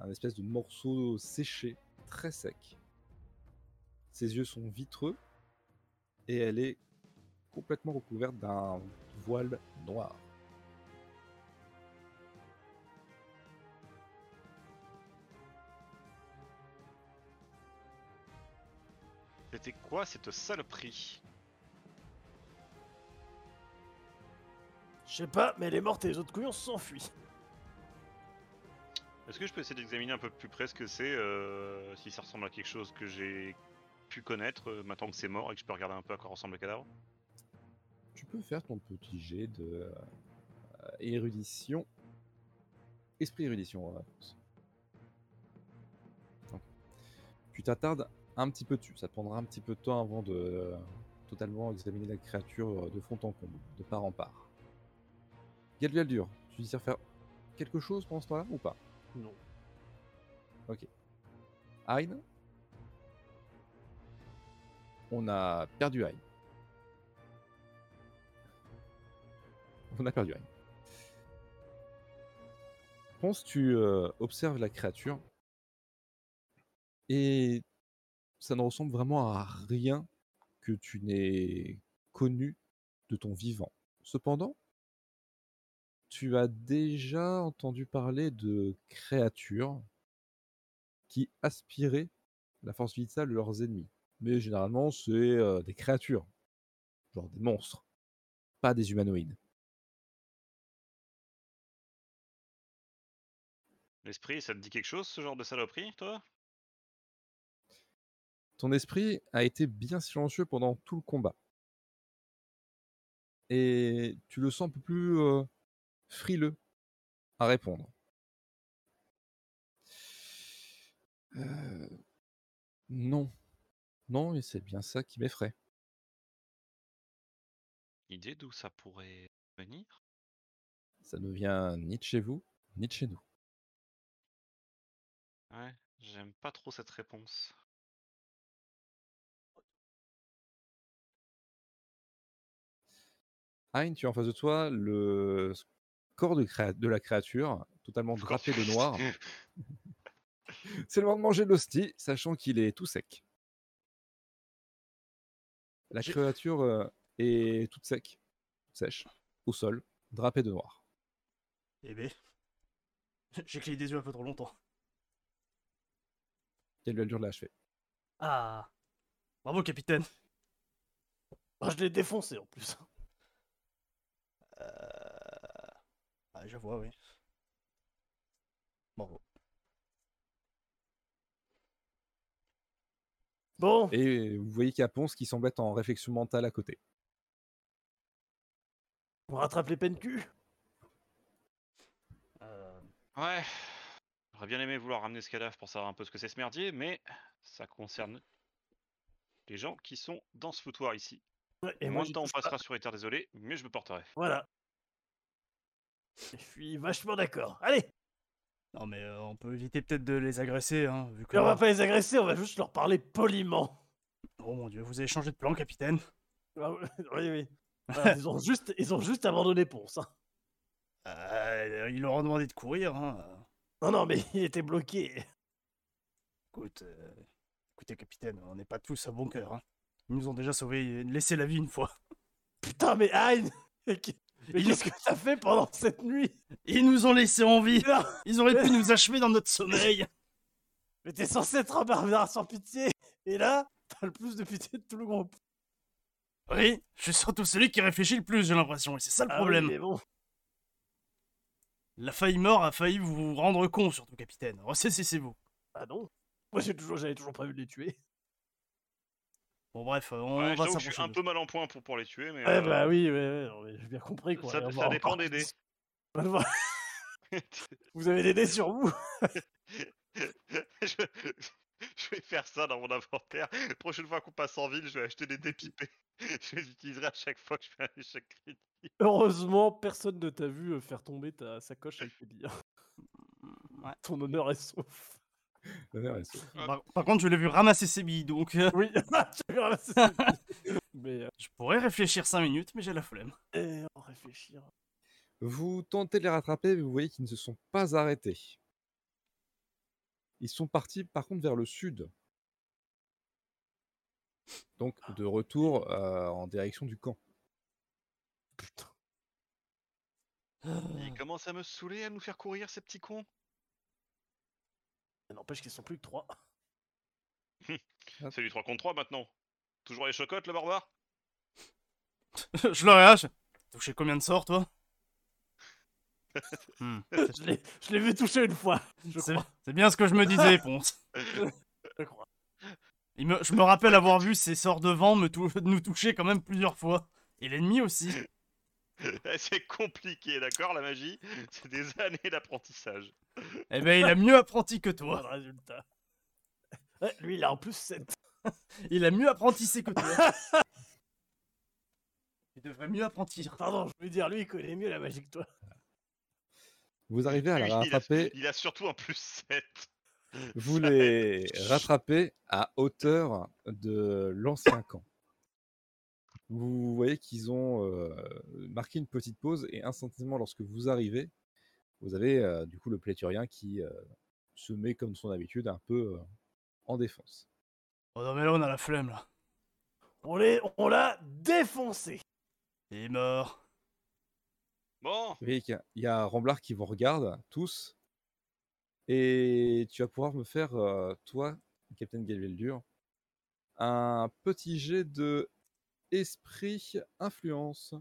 Speaker 2: un espèce de morceau séché, très sec. Ses yeux sont vitreux et elle est complètement recouverte d'un voile noir.
Speaker 3: C'était quoi cette saloperie
Speaker 1: Je sais pas, mais elle est morte et les autres couillons s'enfuient.
Speaker 3: Est-ce que je peux essayer d'examiner un peu plus près ce que c'est, euh, si ça ressemble à quelque chose que j'ai pu connaître euh, maintenant que c'est mort et que je peux regarder un peu à quoi ressemble le cadavre
Speaker 2: Tu peux faire ton petit jet de euh, érudition. Esprit érudition, ouais. Attends. Tu t'attardes un petit peu dessus. Ça te prendra un petit peu de temps avant de euh, totalement examiner la créature euh, de fond en comble, de part en part. Galvial dur, tu désires faire quelque chose pendant ce temps-là ou pas
Speaker 1: Non.
Speaker 2: Hein On a perdu Hein. On a perdu Hein. Ponce, tu euh, observes la créature et ça ne ressemble vraiment à rien que tu n'aies connu de ton vivant. Cependant, tu as déjà entendu parler de créatures qui aspiraient la force vitale de leurs ennemis. Mais généralement, c'est euh, des créatures, genre des monstres, pas des humanoïdes.
Speaker 3: L'esprit, ça te dit quelque chose, ce genre de saloperie, toi
Speaker 2: Ton esprit a été bien silencieux pendant tout le combat. Et tu le sens un peu plus euh, frileux à répondre. Euh, non. Non, et c'est bien ça qui m'effraie.
Speaker 3: Idée d'où ça pourrait venir
Speaker 2: Ça ne vient ni de chez vous, ni de chez nous.
Speaker 3: Ouais, j'aime pas trop cette réponse.
Speaker 2: Hein, tu as en face de toi le s- corps de, créa- de la créature, totalement drapé de noir. C'est le moment de manger de l'hostie, sachant qu'il est tout sec. La
Speaker 4: J'ai-
Speaker 2: créature euh, est toute sec, sèche, au sol, drapée de noir.
Speaker 4: Eh ben. J'ai cligné des yeux un peu trop longtemps.
Speaker 2: Elle lui a dur de l'achever.
Speaker 4: Ah. Bravo, capitaine.
Speaker 1: Ah, je l'ai défoncé en plus.
Speaker 4: Euh... Ah, je vois, oui. Bravo.
Speaker 1: Bon,
Speaker 2: Et vous voyez qu'il y a Ponce qui semble être en réflexion mentale à côté.
Speaker 1: on rattrape les peines cul.
Speaker 4: Euh,
Speaker 3: Ouais, j'aurais bien aimé vouloir ramener ce cadavre pour savoir un peu ce que c'est ce merdier, mais ça concerne les gens qui sont dans ce foutoir ici.
Speaker 1: Ouais,
Speaker 3: Et
Speaker 1: et
Speaker 3: moins
Speaker 1: moi,
Speaker 3: de
Speaker 1: j'y
Speaker 3: temps on
Speaker 1: touche pas.
Speaker 3: passera sur les terres désolées, mieux je me porterai.
Speaker 1: Voilà. Je suis vachement d'accord. Allez,
Speaker 4: Non, mais euh, on peut éviter peut-être de les agresser, hein, vu que.
Speaker 1: on va pas les agresser, on va juste leur parler poliment.
Speaker 4: Oh mon dieu, vous avez changé de plan, capitaine.
Speaker 1: Ah ouais, oui, oui. Voilà, ils, ont juste, ils ont juste abandonné Ponce. hein.
Speaker 4: Euh, ils leur ont demandé de courir, hein.
Speaker 1: Non, non, mais il était bloqué.
Speaker 4: Écoute, euh, écoutez, capitaine, on n'est pas tous à bon cœur. hein. Ils nous ont déjà sauvé, laissé la vie une fois.
Speaker 1: Putain, mais Hein Mais qu'est- mais
Speaker 4: Ils nous,
Speaker 1: qu'est-ce que t'as fait pendant cette nuit
Speaker 4: ils nous ont laissé en vie.
Speaker 1: Non,
Speaker 4: Ils auraient pu nous achever dans notre sommeil.
Speaker 1: Mais t'es censé être un barbare sans pitié Et là, t'as le plus de pitié de tout le groupe.
Speaker 4: Oui, je suis surtout celui qui réfléchit le plus, j'ai l'impression, et c'est ça le
Speaker 1: Ah oui,
Speaker 4: problème.
Speaker 1: mais bon,
Speaker 4: Oh, La faille mort a failli vous rendre con, surtout, capitaine. Ressaisissez-vous.
Speaker 1: ah non. Moi, j'ai toujours, j'avais toujours prévu de les tuer.
Speaker 4: Bon, bref, euh, on
Speaker 3: Ouais,
Speaker 4: va
Speaker 3: j'avoue que je suis
Speaker 4: s'approcher.
Speaker 3: un
Speaker 4: d'eux.
Speaker 3: peu mal en point pour, pour les tuer, mais.
Speaker 1: Ouais,
Speaker 3: euh,
Speaker 1: bah oui, ouais, ouais, non, mais j'ai bien compris quoi.
Speaker 3: ça-
Speaker 1: Et
Speaker 3: ça
Speaker 1: avoir
Speaker 3: dépend
Speaker 1: encore
Speaker 3: des
Speaker 1: plus. Vous avez des dés sur vous
Speaker 3: je... je vais faire ça dans mon inventaire. La prochaine fois qu'on passe en ville, je vais acheter des dépipés. je les utiliserai à chaque fois que je fais un échec critique.
Speaker 1: Heureusement, personne ne t'a vu euh, faire tomber ta sacoche avec tes billets.
Speaker 4: Mmh, Ouais.
Speaker 1: Ton honneur est sauf.
Speaker 2: L'honneur est sauf.
Speaker 1: Ah.
Speaker 4: Par, par contre, je l'ai vu ramasser ses billes, donc euh,
Speaker 1: Oui, j'ai vu ramasser ses billes. Mais euh,
Speaker 4: je pourrais réfléchir 5 minutes, mais j'ai la flemme.
Speaker 1: et hein. en réfléchir.
Speaker 2: Vous tentez de les rattraper, mais vous voyez qu'ils ne se sont pas arrêtés. Ils sont partis par contre vers le sud. Donc de retour euh, en direction du camp.
Speaker 1: Putain.
Speaker 3: Ils commencent à me saouler, à nous faire courir, ces petits cons.
Speaker 1: Mais N'empêche qu'ils sont plus que trois.
Speaker 3: C'est du 3 contre 3 maintenant. Toujours les chocottes, le barbare
Speaker 4: je le réage. Touché combien de sorts, toi Hmm.
Speaker 1: Je l'ai- je l'ai vu toucher une fois. Je
Speaker 4: C'est
Speaker 1: crois.
Speaker 4: c'est bien ce que je me disais, Ponce.
Speaker 1: Je crois.
Speaker 4: Il me- je me rappelle avoir vu ses sorts de vent me tou- nous toucher quand même plusieurs fois. Et l'ennemi aussi.
Speaker 3: C'est compliqué, d'accord, la magie C'est des années d'apprentissage.
Speaker 4: Eh ben, il a mieux apprenti que
Speaker 1: Pas
Speaker 4: toi.
Speaker 1: de résultat. Ouais, lui, il a en plus 7.
Speaker 4: Il a mieux apprentissé que toi. Il devrait mieux apprentir.
Speaker 1: Pardon, je veux dire, lui, il connaît mieux la magie que toi.
Speaker 2: Vous arrivez à
Speaker 1: Ah
Speaker 3: Lui,
Speaker 2: les
Speaker 3: il, a,
Speaker 2: rattraper,
Speaker 3: il a surtout un plus 7.
Speaker 2: vous les
Speaker 4: euh,
Speaker 2: rattrapez à hauteur de l'ancien camp. Vous voyez qu'ils ont euh, marqué une petite pause et instantanément lorsque vous arrivez, vous avez euh, du coup le pléthurien qui euh, se met comme son habitude un peu euh, en défense.
Speaker 4: Oh non, mais là, on a la flemme, là.
Speaker 1: On les- on l'a défoncé.
Speaker 4: Il est mort.
Speaker 3: Bon,
Speaker 2: Vous voyez qu'il y a- il y a Ramblard qui vous regarde, tous. Et tu vas pouvoir me faire, euh, toi, Captain Galveldur, un petit jet de esprit influence.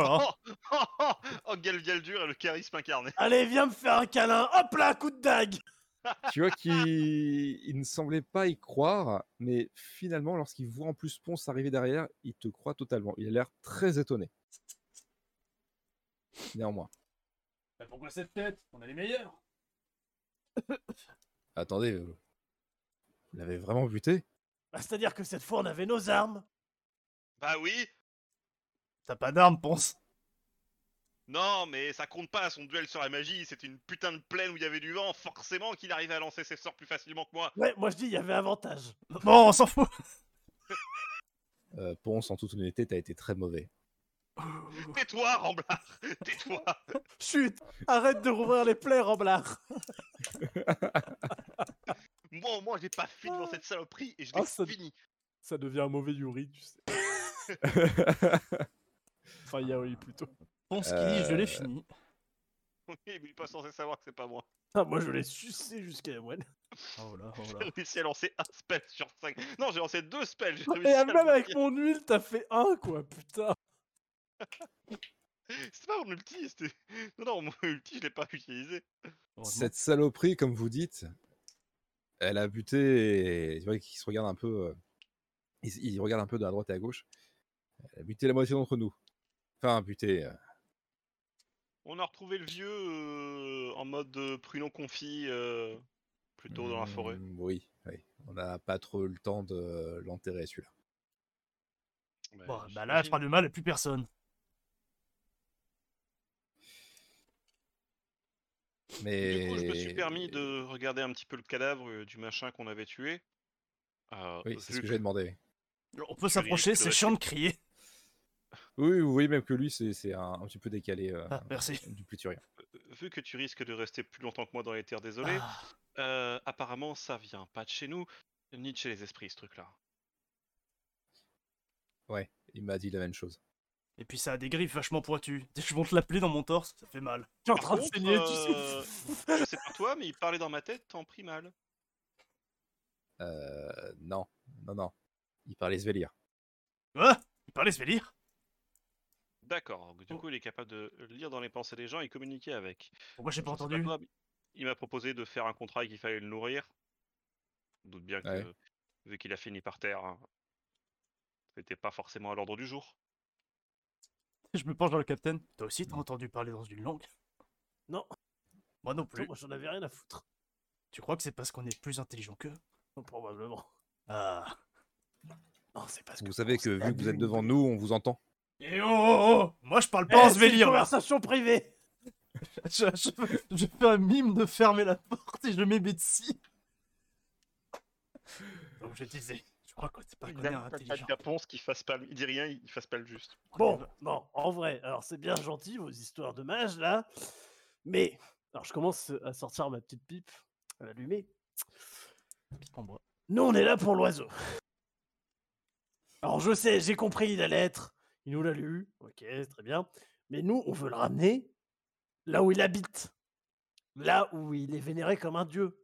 Speaker 4: là.
Speaker 3: oh, oh, oh, oh Gal Galdur et le charisme incarné.
Speaker 1: Allez, viens me faire un câlin. Hop là, coup de dague.
Speaker 2: tu vois qu'il il ne semblait pas y croire, mais finalement, lorsqu'il voit en plus Ponce arriver derrière, il te croit totalement. Il a l'air très étonné. Néanmoins.
Speaker 4: Bah, pourquoi cette tête On est les meilleurs.
Speaker 2: Attendez, euh, vous l'avez vraiment buté
Speaker 1: Bah, C'est-à-dire que cette fois, on avait nos armes.
Speaker 3: Bah oui
Speaker 4: T'as pas d'armes, Ponce.
Speaker 3: Non, mais ça compte pas, son duel sur la magie, c'était une putain de plaine où il y avait du vent, forcément qu'il arrivait à lancer ses sorts plus facilement que moi.
Speaker 1: Ouais, moi je dis, il y avait avantage.
Speaker 4: Bon, on s'en fout.
Speaker 2: Euh, Ponce, en toute honnêteté, t'as été très mauvais.
Speaker 3: Tais-toi, Ramblard Tais-toi
Speaker 1: Chut Arrête de rouvrir les plaies, Ramblard
Speaker 3: Moi, au moins, je n'ai pas fui devant cette saloperie et je l'ai
Speaker 1: Ah, ça-
Speaker 3: fini.
Speaker 1: Ça devient un mauvais Yuri, tu sais. Enfin, Yaoi plutôt.
Speaker 4: Ponce qui dit, je l'ai
Speaker 2: Euh.
Speaker 4: fini.
Speaker 3: Oui, mais il est pas censé savoir que c'est pas moi.
Speaker 1: Ah, moi je l'ai sucé jusqu'à la moelle.
Speaker 4: Oh là, oh là.
Speaker 3: J'ai réussi à lancer un spell sur cinq. Non, j'ai lancé deux spells. j'ai
Speaker 1: Et
Speaker 3: réussi à le
Speaker 1: même avec
Speaker 3: bloquer.
Speaker 1: mon huile, t'as fait un, quoi, putain.
Speaker 3: C'était pas mon ulti, c'était. Non, non, mon ulti, je l'ai pas utilisé.
Speaker 4: Heureusement.
Speaker 2: Cette saloperie, comme vous dites, elle a buté. et Tu vois qu'ils se regardent un peu. euh, Ils, ils regardent un peu de la droite et à gauche. Elle a buté la moitié d'entre nous. Enfin, buté. euh,
Speaker 3: On a retrouvé le vieux euh, en mode euh, pruneau confit, euh, plutôt dans la forêt.
Speaker 2: mm, Oui, oui. On n'a pas trop eu le temps de euh, l'enterrer, celui-là.
Speaker 3: Bah,
Speaker 4: Bon, bah là, je
Speaker 3: j'imagine.
Speaker 4: parle du mal et plus personne.
Speaker 2: Mais.
Speaker 3: Du coup, je me suis permis de regarder un petit peu le cadavre euh, du machin qu'on avait tué. Euh,
Speaker 2: Oui, c'est ce
Speaker 3: vu
Speaker 2: que j'ai demandé.
Speaker 4: On peut
Speaker 3: Je vais
Speaker 4: s'approcher,
Speaker 3: juste
Speaker 4: c'est chiant de crier.
Speaker 2: Oui, vous voyez même que lui, c'est c'est un, un petit peu décalé euh,
Speaker 4: Ah, merci.
Speaker 2: du pluturien.
Speaker 3: Vu que tu risques de rester plus longtemps que moi dans les terres désolées,
Speaker 4: Ah,
Speaker 3: euh, apparemment ça vient pas de chez nous, ni de chez les esprits ce truc-là.
Speaker 2: Ouais, il m'a dit la même chose.
Speaker 4: Et puis ça a des griffes vachement pointues. Dès que je monte la plaie dans mon torse, ça fait mal.
Speaker 1: Je suis en
Speaker 3: Par
Speaker 1: train de
Speaker 3: contre,
Speaker 1: saigner,
Speaker 3: euh,
Speaker 1: tu sais.
Speaker 3: Je sais pas toi, mais il parlait dans ma tête en primal.
Speaker 2: Euh, non, non, non. Il parlait Svelir.
Speaker 4: Ah Il parlait, je vais lire.
Speaker 3: D'accord, donc du
Speaker 4: Oh.
Speaker 3: coup il est capable de lire dans les pensées des gens et communiquer avec.
Speaker 4: Pourquoi j'ai
Speaker 3: Je
Speaker 4: pas
Speaker 3: sais
Speaker 4: entendu
Speaker 3: toi, mais- Il m'a proposé de faire un contrat et qu'il fallait le nourrir. Je doute bien que,
Speaker 2: Ouais.
Speaker 3: vu qu'il a fini par terre, hein, c'était pas forcément à l'ordre du jour.
Speaker 4: Je me penche vers le capitaine. Toi aussi, t'as entendu parler dans une langue
Speaker 1: Non,
Speaker 4: Moi non
Speaker 1: non,
Speaker 4: plus.
Speaker 1: moi j'en avais rien à foutre.
Speaker 4: Tu crois que c'est parce qu'on est plus intelligent qu'eux
Speaker 1: Probablement.
Speaker 4: Ah.
Speaker 1: Non, c'est parce que.
Speaker 2: Vous savez
Speaker 1: on
Speaker 2: que vu que vous êtes
Speaker 1: s'abîme.
Speaker 2: devant nous, on vous entend.
Speaker 4: Et oh, oh, oh Moi, je parle
Speaker 1: Eh,
Speaker 4: pas en
Speaker 1: c'est une
Speaker 4: svelir.
Speaker 1: conversation privée
Speaker 4: Je, je- je fais un mime de fermer la porte et je mets Betsy. Donc je disais, je crois que c'est pas qu'on est intelligent.
Speaker 3: réponse qui fasse pas, il dit rien, il fasse pas le juste.
Speaker 1: Bon, non, en vrai, alors c'est bien gentil vos histoires de mage là, mais alors je commence à sortir ma petite pipe, à l'allumer.
Speaker 4: En bois.
Speaker 1: Nous, on est là pour l'oiseau. Alors je sais, j'ai compris la lettre, il nous l'a lu, ok, très bien, mais nous, on veut le ramener là où il habite, là où il est vénéré comme un dieu.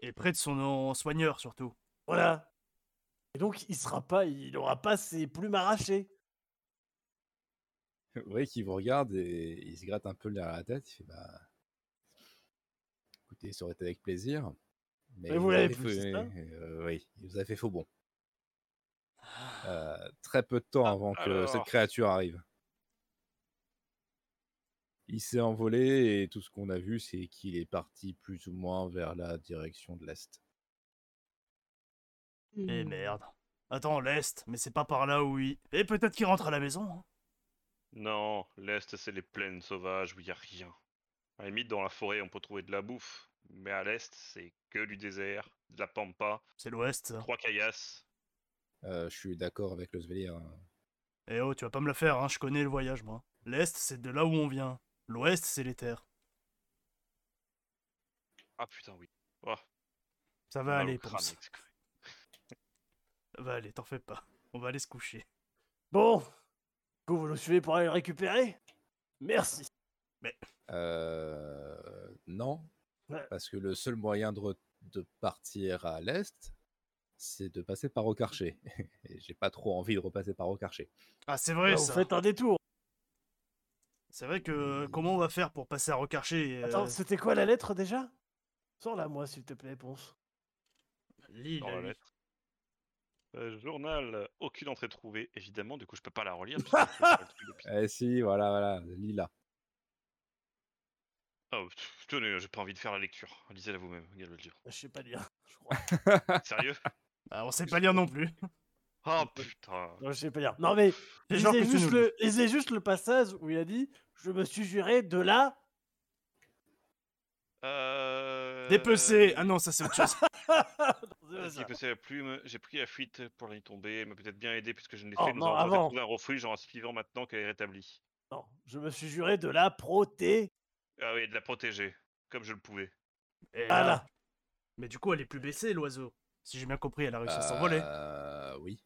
Speaker 4: Et près de son en- soigneur surtout.
Speaker 1: Voilà. Et donc, il sera pas, il n'aura pas ses plumes arrachées.
Speaker 2: Vous voyez qu'il vous regarde et il se gratte un peu derrière la tête. Il fait bah. Écoutez, ça aurait été avec plaisir.
Speaker 1: Mais vous
Speaker 2: il
Speaker 1: l'avez
Speaker 2: nous a
Speaker 1: plus, c'est
Speaker 2: fait-
Speaker 1: ça
Speaker 2: euh, Oui, il vous a fait faux bon.
Speaker 1: Ah.
Speaker 2: Euh, très peu de temps avant que cette
Speaker 3: alors.
Speaker 2: créature arrive. Il s'est envolé et tout ce qu'on a vu, c'est qu'il est parti plus ou moins vers la direction de l'Est.
Speaker 1: Mm. Eh,
Speaker 4: Et Eh, merde. Attends, l'Est, mais c'est pas par là où il... Et peut-être qu'il rentre à la maison. hein.
Speaker 3: Non, l'Est, c'est les plaines sauvages où il n'y a rien. À la limite, dans la forêt, on peut trouver de la bouffe. Mais à l'Est, c'est que du désert, de la pampa,
Speaker 4: C'est l'Ouest. ça.
Speaker 3: trois caillasses.
Speaker 2: Euh, je suis d'accord avec le Svelir. hein.
Speaker 4: Eh oh, tu vas pas me la faire, hein, je connais le voyage moi. L'Est, c'est de là où on vient. L'Ouest, c'est les terres.
Speaker 3: Ah putain, oui. Oh,
Speaker 4: Ça va
Speaker 3: mal au
Speaker 4: aller,
Speaker 3: crâne,
Speaker 4: pense.
Speaker 3: mec.
Speaker 4: Ça va aller, t'en fais pas. On va aller se coucher.
Speaker 1: Bon, vous, vous nous suivez pour aller le récupérer Merci.
Speaker 2: Euh, non,
Speaker 1: Ouais.
Speaker 2: parce que le seul moyen de, re- de partir à l'est, c'est de passer par Okarché. Et j'ai pas trop envie de repasser par Okarché.
Speaker 4: Ah, c'est vrai
Speaker 1: Bah, vous
Speaker 4: ça.
Speaker 1: faites un détour.
Speaker 4: C'est vrai que comment on va faire pour passer à Recarcher et,
Speaker 1: Attends,
Speaker 4: euh,
Speaker 1: c'était quoi la lettre déjà Sors-la moi, s'il te plaît, Ponce.
Speaker 4: Lille,
Speaker 3: Dans la
Speaker 4: lui.
Speaker 3: lettre. Euh, journal, aucune entrée trouvée, évidemment, du coup je peux pas la relire. puisque je peux pas le truc depuis-
Speaker 2: Eh si, voilà, voilà, Lila.
Speaker 3: oh, pff, tenez, j'ai pas envie de faire la lecture. Lisez-la vous-même, regardez le dire.
Speaker 1: Je sais pas lire, je crois.
Speaker 3: Sérieux
Speaker 4: Ah, on sait pas lire non plus.
Speaker 3: Ah putain.
Speaker 1: Non, je sais pas lire. Non mais,
Speaker 4: J'ai genre que
Speaker 1: lisez
Speaker 4: tu
Speaker 1: juste,
Speaker 4: nous le
Speaker 1: le... lisez juste le passage où il a dit « Je me suis juré de là
Speaker 3: Euh...
Speaker 4: dis. Dépecé. Ah non, ça c'est autre chose. »
Speaker 3: Vas-y, passez la plume. J'ai pris la fuite pour la y tomber. Elle m'a peut-être bien aidé puisque je ne l'ai
Speaker 1: Oh,
Speaker 3: fait. Nous
Speaker 1: non,
Speaker 3: avons peut-être
Speaker 1: avant.
Speaker 3: trouvé un refuge en suivant maintenant qu'elle est rétablie.
Speaker 1: Non, je me suis juré de la proté.
Speaker 3: Ah oui, de la protéger, comme je le pouvais.
Speaker 4: Et
Speaker 1: Ah
Speaker 4: là.
Speaker 1: là.
Speaker 4: Mais du coup, elle est plus baissée, l'oiseau. Si j'ai bien compris, elle a réussi à s'envoler.
Speaker 2: Euh, oui.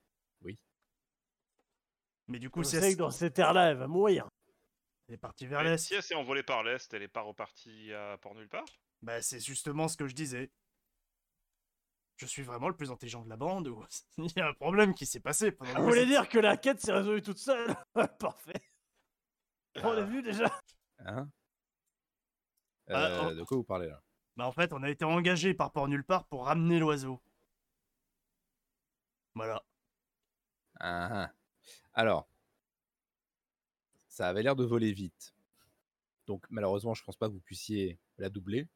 Speaker 4: Mais du
Speaker 1: Vous
Speaker 4: coup, si
Speaker 1: savez
Speaker 4: elle...
Speaker 1: que dans ces terres-là, elle va mourir.
Speaker 4: elle est partie vers
Speaker 3: Mais
Speaker 4: l'est,
Speaker 3: Si elle s'est envolée par l'Est, elle est pas repartie à pour nulle part
Speaker 4: bah c'est justement ce que je disais. Je suis vraiment le plus intelligent de la bande ou il y a un problème qui s'est passé pendant
Speaker 1: Vous
Speaker 4: que Ah, vous
Speaker 1: voulez
Speaker 4: étiez-
Speaker 1: dire que la quête s'est résolue toute seule Parfait. On
Speaker 3: Euh,
Speaker 1: l'a vu déjà.
Speaker 2: Hein
Speaker 4: Ah,
Speaker 2: Euh, De quoi vous parlez là
Speaker 4: Bah en fait, on a été engagé par Port Nulle Part pour ramener l'oiseau. Voilà.
Speaker 2: Ah, ah. Alors, ça avait l'air de voler vite. Donc malheureusement, je pense pas que vous puissiez la doubler.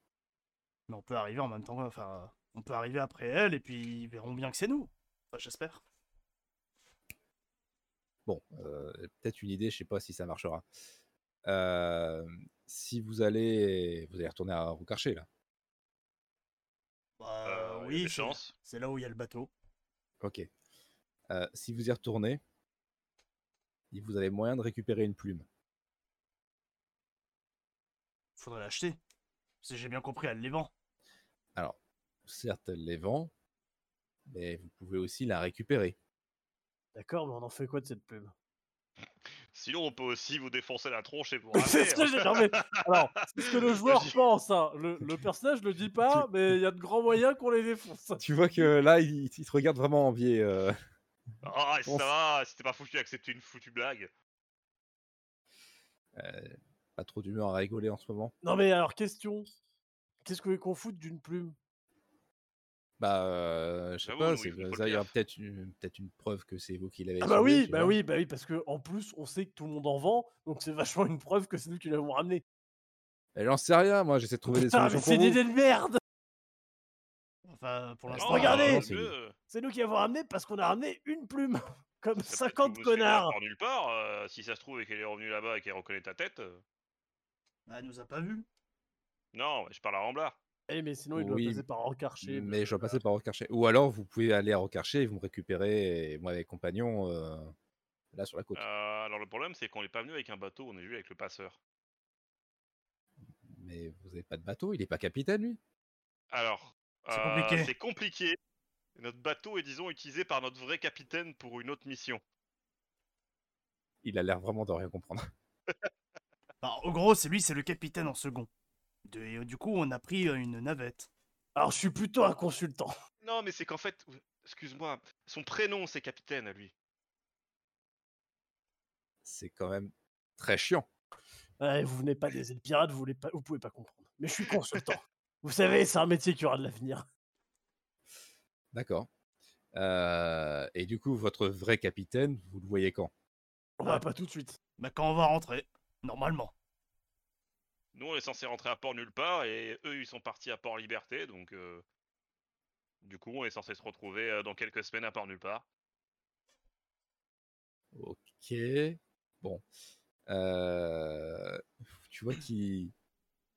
Speaker 4: Mais on peut arriver en même temps, enfin, on peut arriver après elle, et puis ils verront bien que c'est nous. Enfin, j'espère.
Speaker 2: Bon, euh, peut-être une idée, je sais pas si ça marchera. Euh, si vous allez, vous allez retourner à Roucarché là.
Speaker 4: Bah,
Speaker 3: Euh, il y a
Speaker 4: oui,
Speaker 3: des
Speaker 4: c'est-
Speaker 3: chances.
Speaker 4: c'est là où il y a le bateau.
Speaker 2: Ok. Euh, si vous y retournez, il- vous avez moyen de récupérer une plume.
Speaker 4: Faudrait l'acheter. Si j'ai bien compris, elle les vend.
Speaker 2: Alors, certes, elle les vend, mais vous pouvez aussi la récupérer.
Speaker 1: D'accord, mais on en fait quoi de cette plume
Speaker 3: Sinon, on peut aussi vous défoncer la tronche et vous hein.
Speaker 1: C'est
Speaker 3: ramener.
Speaker 1: ce que j'ai- non, mais- alors, c'est ce que le joueur
Speaker 3: Vas-y.
Speaker 1: pense. hein. Le, le personnage ne le dit pas, mais il y a de grands moyens qu'on les défonce.
Speaker 2: Tu vois que là, il, il te regarde vraiment envier. euh.
Speaker 3: Ah, et ça
Speaker 2: On s-
Speaker 3: va, si t'es pas foutu d'accepter une foutue blague.
Speaker 2: Euh, pas pas trop d'humeur à rigoler en ce moment.
Speaker 1: Non, mais alors, question. Qu'est-ce que vous voulez qu'on foute d'une plume
Speaker 2: Bah, euh, je sais
Speaker 3: Bah oui,
Speaker 2: pas,
Speaker 3: nous,
Speaker 2: c'est-
Speaker 3: il faut le
Speaker 2: ça, il y aura
Speaker 3: faire.
Speaker 2: peut-être une, peut une preuve que c'est vous qui l'avez
Speaker 1: Ah bah
Speaker 2: semé,
Speaker 1: oui,
Speaker 2: tu
Speaker 1: bah
Speaker 2: vois.
Speaker 1: oui, bah oui, parce que en plus, on sait que tout le monde en vend, donc c'est vachement une preuve que c'est nous qui l'avons ramené.
Speaker 2: Mais j'en sais rien, moi, j'essaie de trouver
Speaker 1: Putain,
Speaker 2: des
Speaker 1: mais
Speaker 2: solutions pour
Speaker 1: c'est
Speaker 2: vous.
Speaker 1: des idées de merde
Speaker 4: Enfin, pour
Speaker 2: Ah,
Speaker 3: Oh,
Speaker 4: l'instant.
Speaker 1: regardez
Speaker 2: non,
Speaker 3: c'est
Speaker 2: c'est-
Speaker 1: C'est nous qui l'avons ramené parce qu'on a ramené une plume Comme
Speaker 3: Ça peut être
Speaker 1: 50
Speaker 3: que Bruce Lee la
Speaker 1: connards
Speaker 3: part nulle part, euh, si ça se trouve et qu'elle est revenue là-bas et qu'elle reconnaît ta tête. euh, oh.
Speaker 4: Ah, elle nous a pas vu.
Speaker 3: Non, je parle à Ramblard.
Speaker 1: Eh, mais sinon, il doit
Speaker 2: Oui,
Speaker 1: passer par Encarché.
Speaker 2: Mais je vais passer par Rocarcher. Ou alors, vous pouvez aller à Rocarcher et vous me récupérer, et moi et mes compagnons, euh, là sur la côte.
Speaker 3: Euh, alors le problème, c'est qu'on n'est pas venu avec un bateau, on est venu avec le passeur.
Speaker 2: Mais vous n'avez pas de bateau, il n'est pas capitaine, lui.
Speaker 3: Alors,
Speaker 4: C'est
Speaker 3: euh,
Speaker 4: compliqué.
Speaker 3: c'est compliqué. Notre bateau est, disons, utilisé par notre vrai capitaine pour une autre mission.
Speaker 2: Il a l'air vraiment de rien comprendre.
Speaker 4: Bah, au gros, c'est lui, c'est le capitaine en second. De- et, euh, du coup, on a pris euh, une navette.
Speaker 1: Alors, je suis plutôt un consultant.
Speaker 3: Non, mais c'est qu'en fait, excuse-moi, son prénom, c'est capitaine à lui.
Speaker 2: C'est quand même très chiant.
Speaker 1: Ouais, vous venez pas des îles pirates, vous, voulez pas, vous pouvez pas comprendre. Mais je suis consultant. vous savez, c'est un métier qui aura de l'avenir.
Speaker 2: D'accord. Euh, et du coup, votre vrai capitaine, vous le voyez quand
Speaker 1: On
Speaker 2: Ah.
Speaker 1: va pas tout de suite.
Speaker 4: Bah, quand on va rentrer, normalement.
Speaker 3: Nous, on est censé rentrer à Port Nulle Part et eux, ils sont partis à Port Liberté, donc. euh, Du coup, on est censé se retrouver euh, dans quelques semaines à Port Nulle Part.
Speaker 2: Ok. Bon. Euh, Tu vois qu'il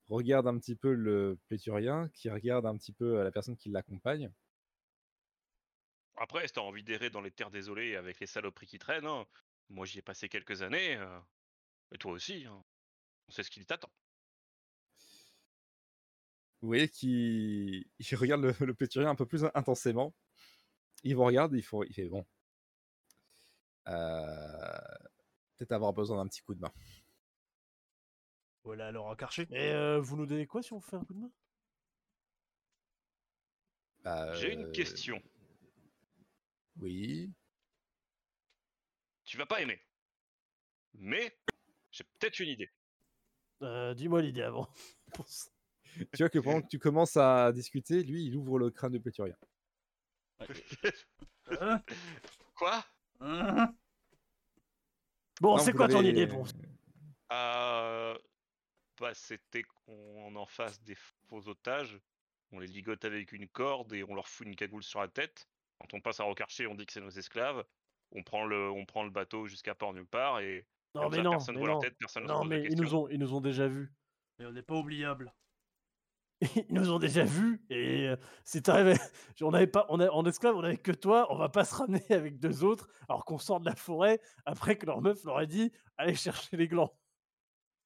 Speaker 2: regarde un petit peu le pléthurien, qui regarde un petit peu euh, la personne qui l'accompagne.
Speaker 3: Après, si t'as envie d'errer dans les terres désolées avec les saloperies qui traînent, hein, moi j'y ai passé quelques années, euh, et toi aussi, hein, on sait ce qu'il t'attend.
Speaker 2: Vous voyez qu'il il regarde le, le pléthurien un peu plus intensément. Il vous regarde, il, faut... il fait bon. Euh, Peut-être avoir besoin d'un petit coup de main.
Speaker 4: Voilà, alors encarché.
Speaker 3: Eh.
Speaker 1: Et euh, vous nous donnez quoi si on fait un coup de main
Speaker 2: Bah,
Speaker 3: J'ai une
Speaker 2: euh,
Speaker 3: question,
Speaker 2: Oui.
Speaker 3: tu vas pas aimer, mais j'ai peut-être une idée.
Speaker 1: Euh, Dis-moi l'idée avant.
Speaker 2: Tu vois que pendant que tu commences à discuter, lui, il ouvre le crâne de pléthurien.
Speaker 4: Hein
Speaker 3: Quoi
Speaker 4: Hein
Speaker 1: bon,
Speaker 2: Non,
Speaker 1: c'est
Speaker 2: vous
Speaker 1: quoi ton
Speaker 2: l'avez-
Speaker 1: idée bon
Speaker 3: Euh, bah, C'était qu'on en fasse des faux otages, on les ligote avec une corde et on leur fout une cagoule sur la tête. Quand on passe à Rocarcher, on dit que c'est nos esclaves, on prend le, on prend le bateau jusqu'à Port Nulle Part et
Speaker 1: Non,
Speaker 3: comme
Speaker 1: mais
Speaker 3: ça,
Speaker 1: non,
Speaker 3: personne
Speaker 1: mais
Speaker 3: voit leur
Speaker 1: non.
Speaker 3: tête, personne ne se
Speaker 1: Non,
Speaker 3: pose de
Speaker 1: mais ils
Speaker 3: questions.
Speaker 1: nous, ont, ils nous ont déjà vus.
Speaker 4: Et on n'est pas oubliable.
Speaker 1: Ils nous ont déjà vus. Et euh, si t'arrives. à- on avait pas, on a, en esclave, on avait que toi. On va pas se ramener avec deux autres alors qu'on sort de la forêt après que leur meuf leur ait dit allez chercher les glands.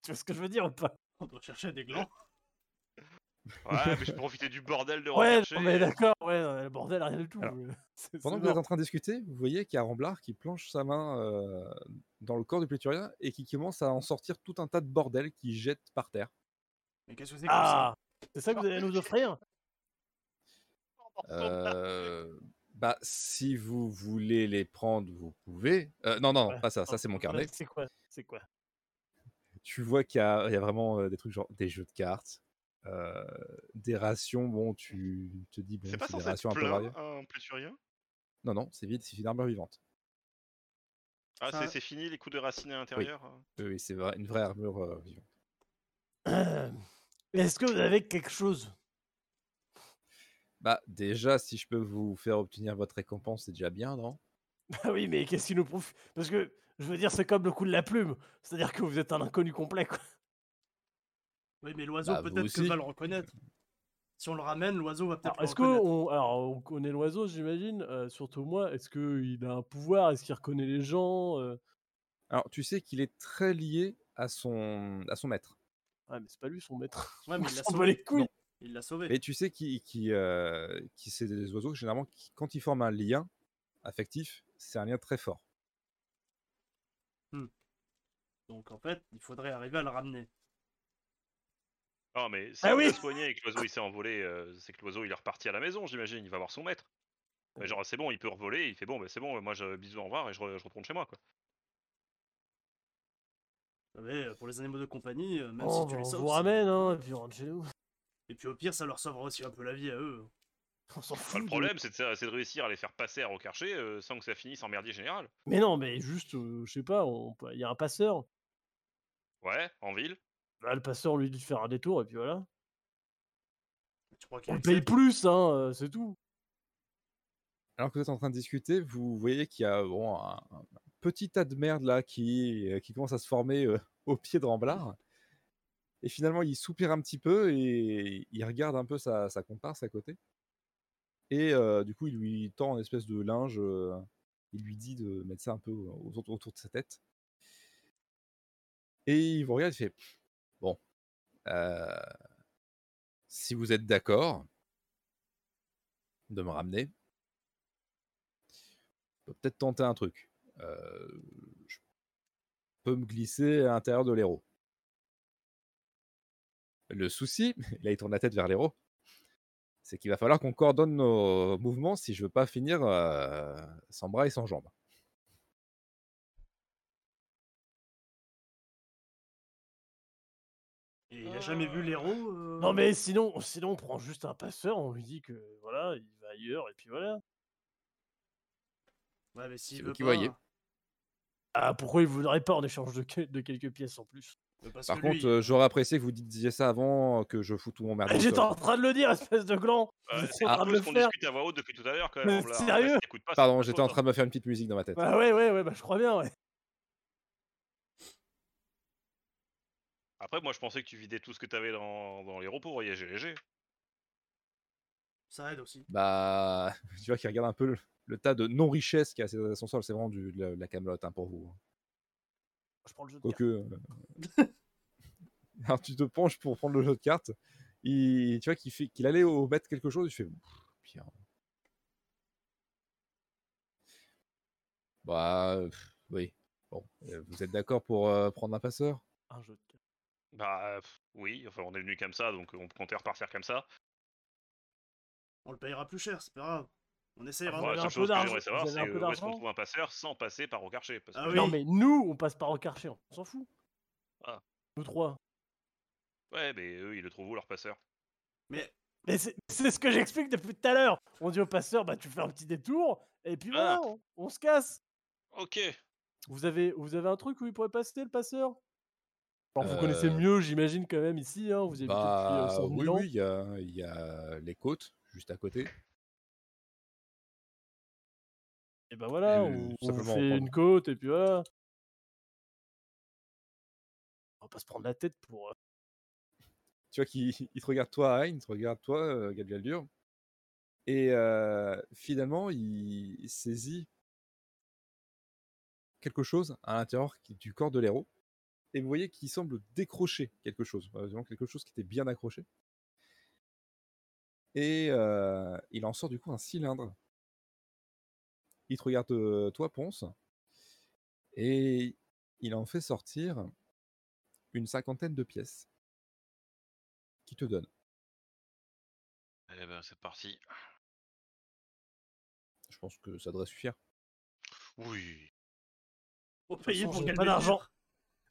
Speaker 1: Tu vois ce que je veux dire ou pas
Speaker 4: On doit chercher des glands.
Speaker 3: Ouais, mais je profitais du bordel de
Speaker 1: Ouais,
Speaker 3: Rocarcher.
Speaker 1: non, mais d'accord, ouais, non, le bordel, rien du tout.
Speaker 2: Alors,
Speaker 1: mais c'est- c'est
Speaker 2: Pendant que vous êtes
Speaker 1: énorme.
Speaker 2: en train de discuter, vous voyez qu'il y a Ramblard qui planche sa main euh, dans le corps du pléthurien et qui commence à en sortir tout un tas de bordel qu'il jette par terre.
Speaker 4: Mais qu'est-ce que c'est que
Speaker 1: Ah C'est ça que vous allez nous offrir
Speaker 2: Euh, bah, si vous voulez les prendre, vous pouvez. Euh, non, non,
Speaker 1: Ouais.
Speaker 2: pas ça, ça c'est mon
Speaker 1: Ouais,
Speaker 2: carnet.
Speaker 1: Euh, C'est quoi C'est quoi
Speaker 2: Tu vois qu'il y, a il y a vraiment euh, des trucs genre des jeux de cartes, euh, des rations. Bon, tu te dis, bon,
Speaker 3: C'est pas
Speaker 2: c'est des
Speaker 3: censé
Speaker 2: rations
Speaker 3: être
Speaker 2: un peu variées.
Speaker 3: plein, un pléthurien
Speaker 2: Non, non, c'est vide, c'est une armure vivante.
Speaker 3: Ah,
Speaker 4: Enfin-
Speaker 3: c'est- c'est fini les coups de racines à l'intérieur hein
Speaker 2: Oui, oui, c'est vrai- une vraie armure euh, vivante.
Speaker 1: Euh, Est-ce que vous avez quelque chose
Speaker 2: Bah, déjà, si je peux vous faire obtenir votre récompense, c'est déjà bien, non
Speaker 1: Ah oui, mais qu'est-ce qui nous prouve Parce que, je veux dire, c'est comme le coup de la plume. C'est-à-dire que vous êtes un inconnu complet, quoi.
Speaker 4: ça Oui, mais l'oiseau
Speaker 2: Bah, vous
Speaker 4: peut-être que
Speaker 2: aussi.
Speaker 4: va le reconnaître. Si on le ramène, l'oiseau va peut-être
Speaker 1: Alors,
Speaker 4: le
Speaker 1: est-ce
Speaker 4: reconnaître.
Speaker 1: qu'on alors, on connaît l'oiseau, j'imagine euh, Surtout moi, est-ce qu'il a un pouvoir Est-ce qu'il reconnaît les gens Euh,
Speaker 2: Alors, tu sais qu'il est très lié à son, à son maître.
Speaker 1: Ah, mais c'est pas lui son maître.
Speaker 4: Ouais, mais il l'a
Speaker 1: On s'en bat
Speaker 4: sauvé.
Speaker 1: les couilles.
Speaker 4: Non, Il l'a sauvé.
Speaker 2: Et tu sais qu'il, qu'il, euh, qu'il- c'est des oiseaux, généralement, qui, quand ils forment un lien affectif, c'est un lien très fort.
Speaker 4: Donc en fait, il faudrait arriver à le ramener.
Speaker 3: Non, mais si
Speaker 1: Ah
Speaker 3: on
Speaker 1: oui
Speaker 3: l'a soigné et que l'oiseau il s'est envolé, euh, c'est que l'oiseau il est reparti à la maison, j'imagine, il va voir son maître. Mais genre, c'est bon, ben, il peut revoler, il fait bon, bah, c'est bon, moi je bisous, au revoir et je, re- je retourne chez moi. quoi.
Speaker 4: Mais euh, pour les animaux de compagnie, euh, même
Speaker 1: Bon,
Speaker 4: si tu
Speaker 1: bah,
Speaker 4: les
Speaker 1: on
Speaker 4: sauves.
Speaker 1: vous
Speaker 4: c'est-
Speaker 1: ramène, hein, et puis rentre chez nous.
Speaker 4: Et puis au pire, ça leur sauvera aussi un peu la vie à eux.
Speaker 1: On s'en
Speaker 3: Enfin,
Speaker 1: fout.
Speaker 3: Bah, le
Speaker 1: de-
Speaker 3: problème, c'est de, c'est de réussir à les faire passer à Rocarcher euh, sans que ça finisse en merdier général.
Speaker 1: Mais non, mais juste, euh, je sais pas, on peut- il y a un passeur.
Speaker 3: Ouais, en ville.
Speaker 1: Bah, le passeur lui dit de faire un détour, et puis voilà.
Speaker 4: Tu crois qu'ils
Speaker 1: On le paye
Speaker 4: acceptent
Speaker 1: plus, hein, euh, c'est tout.
Speaker 2: Alors que vous êtes en train de discuter, vous voyez qu'il y a bon, un, un petit tas de merde là qui, qui commence à se former euh, au pied de Ramblard. Et finalement, il soupire un petit peu et il regarde un peu sa, sa comparse à côté. Et euh, du coup, il lui tend une espèce de linge. euh, il lui dit de mettre ça un peu au- autour, autour de sa tête. Et il vous regarde et fait Bon, euh, si vous êtes d'accord de me ramener, peut peut-être tenter un truc. Euh, je peux me glisser à l'intérieur de l'héros. Le souci, là il tourne la tête vers l'héros, c'est qu'il va falloir qu'on coordonne nos mouvements si je veux pas finir euh, sans bras et sans jambes.
Speaker 4: Et il a jamais vu l'héros euh,
Speaker 1: Non, mais sinon, sinon, on prend juste un passeur, on lui dit que voilà, il va ailleurs, et puis voilà.
Speaker 4: Ouais, mais s'il
Speaker 2: C'est vous
Speaker 4: veut
Speaker 2: qui
Speaker 4: pas,
Speaker 2: voyez.
Speaker 1: Ah, pourquoi il voudrait pas en échange de, que- de quelques pièces en plus
Speaker 4: mais parce
Speaker 2: Par
Speaker 4: que
Speaker 2: contre,
Speaker 4: lui,
Speaker 2: euh, j'aurais apprécié que vous disiez ça avant que je foute tout mon merde.
Speaker 1: Ah,
Speaker 2: au
Speaker 1: J'étais
Speaker 2: sol.
Speaker 1: en train de le dire, espèce de gland
Speaker 3: Euh,
Speaker 1: Vous
Speaker 3: c'est
Speaker 1: étiez en
Speaker 3: un
Speaker 1: train de
Speaker 3: peu
Speaker 1: le
Speaker 3: ce qu'on
Speaker 1: Ah, faire
Speaker 3: discute à voix haute depuis tout à l'heure quand
Speaker 1: Mais
Speaker 3: même. Ramblard.
Speaker 1: sérieux
Speaker 3: Ouais, si t'écoutes pas, c'est
Speaker 2: Pardon,
Speaker 3: ta
Speaker 2: j'étais
Speaker 3: faute,
Speaker 2: en
Speaker 3: hein.
Speaker 2: train de me faire une petite musique dans ma tête.
Speaker 1: Bah ouais, ouais, ouais, bah je crois bien, ouais.
Speaker 3: Après, moi, je pensais que tu vidais tout ce que t'avais dans, dans les repos, voyager léger.
Speaker 4: ça aide aussi.
Speaker 2: Bah, tu vois qu'il regarde un peu le, le tas de non-richesse qu'il y a à son sol. C'est vraiment du, de la, de la camelote hein, pour vous.
Speaker 1: Je prends le jeu de
Speaker 2: Quoique. euh, Alors tu te penches pour prendre le jeu de cartes. Il, tu vois qu'il fait qu'il allait au mettre quelque chose. Il fait. Pff, Bien. Bah euh, pff, oui. Bon, euh, vous êtes d'accord pour euh, prendre un passeur
Speaker 1: cartes, un jeu de cartes.
Speaker 3: Bah euh, pff, oui, enfin on est venu comme ça, donc on comptait repartir comme ça.
Speaker 4: On le payera plus cher, c'est pas grave. On hein. essayera.
Speaker 1: Vous
Speaker 3: Moi,
Speaker 1: avez
Speaker 3: la
Speaker 1: un
Speaker 3: seule
Speaker 1: peu
Speaker 3: chose que
Speaker 1: d'argent-
Speaker 3: j'aimerais savoir,
Speaker 1: vous avez
Speaker 3: c'est
Speaker 1: un peu
Speaker 3: euh, où est-ce qu'on
Speaker 1: d'argent
Speaker 3: trouve un passeur sans passer par Rocarcher. Parce que
Speaker 4: Ah
Speaker 3: j'ai-
Speaker 4: oui.
Speaker 1: Non, mais nous, on passe par au on s'en fout.
Speaker 3: Ah.
Speaker 1: Nous trois.
Speaker 3: Ouais, mais eux, ils le trouvent où leur passeur
Speaker 4: Mais
Speaker 1: Mais c'est c'est ce que j'explique depuis tout à l'heure. On dit au passeur, bah tu fais un petit détour, et puis
Speaker 3: Ah.
Speaker 1: voilà, on, on se casse.
Speaker 3: Ok.
Speaker 1: Vous avez, vous avez un truc où il pourrait passer le passeur Alors, Vous connaissez
Speaker 2: Euh.
Speaker 1: mieux, j'imagine, quand même, ici. Hein, vous y habitez
Speaker 2: Bah
Speaker 1: depuis euh, 100
Speaker 2: oui,
Speaker 1: 000 ans.
Speaker 2: oui. Il y, a, il y a les côtes juste à côté.
Speaker 1: Et bah voilà,
Speaker 2: Et, euh,
Speaker 1: on,
Speaker 2: tout
Speaker 1: on vous
Speaker 2: simplement
Speaker 1: fait
Speaker 2: reprendre.
Speaker 1: une côte, et puis voilà. On va pas se prendre la tête pour. euh,
Speaker 2: tu vois qu'il il te regarde toi, Hein, il te regarde toi, euh, Gabriel Dur. Et euh, finalement, il saisit quelque chose à l'intérieur qui- du corps de l'héros. Et vous voyez qu'il semble décrocher quelque chose, euh, vraiment quelque chose qui était bien accroché. Et euh, il en sort du coup un cylindre. Il te regarde euh, toi, Ponce. Et il en fait sortir une cinquantaine de pièces qu'il te donne.
Speaker 3: Eh ben c'est parti.
Speaker 2: Je pense que ça devrait suffire.
Speaker 3: Oui.
Speaker 4: on payer
Speaker 1: façon,
Speaker 4: pour
Speaker 1: j'ai
Speaker 4: quel
Speaker 1: pas
Speaker 4: plaisir
Speaker 1: d'argent.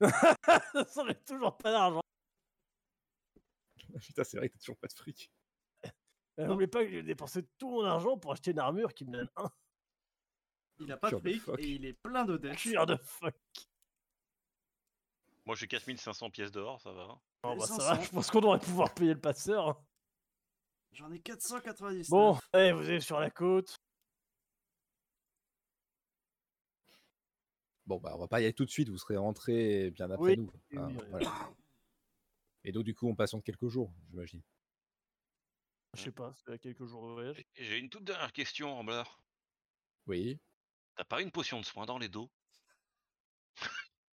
Speaker 1: Ça n'a toujours pas d'argent.
Speaker 2: Putain, c'est vrai que t'as toujours pas de fric.
Speaker 1: Euh, N'oubliez pas que j'ai dépensé tout mon argent pour acheter une armure qui me donne un
Speaker 4: Il a pas de
Speaker 2: Cure de
Speaker 4: fric
Speaker 2: fuck.
Speaker 4: et il est plein de dettes.
Speaker 1: cuir de fuck.
Speaker 3: Moi j'ai 4500 pièces d'or, ça va. hein.
Speaker 1: Bon,
Speaker 4: Les
Speaker 1: bah, ça
Speaker 4: 500.
Speaker 1: va, je pense qu'on devrait pouvoir payer le passeur. hein.
Speaker 4: J'en ai 490.
Speaker 1: Bon, allez, vous allez sur la côte.
Speaker 2: Bon, bah, on va pas y aller tout de suite, vous serez rentré bien après
Speaker 1: Oui,
Speaker 2: nous.
Speaker 1: oui, oui, oui.
Speaker 2: voilà. Et donc, du coup, on patiente quelques jours, j'imagine.
Speaker 1: Je sais pas, c'est à quelques jours de voyage.
Speaker 3: J'ai- J'ai une toute dernière question, Ramblard.
Speaker 2: Oui.
Speaker 3: T'as pas une potion de soin dans les dos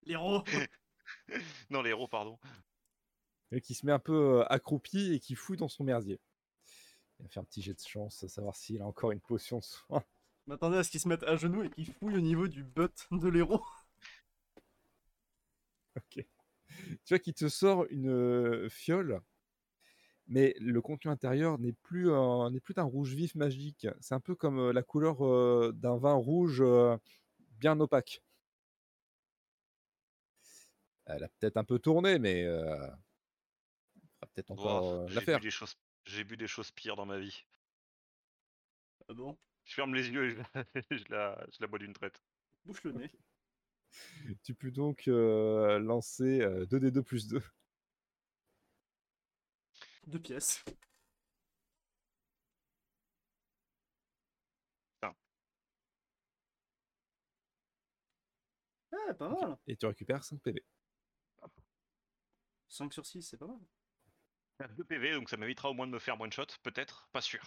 Speaker 4: L'héros.
Speaker 3: Non, les héros, pardon.
Speaker 2: Et qui se met un peu euh, accroupi et qui fouille dans son merdier. Il va faire un petit jet de chance, savoir s'il a encore une potion de soin.
Speaker 4: M'attendais à ce qu'ils se mettent à genoux et qu'ils fouillent au niveau du butt de l'héros.
Speaker 2: tu vois qu'il te sort une euh, fiole, mais le contenu intérieur n'est plus un- n'est plus d'un rouge vif magique. C'est un peu comme euh, la couleur euh, d'un vin rouge euh, bien opaque. Elle a peut-être un peu tourné, mais euh, on va peut-être encore
Speaker 3: Ouah,
Speaker 2: euh, la
Speaker 3: j'ai
Speaker 2: faire.
Speaker 3: bu des choses, j'ai bu des choses pires dans ma vie.
Speaker 4: Ah bon
Speaker 3: Je ferme les yeux et je la, je la, je la bois d'une traite.
Speaker 4: Bouche le nez.
Speaker 2: Tu peux donc euh, lancer euh, 2d2 plus 2.
Speaker 4: Deux pièces.
Speaker 3: Ah.
Speaker 4: Ah, pas mal.
Speaker 2: Et tu récupères 5 PV.
Speaker 4: 5 sur 6, c'est pas mal.
Speaker 3: 2 PV, donc ça m'évitera au moins de me faire one shot, peut-être, pas sûr.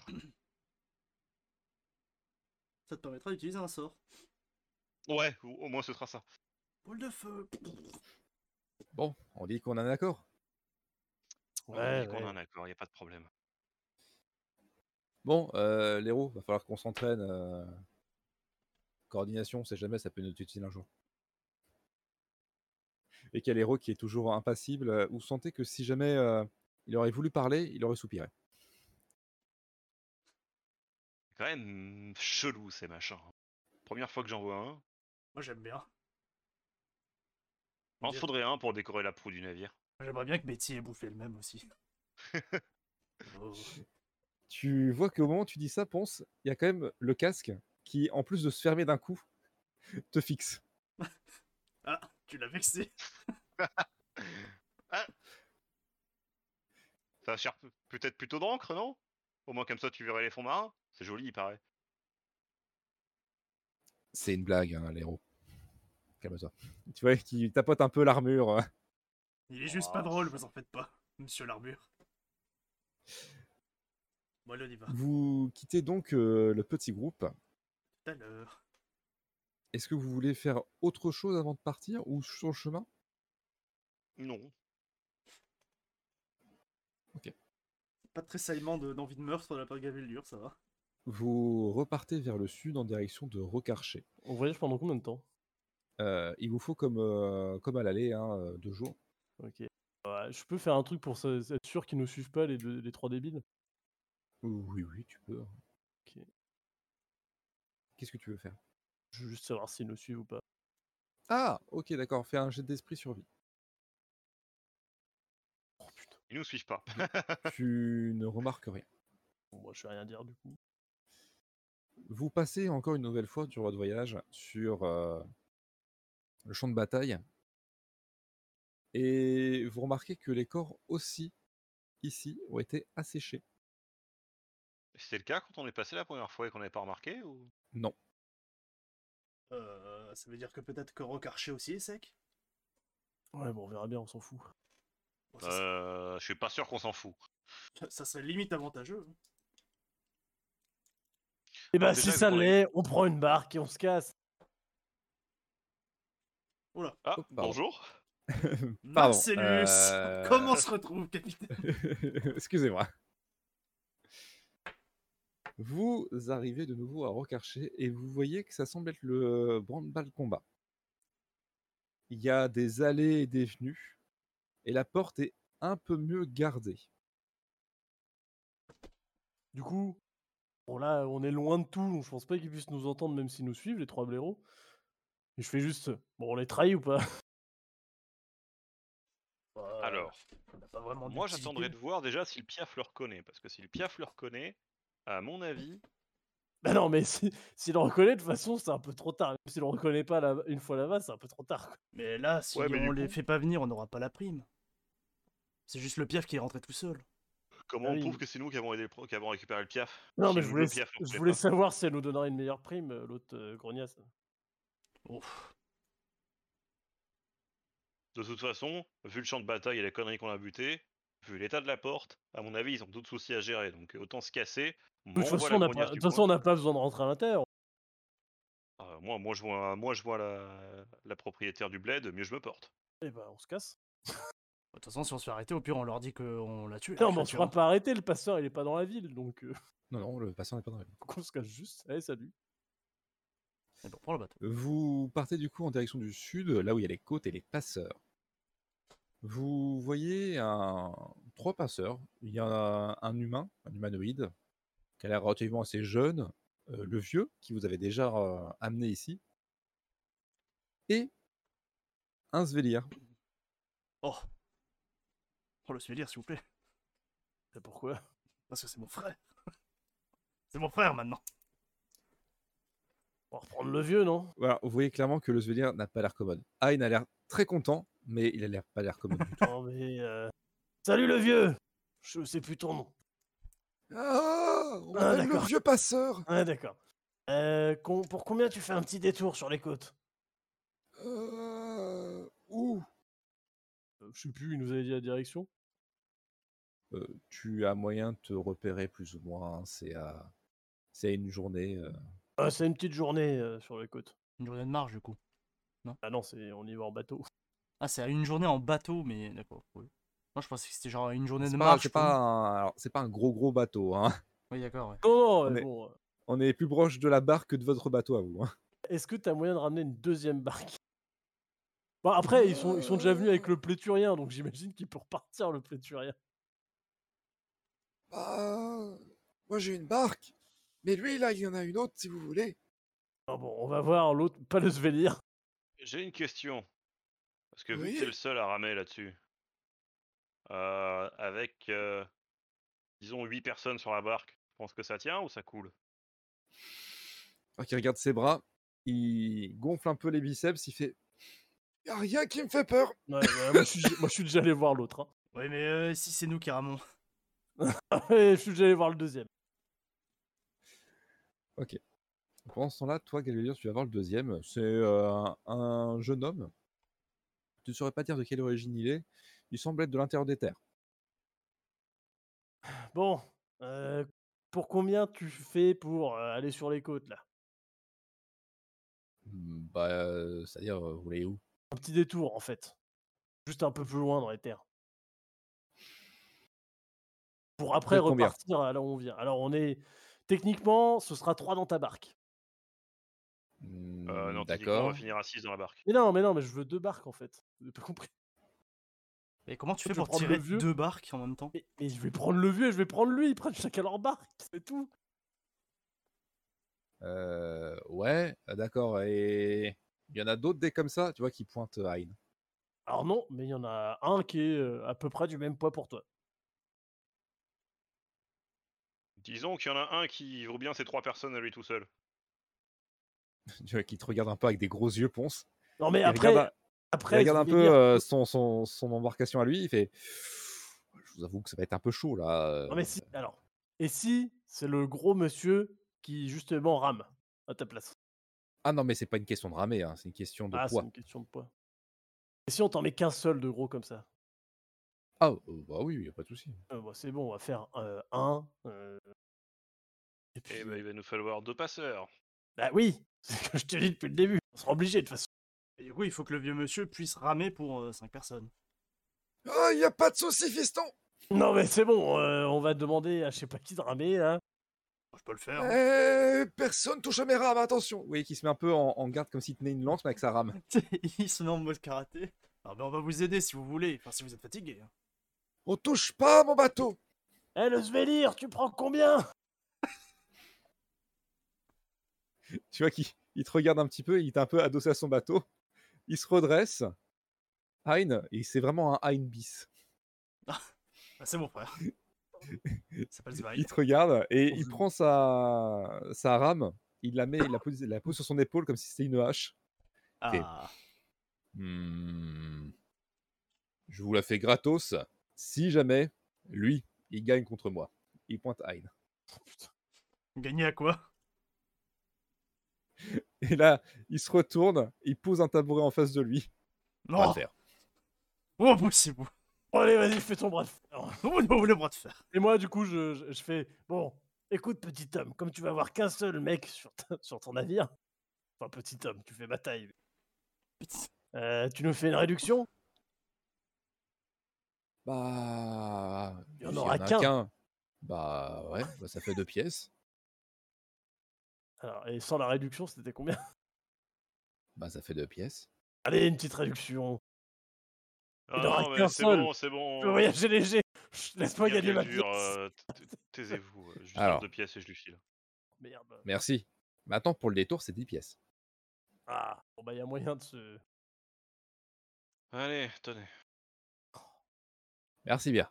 Speaker 4: Ça te permettra d'utiliser un sort.
Speaker 3: Ouais, au, au moins ce sera ça.
Speaker 4: Boule de feu.
Speaker 2: Bon, on dit qu'on a un accord.
Speaker 3: On
Speaker 1: Ouais,
Speaker 3: dit qu'on
Speaker 1: ouais.
Speaker 3: a un accord, y a pas de problème.
Speaker 2: Bon, euh, l'héros, va falloir qu'on s'entraîne. euh, Coordination, on sait jamais, ça peut nous être utile un jour. Et quel héros qui est toujours impassible, euh, vous sentez que si jamais euh, il aurait voulu parler, il aurait soupiré.
Speaker 3: C'est Quand même chelou ces machins. Première fois que j'en vois un.
Speaker 4: Moi j'aime bien.
Speaker 3: Il en
Speaker 4: Bien.
Speaker 3: faudrait un pour décorer la proue du navire.
Speaker 4: J'aimerais bien que Betty ait bouffé le même aussi. Oh.
Speaker 2: Tu vois qu'au moment où tu dis ça, Ponce, il y a quand même le casque qui, en plus de se fermer d'un coup, te fixe.
Speaker 4: Ah, tu l'as vexé.
Speaker 3: Ça sert p- peut-être plutôt d'encre, non Au moins comme ça tu verrais les fonds marins. C'est joli, il paraît.
Speaker 2: C'est une blague, hein, l'héros. Calme-toi. Tu vois qu'il tapote un peu l'armure. euh.
Speaker 4: Il est juste
Speaker 3: Oh.
Speaker 4: pas drôle, vous en faites pas, monsieur l'armure. Bon, allez, on y va.
Speaker 2: Vous quittez donc euh, le petit groupe.
Speaker 4: Tout à l'heure.
Speaker 2: Est-ce que vous voulez faire autre chose avant de partir ou sur le chemin
Speaker 3: Non.
Speaker 4: Pas de tressaillement de- d'envie de, meurtre de la part de Gaveldure, ça va.
Speaker 2: Vous repartez vers le sud en direction de Recarché.
Speaker 1: On voyage pendant combien de temps
Speaker 2: Euh, il vous faut comme, euh, comme à l'aller hein, euh, deux jours.
Speaker 1: Ok. Ouais, je peux faire un truc pour se- être sûr qu'ils nous suivent pas, les, deux- les trois débiles
Speaker 2: Oui, oui, tu peux. hein.
Speaker 1: Ok.
Speaker 2: Qu'est-ce que tu veux faire
Speaker 1: Je veux juste savoir s'ils nous suivent ou pas.
Speaker 2: Ah, ok, d'accord. Fais un jet d'esprit survie.
Speaker 1: Oh putain,
Speaker 3: Ils nous suivent pas.
Speaker 2: tu ne remarques rien.
Speaker 1: bon, moi je vais rien dire du coup.
Speaker 2: Vous passez encore une nouvelle fois sur votre voyage sur euh, le champ de bataille et vous remarquez que les corps aussi ici ont été asséchés.
Speaker 3: C'était le cas quand on est passé la première fois et qu'on n'avait pas remarqué ou...
Speaker 4: Euh, ça veut dire que peut-être que Rocarcher aussi est sec
Speaker 1: Ouais, bon, on verra bien, on s'en fout.
Speaker 4: Bon, ça,
Speaker 3: Euh, je suis pas sûr qu'on s'en fout.
Speaker 4: serait- ça serait limite avantageux. hein.
Speaker 1: Et bah,
Speaker 3: déjà,
Speaker 1: si
Speaker 3: ils
Speaker 1: ça
Speaker 3: vont
Speaker 1: l'est, on prend une barque et on se casse.
Speaker 3: Ah,
Speaker 2: Oh, pardon.
Speaker 3: bonjour.
Speaker 2: Pardon,
Speaker 4: Marcellus
Speaker 2: euh,
Speaker 4: Comment on se retrouve, capitaine
Speaker 2: Excusez-moi. Vous arrivez de nouveau à Rocarcher et vous voyez que ça semble être le branle-bas combat. Il y a des allées et des venues et la porte est un peu mieux gardée.
Speaker 1: Du coup, bon là, on est loin de tout, donc je pense pas qu'ils puissent nous entendre même s'ils nous suivent, les trois blaireaux. Et je fais juste, bon, on les trahit ou pas
Speaker 4: Bah,
Speaker 3: Alors,
Speaker 4: on n'a pas vraiment
Speaker 3: Moi,
Speaker 4: d'utilité.
Speaker 3: j'attendrai de voir déjà si le piaf le reconnaît, parce que si le piaf le reconnaît, à mon avis,
Speaker 1: Bah non, mais si- s'il le reconnaît, de toute façon, c'est un peu trop tard. Même s'il le reconnaît pas là- une fois là-bas, c'est un peu trop tard. quoi.
Speaker 4: Mais là, si
Speaker 3: Ouais, mais du
Speaker 4: on les
Speaker 3: coup-
Speaker 4: fait pas venir, on n'aura pas la prime. C'est juste le piaf qui est rentré tout seul.
Speaker 3: comment
Speaker 1: Ah
Speaker 3: on
Speaker 1: oui.
Speaker 3: prouve que c'est nous qui avons aidé le pro, qui avons récupéré le piaf
Speaker 1: Non,
Speaker 3: si
Speaker 1: mais je
Speaker 3: nous,
Speaker 1: voulais,
Speaker 3: le Piaf le
Speaker 1: je
Speaker 3: reconnaît
Speaker 1: voulais
Speaker 3: pas
Speaker 1: savoir si elle nous donnera une meilleure prime, euh, l'autre euh, grognasse.
Speaker 4: Ouf.
Speaker 3: De toute façon, vu le champ de bataille et les conneries qu'on a butées, vu l'état de la porte, à mon avis, ils ont d'autres soucis à gérer, donc autant se casser.
Speaker 1: De toute façon, on n'a pas, de toute façon, on n'a pas besoin de rentrer à l'intérieur.
Speaker 3: Ah, moi, moi, je vois, moi, je vois la, la propriétaire du bled, mieux je me porte.
Speaker 1: Et bah, on se casse.
Speaker 4: De toute façon, si on se fait arrêter, au pire, on leur dit qu'on l'a tué. la
Speaker 1: Non, mais on se fera
Speaker 4: créature.
Speaker 1: pas arrêter, le passeur, il est pas dans la ville, donc euh,
Speaker 2: Non, non, le patient n'est pas dans la
Speaker 1: faut qu'on se casse juste. Allez, salut.
Speaker 4: Eh ben, on prend le bateau.
Speaker 2: Vous partez du coup en direction du sud, là où il y a les côtes et les passeurs. Vous voyez un... trois passeurs. Il y en a un humain, un humanoïde, qui a l'air relativement assez jeune, euh, le vieux, qui vous avait déjà euh, amené ici, et un svelir
Speaker 4: Oh Oh, laisse-moi dire, s'il vous plaît.
Speaker 1: C'est pourquoi
Speaker 4: Parce que c'est mon frère. c'est mon frère maintenant.
Speaker 1: On va reprendre le vieux, non
Speaker 2: Voilà, vous voyez clairement que le Svelir n'a pas l'air commode. Ayn a l'air très content, mais il a l'air pas l'air commode. du tout.
Speaker 1: Non, mais. euh, Salut le vieux Je sais plus ton nom.
Speaker 2: ah, on
Speaker 1: Ah,
Speaker 2: appelle le
Speaker 1: d'accord.
Speaker 2: vieux passeur.
Speaker 1: Ah, d'accord. Euh, con- Pour combien tu fais un petit détour sur les côtes
Speaker 2: Euh... Ouh.
Speaker 1: Euh, Je sais plus, il nous avait dit la direction.
Speaker 2: Euh, tu as moyen de te repérer plus ou moins. hein, C'est à, c'est à une journée. euh.
Speaker 1: Ah, c'est une petite journée euh, sur les côtes.
Speaker 4: Une journée de marche, du coup.
Speaker 1: Ah non, c'est on y va en bateau.
Speaker 4: Ah, c'est à une journée en bateau, mais d'accord. oui. Moi, je pensais que c'était genre une journée de
Speaker 2: C'est pas,
Speaker 4: marche.
Speaker 2: c'est
Speaker 4: pour
Speaker 2: pas
Speaker 4: nous.
Speaker 2: un, alors, c'est pas un gros gros bateau. Hein.
Speaker 4: Oui, d'accord, ouais.
Speaker 1: Non, non,
Speaker 2: On
Speaker 1: mais
Speaker 2: est-
Speaker 1: bon. euh,
Speaker 2: On est plus proche de la barque que de votre bateau à vous. hein.
Speaker 1: Est-ce que t'as moyen de ramener une deuxième barque Bah après, ils sont, ils sont déjà venus avec le pléturien, donc j'imagine qu'il peut repartir le pléturien.
Speaker 6: Bah, moi j'ai une barque, mais lui là il y en a une autre si vous voulez.
Speaker 1: Ah bon, on va voir l'autre, pas le Svelir.
Speaker 3: J'ai une question. Parce que vu
Speaker 6: Oui.
Speaker 3: que t'es le seul à ramer là-dessus, euh, avec, euh, disons, 8 personnes sur la barque, tu penses que ça tient ou ça coule
Speaker 2: Alors qu'il regarde ses bras, il gonfle un peu les biceps, il fait.
Speaker 6: Y a rien qui me fait peur.
Speaker 1: Ouais, ouais, moi, je suis, moi, je suis déjà allé voir l'autre. hein.
Speaker 4: Ouais, mais euh, si c'est nous qui ramons.
Speaker 1: Et je suis déjà allé voir le deuxième.
Speaker 2: Pendant ce temps-là, toi, Galileo, tu vas voir le deuxième. C'est euh, un- un jeune homme. Tu ne saurais pas dire de quelle origine il est. Il semble être de l'intérieur des terres.
Speaker 1: Bon, euh, pour combien tu fais pour euh, aller sur les côtes là
Speaker 2: Hmm, Bah, euh, c'est-à-dire, euh, vous voulez où
Speaker 1: Un petit détour en fait. Juste un peu plus loin dans les terres. Pour après
Speaker 2: êtes combien
Speaker 1: repartir à là où on vient. Alors on est. Techniquement, ce sera trois dans ta barque.
Speaker 2: Hmm,
Speaker 3: Euh,
Speaker 1: Mmh,
Speaker 3: Non, techniquement, on
Speaker 2: D'accord.
Speaker 3: va finir à 6 dans la barque.
Speaker 1: Mais non, mais non, mais je veux deux barques en fait. Vous avez pas compris.
Speaker 4: Et comment tu
Speaker 1: Je
Speaker 4: fais
Speaker 1: vais
Speaker 4: pour
Speaker 1: prendre le
Speaker 4: tirer
Speaker 1: vieux.
Speaker 4: deux barques en même temps
Speaker 1: Mais, mais je vais prendre le vieux et je vais prendre lui. Ils prennent chacun leur barque, c'est tout.
Speaker 2: Euh, ouais, euh, d'accord. Et il y en a d'autres des comme ça, tu vois, qui pointent euh, Ayn.
Speaker 1: Alors non, mais il y en a un qui est euh, à peu près du même poids pour toi.
Speaker 3: Disons qu'il y en a un qui vaut bien ces 3 personnes à lui tout seul.
Speaker 2: Tu vois, qui te regarde un peu avec des gros yeux ponces.
Speaker 1: Non mais
Speaker 2: Il
Speaker 1: après,
Speaker 2: regarde un- il
Speaker 1: après,
Speaker 2: regarde
Speaker 1: je
Speaker 2: un
Speaker 1: voulais
Speaker 2: peu
Speaker 1: dire-
Speaker 2: euh, son, son, son embarcation à lui. Il fait Je vous avoue que ça va être un peu chaud là. euh,
Speaker 1: Non mais si. Alors, et si c'est le gros monsieur qui justement rame à ta place.
Speaker 2: Ah non, mais c'est pas une question de ramer, hein, c'est une question de
Speaker 1: ah, c'est
Speaker 2: poids.
Speaker 1: une question de poids. Et si on t'en met qu'un seul de gros comme ça
Speaker 2: Ah, euh, bah oui, oui, y a pas de souci.
Speaker 1: Euh, bon, C'est bon, on va faire euh, un. euh, Et puis,
Speaker 3: Et bah, il va nous falloir deux passeurs.
Speaker 1: bah oui, c'est ce que je te dis depuis le début. On sera obligé de toute façon.
Speaker 4: Et du coup, il faut que le vieux monsieur puisse ramer pour 5 personnes.
Speaker 6: Ah, y a pas de souci, fiston.
Speaker 1: Non mais c'est bon, euh, on va demander à je sais pas qui de ramer là.
Speaker 4: Moi, Je peux le faire. hein.
Speaker 6: Eh, personne touche à mes rames, attention.
Speaker 2: Vous voyez qu'il se met un peu en, en garde comme s'il tenait une lance, mais avec sa rame.
Speaker 4: hein. il se met en mode karaté. Ah ben on va vous aider si vous voulez, enfin si vous êtes fatigué. hein.
Speaker 6: On touche pas à mon bateau.
Speaker 1: Eh le Svelir, tu prends combien
Speaker 2: Tu vois qu'il il te regarde un petit peu, il est un peu adossé à son bateau. Il se redresse. Hein, et c'est vraiment un Hein bis.
Speaker 4: Ah, c'est mon frère. il s'appelle
Speaker 2: Il
Speaker 4: Zvaïd.
Speaker 2: te regarde et il
Speaker 4: Bonjour.
Speaker 2: prend sa, sa rame, il la met, il la pose, il la pose sur son épaule comme si c'était une hache.
Speaker 4: Ah,
Speaker 2: Hmm. Je vous la fais gratos. Si jamais, lui, il gagne contre moi. Il pointe Hein.
Speaker 4: gagner à quoi
Speaker 2: Et là, il se retourne, il pose un tabouret en face de lui. Pas
Speaker 4: Non,
Speaker 2: de faire.
Speaker 4: oh, possible.
Speaker 1: Bon, Allez, vas-y, fais ton bras de fer.
Speaker 4: Oh, non, le bras de fer.
Speaker 1: Et moi, du coup, je, je- je fais Bon, écoute, petit homme, comme tu vas avoir qu'un seul mec sur, ta- sur ton navire, enfin, petit homme, tu fais bataille,
Speaker 4: Petit-
Speaker 1: euh, tu nous fais une réduction
Speaker 2: Bah.
Speaker 1: Il y en
Speaker 2: s'il
Speaker 1: aura
Speaker 2: a
Speaker 1: qu'un.
Speaker 2: Bah ouais, bah ça fait deux pièces.
Speaker 1: Alors, Et sans la réduction, c'était combien
Speaker 2: Bah ça fait deux pièces.
Speaker 1: Allez, une petite réduction.
Speaker 3: Ah
Speaker 1: Il en aura
Speaker 3: non, mais
Speaker 1: qu'un
Speaker 3: c'est
Speaker 1: seul.
Speaker 3: bon, c'est bon.
Speaker 1: Je veux voyager léger. Chut, Laisse-moi
Speaker 3: Bien,
Speaker 1: gagner
Speaker 3: bien
Speaker 1: ma
Speaker 3: dur,
Speaker 1: pièce.
Speaker 3: euh, t- t- Taisez-vous, euh, je lui
Speaker 2: Alors.
Speaker 3: sors deux pièces et je lui file.
Speaker 1: Merde.
Speaker 2: Merci. Maintenant, pour le détour, c'est 10 pièces.
Speaker 1: Ah, bon, bah, il y a moyen de se.
Speaker 3: Allez, tenez.
Speaker 2: Merci bien.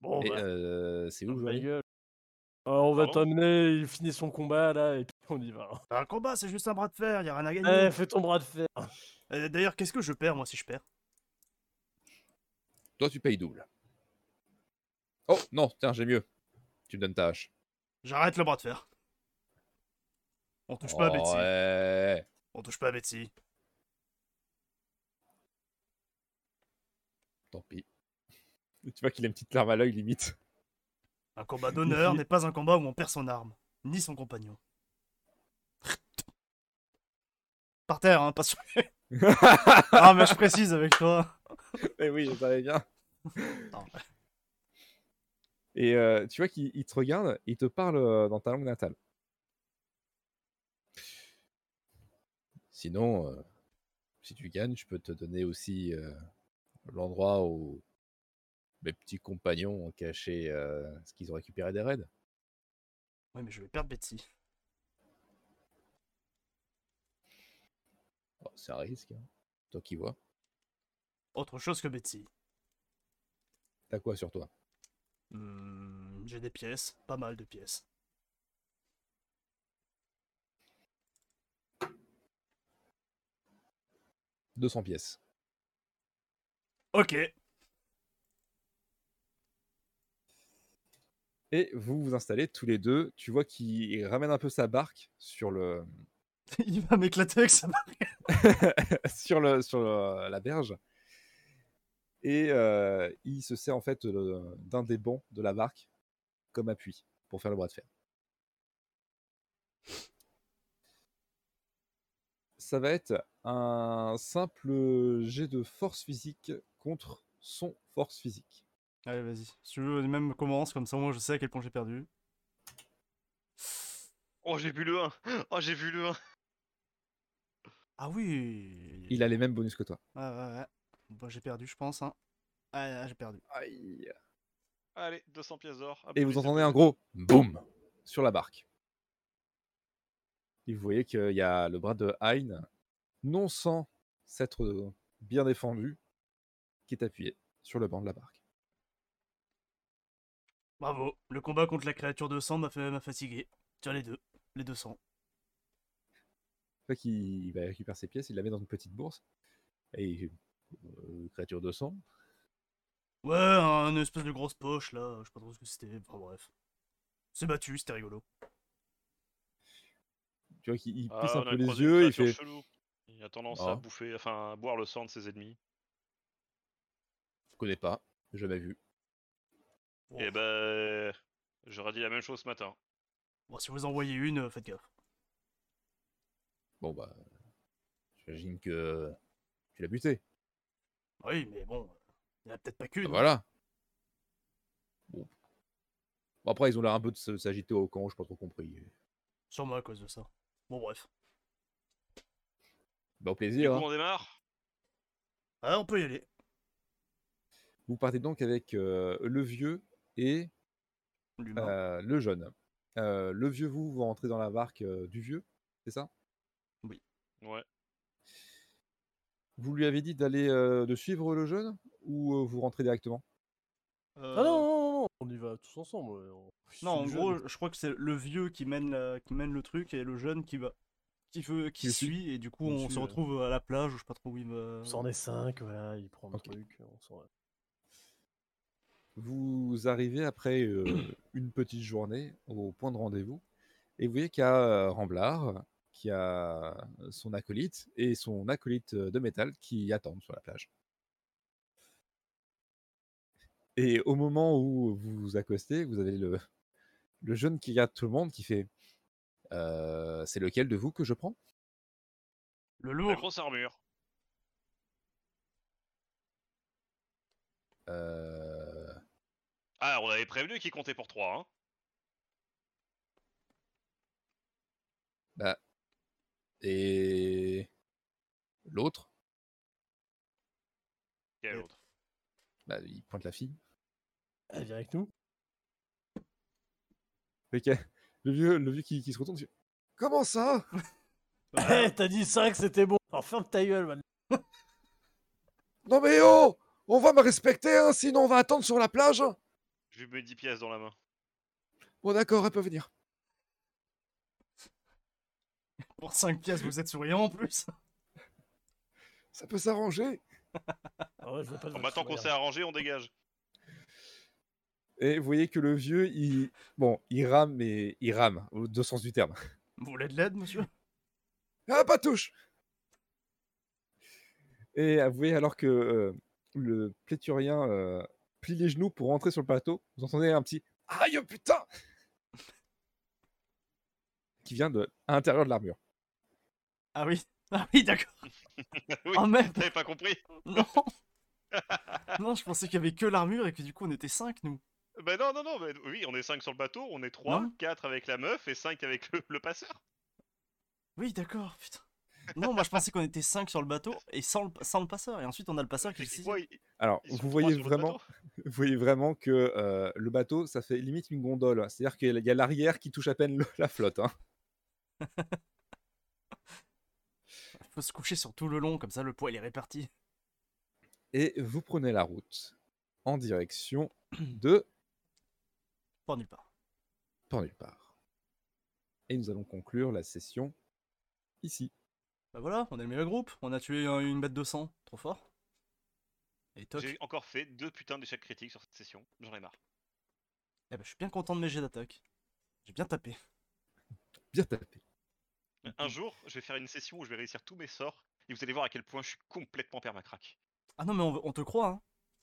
Speaker 1: Bon,
Speaker 2: Et,
Speaker 1: bah,
Speaker 2: euh, c'est où le
Speaker 1: ma
Speaker 2: journée
Speaker 1: gueule. Ah, on va
Speaker 3: Pardon
Speaker 1: t'amener, il finit son combat là et puis on y va.
Speaker 4: C'est un combat, c'est juste un bras de fer, y a rien à
Speaker 1: Eh,
Speaker 4: gagner.
Speaker 1: fais ton bras de fer.
Speaker 4: Euh, D'ailleurs, qu'est-ce que je perds moi si je perds
Speaker 2: Toi, tu payes double. Oh non, tiens, j'ai mieux. Tu me donnes ta hache.
Speaker 4: J'arrête le bras de fer. On touche pas à Betsy.
Speaker 2: ouais.
Speaker 4: On touche pas à Betsy.
Speaker 2: Tant pis. Tu vois qu'il a une petite larme à l'œil, limite.
Speaker 4: Un combat d'honneur n'est pas un combat où on perd son arme, ni son compagnon. Par terre, hein, pas sur lui. ah, mais je précise avec toi.
Speaker 2: Mais Eh oui, je savais bien.
Speaker 4: Attends.
Speaker 2: Et euh, tu vois qu'il il te regarde, il te parle euh, dans ta langue natale. Sinon, euh, si tu gagnes, je peux te donner aussi euh, l'endroit où mes petits compagnons ont caché euh, ce qu'ils ont récupéré des raids.
Speaker 4: Oui, mais je vais perdre Betsy.
Speaker 2: Bon, c'est un risque, hein. toi qui vois.
Speaker 4: Autre chose que Betsy.
Speaker 2: T'as quoi sur toi
Speaker 4: Hmm, J'ai des pièces, pas mal de pièces.
Speaker 2: « 200 pièces.
Speaker 4: Ok.
Speaker 2: Et vous vous installez tous les deux. Tu vois qu'il ramène un peu sa barque sur le
Speaker 4: Il va m'éclater avec sa main.
Speaker 2: sur le sur le- la berge. Et euh, il se sert en fait euh, d'un des bancs de la barque comme appui pour faire le bras de fer. Ça va être un simple jet de force physique contre son force physique.
Speaker 4: Allez, vas-y. Si tu veux, même commence, comme ça, moi je sais à quel point j'ai perdu.
Speaker 3: Oh, j'ai vu le 1 Oh, j'ai vu le 1
Speaker 4: Ah oui
Speaker 2: Il a les mêmes bonus que toi.
Speaker 4: Ouais, ouais, ouais. Bon, bah, j'ai perdu, je pense. Hein. Ah, là, j'ai perdu.
Speaker 3: Allez, 200 pièces d'or.
Speaker 2: Et vous entendez un gros boum sur la barque. Et vous voyez qu'il y a le bras de Hein, non sans s'être euh, bien défendu, qui est appuyé sur le banc de la barque.
Speaker 4: Bravo. Le combat contre la créature de sang m'a fait m'a fatigué. Tiens, les deux. Les 200.
Speaker 2: Fait qu'il il va récupérer ses pièces, il la met dans une petite bourse. Et euh, créature de sang.
Speaker 4: Ouais, un une espèce de grosse poche, là. Je sais pas trop ce que c'était. Enfin, bref. C'est battu, c'était rigolo.
Speaker 2: Tu vois qu'il il
Speaker 3: Ah,
Speaker 2: plisse
Speaker 3: on
Speaker 2: un
Speaker 3: a
Speaker 2: peu les
Speaker 3: croisé une
Speaker 2: yeux, il
Speaker 3: créature
Speaker 2: fait
Speaker 3: chelou. Il a tendance
Speaker 2: Ah.
Speaker 3: à bouffer, enfin à boire le sang de ses ennemis.
Speaker 2: Je connais pas, jamais vu.
Speaker 4: Bon,
Speaker 3: Et ben, j'aurais dit la même chose ce matin.
Speaker 4: bon, si vous en voyez une, euh, faites gaffe.
Speaker 2: Bon bah. J'imagine que tu l'as buté.
Speaker 4: Oui, mais bon. Il y en a peut-être pas qu'une.
Speaker 2: Bah, Voilà. Bon. Bon, Après, ils ont l'air un peu de se- s'agiter au camp, je pas trop compris.
Speaker 4: Sûrement à cause de ça. Bon, bref.
Speaker 2: Bah, au
Speaker 3: Du
Speaker 2: plaisir.
Speaker 3: coup,
Speaker 2: hein.
Speaker 3: on démarre
Speaker 4: Ah, on peut y aller.
Speaker 2: Vous partez donc avec euh, le vieux et
Speaker 4: L'humain.
Speaker 2: euh, le jeune. Euh, le vieux, vous, vous rentrez dans la barque euh, du vieux, c'est ça
Speaker 3: Ouais.
Speaker 2: Vous lui avez dit d'aller euh, de suivre le jeune ou euh, vous rentrez directement
Speaker 4: Euh,
Speaker 1: Ah non, non, non, non, on y va tous ensemble. ouais, on-
Speaker 4: Non, en
Speaker 1: je- je-
Speaker 4: gros, je crois que c'est le vieux qui mène, la- qui mène le truc et le jeune qui va. Qui, veut, qui
Speaker 2: Qui le suit.
Speaker 4: suit, et du coup,
Speaker 2: Qui le
Speaker 4: on
Speaker 2: suit,
Speaker 4: se
Speaker 2: ouais.
Speaker 4: retrouve à la plage, ou je sais pas trop où il va.
Speaker 1: on s'en est cinq, voilà, il prend le
Speaker 2: Ok.
Speaker 1: truc, on s'en va.
Speaker 2: Vous arrivez après euh, une petite journée au point de rendez-vous et vous voyez qu'il y a euh, Ramblard qui a euh, son acolyte et son acolyte euh, de métal qui attendent sur la plage. Et au moment où vous vous accostez, vous avez le, le jeune qui regarde tout le monde qui fait Euh, C'est lequel de vous que je prends
Speaker 4: Le
Speaker 3: La
Speaker 4: lourd
Speaker 3: grosse armure.
Speaker 2: Euh,
Speaker 3: Ah, on avait prévenu qu'il comptait pour 3, hein.
Speaker 2: Et l'autre
Speaker 3: Quel
Speaker 4: Et-
Speaker 3: autre
Speaker 2: Bah, Il pointe la fille.
Speaker 1: Elle vient avec nous
Speaker 2: Fait que le vieux, le vieux qui, qui se retourne, il fait,
Speaker 6: Comment ça
Speaker 3: Ah.
Speaker 1: Eh, t'as dit 5, c'était bon. Alors ferme ta gueule, man.
Speaker 6: Non mais oh On va me respecter, hein, sinon on va attendre sur la plage. hein.
Speaker 3: Je lui mets 10 pièces dans la main.
Speaker 6: Bon, d'accord, elle peut venir.
Speaker 4: Pour 5 pièces, vous êtes souriant en plus.
Speaker 6: Ça peut s'arranger.
Speaker 1: Ah ouais, je veux pas de votre
Speaker 3: En maintenant qu'on s'est
Speaker 1: sourire.
Speaker 3: arrangé, on dégage.
Speaker 2: Et vous voyez que le vieux, il, bon, il rame, mais il rame, au deux sens du terme.
Speaker 4: Vous voulez de l'aide, monsieur
Speaker 6: Ah, pas touche.
Speaker 2: Et euh, vous voyez alors que euh, le pléthurien euh, plie les genoux pour rentrer sur le plateau, vous entendez un petit
Speaker 6: Aïe, putain.
Speaker 2: qui vient de à l'intérieur de l'armure.
Speaker 4: Ah oui. Ah oui, d'accord.
Speaker 3: oui,
Speaker 4: Oh merde,
Speaker 3: t'avais pas compris
Speaker 4: non Non, je pensais qu'il y avait que l'armure et que du coup on était 5 nous.
Speaker 3: Bah non, non, non, bah oui, on est 5 sur le bateau, on est 3,
Speaker 4: Non.
Speaker 3: 4 avec la meuf et 5 avec le, le passeur.
Speaker 4: Oui, d'accord, putain. Non, moi je pensais qu'on était 5 sur le bateau et sans le, sans le passeur. Et ensuite on a le passeur qui est
Speaker 3: Ils-
Speaker 4: six.
Speaker 3: moi, ils-
Speaker 2: Alors
Speaker 3: ils sont
Speaker 2: vous
Speaker 3: trois
Speaker 2: voyez
Speaker 3: sur le
Speaker 2: vraiment,
Speaker 3: bateau.
Speaker 2: vous voyez vraiment que euh, le bateau, ça fait limite une gondole. C'est-à-dire qu'il y a- il y a l'arrière qui touche à peine le- la flotte. hein.
Speaker 4: Faut se coucher sur tout le long, comme ça le poids il est réparti.
Speaker 2: Et vous prenez la route en direction de
Speaker 4: Pas nulle part.
Speaker 2: Port nulle part. Et nous allons conclure la session ici.
Speaker 4: Bah voilà, on a le meilleur groupe, on a tué un- une bête de sang, trop fort. Et toc.
Speaker 3: J'ai encore fait deux putains d'échecs critiques sur cette session, j'en ai marre.
Speaker 4: Eh ben, je suis bien content de mes jets d'attaque. J'ai bien tapé.
Speaker 2: Bien tapé.
Speaker 3: Un jour, je vais faire une session où je vais réussir tous mes sorts et vous allez voir à quel point je suis complètement permacraque.
Speaker 4: Ah non, mais on, on te croit, hein.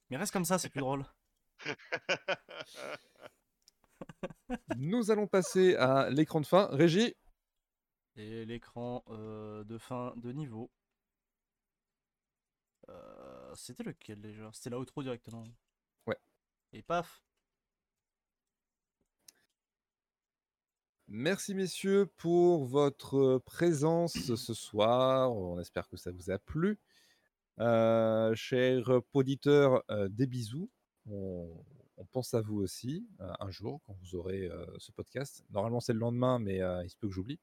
Speaker 4: Mais reste comme ça, c'est plus drôle.
Speaker 2: Nous allons passer à l'écran de fin. Régie,
Speaker 4: Et l'écran euh, de fin de niveau. Euh, C'était lequel déjà C'était la outro directement.
Speaker 2: Ouais.
Speaker 4: Et paf
Speaker 2: merci messieurs pour votre présence ce soir. On espère que ça vous a plu. Euh, chers auditeurs, euh, des bisous. On, on pense à vous aussi euh, un jour quand vous aurez euh, ce podcast. Normalement c'est le lendemain, mais euh, il se peut que j'oublie.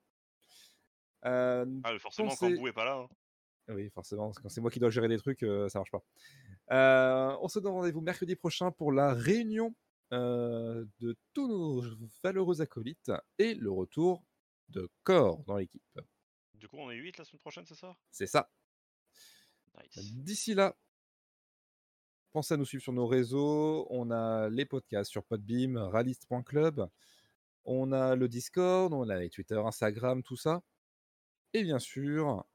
Speaker 2: Euh,
Speaker 3: Ah, mais forcément,
Speaker 2: Pensez-
Speaker 3: quand Bou est pas là. hein.
Speaker 2: Oui, forcément, parce que quand c'est moi qui dois gérer des trucs, euh, ça marche pas. Euh, on se donne rendez-vous mercredi prochain pour la réunion euh, de tous nos valeureux acolytes et le retour de corps dans l'équipe.
Speaker 3: Du coup, on est 8 la semaine prochaine, c'est ça
Speaker 2: C'est ça.
Speaker 3: Nice.
Speaker 2: D'ici là, pensez à nous suivre sur nos réseaux. On a les podcasts sur Podbeam, ralist.club. On a le Discord, on a les Twitter, Instagram, tout ça. Et bien sûr,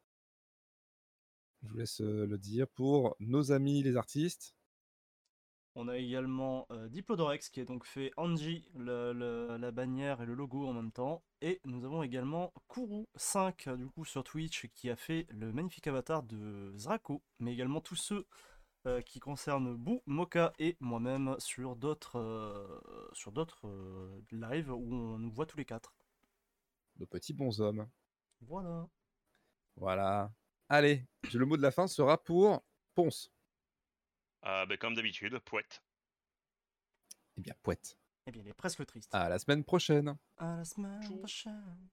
Speaker 2: je vous laisse euh, le dire pour nos amis les artistes.
Speaker 4: On a également euh, Diplodorex qui a donc fait Angie, le- le- la bannière et le logo en même temps. Et nous avons également Kourou5 euh, du coup sur Twitch qui a fait le magnifique avatar de Zrako, mais également tous ceux euh, qui concernent Bou, Moka et moi-même sur d'autres euh, sur d'autres euh, lives où on nous voit tous les quatre.
Speaker 2: nos petits bonshommes.
Speaker 4: Voilà.
Speaker 2: Voilà. Allez, le mot de la fin sera pour Ponce.
Speaker 3: Ah, bah, comme d'habitude, poète.
Speaker 2: Eh bien, poète.
Speaker 4: Eh bien, il est presque triste.
Speaker 2: Ah. À la semaine prochaine.
Speaker 4: À la semaine
Speaker 3: Tchou.
Speaker 4: prochaine.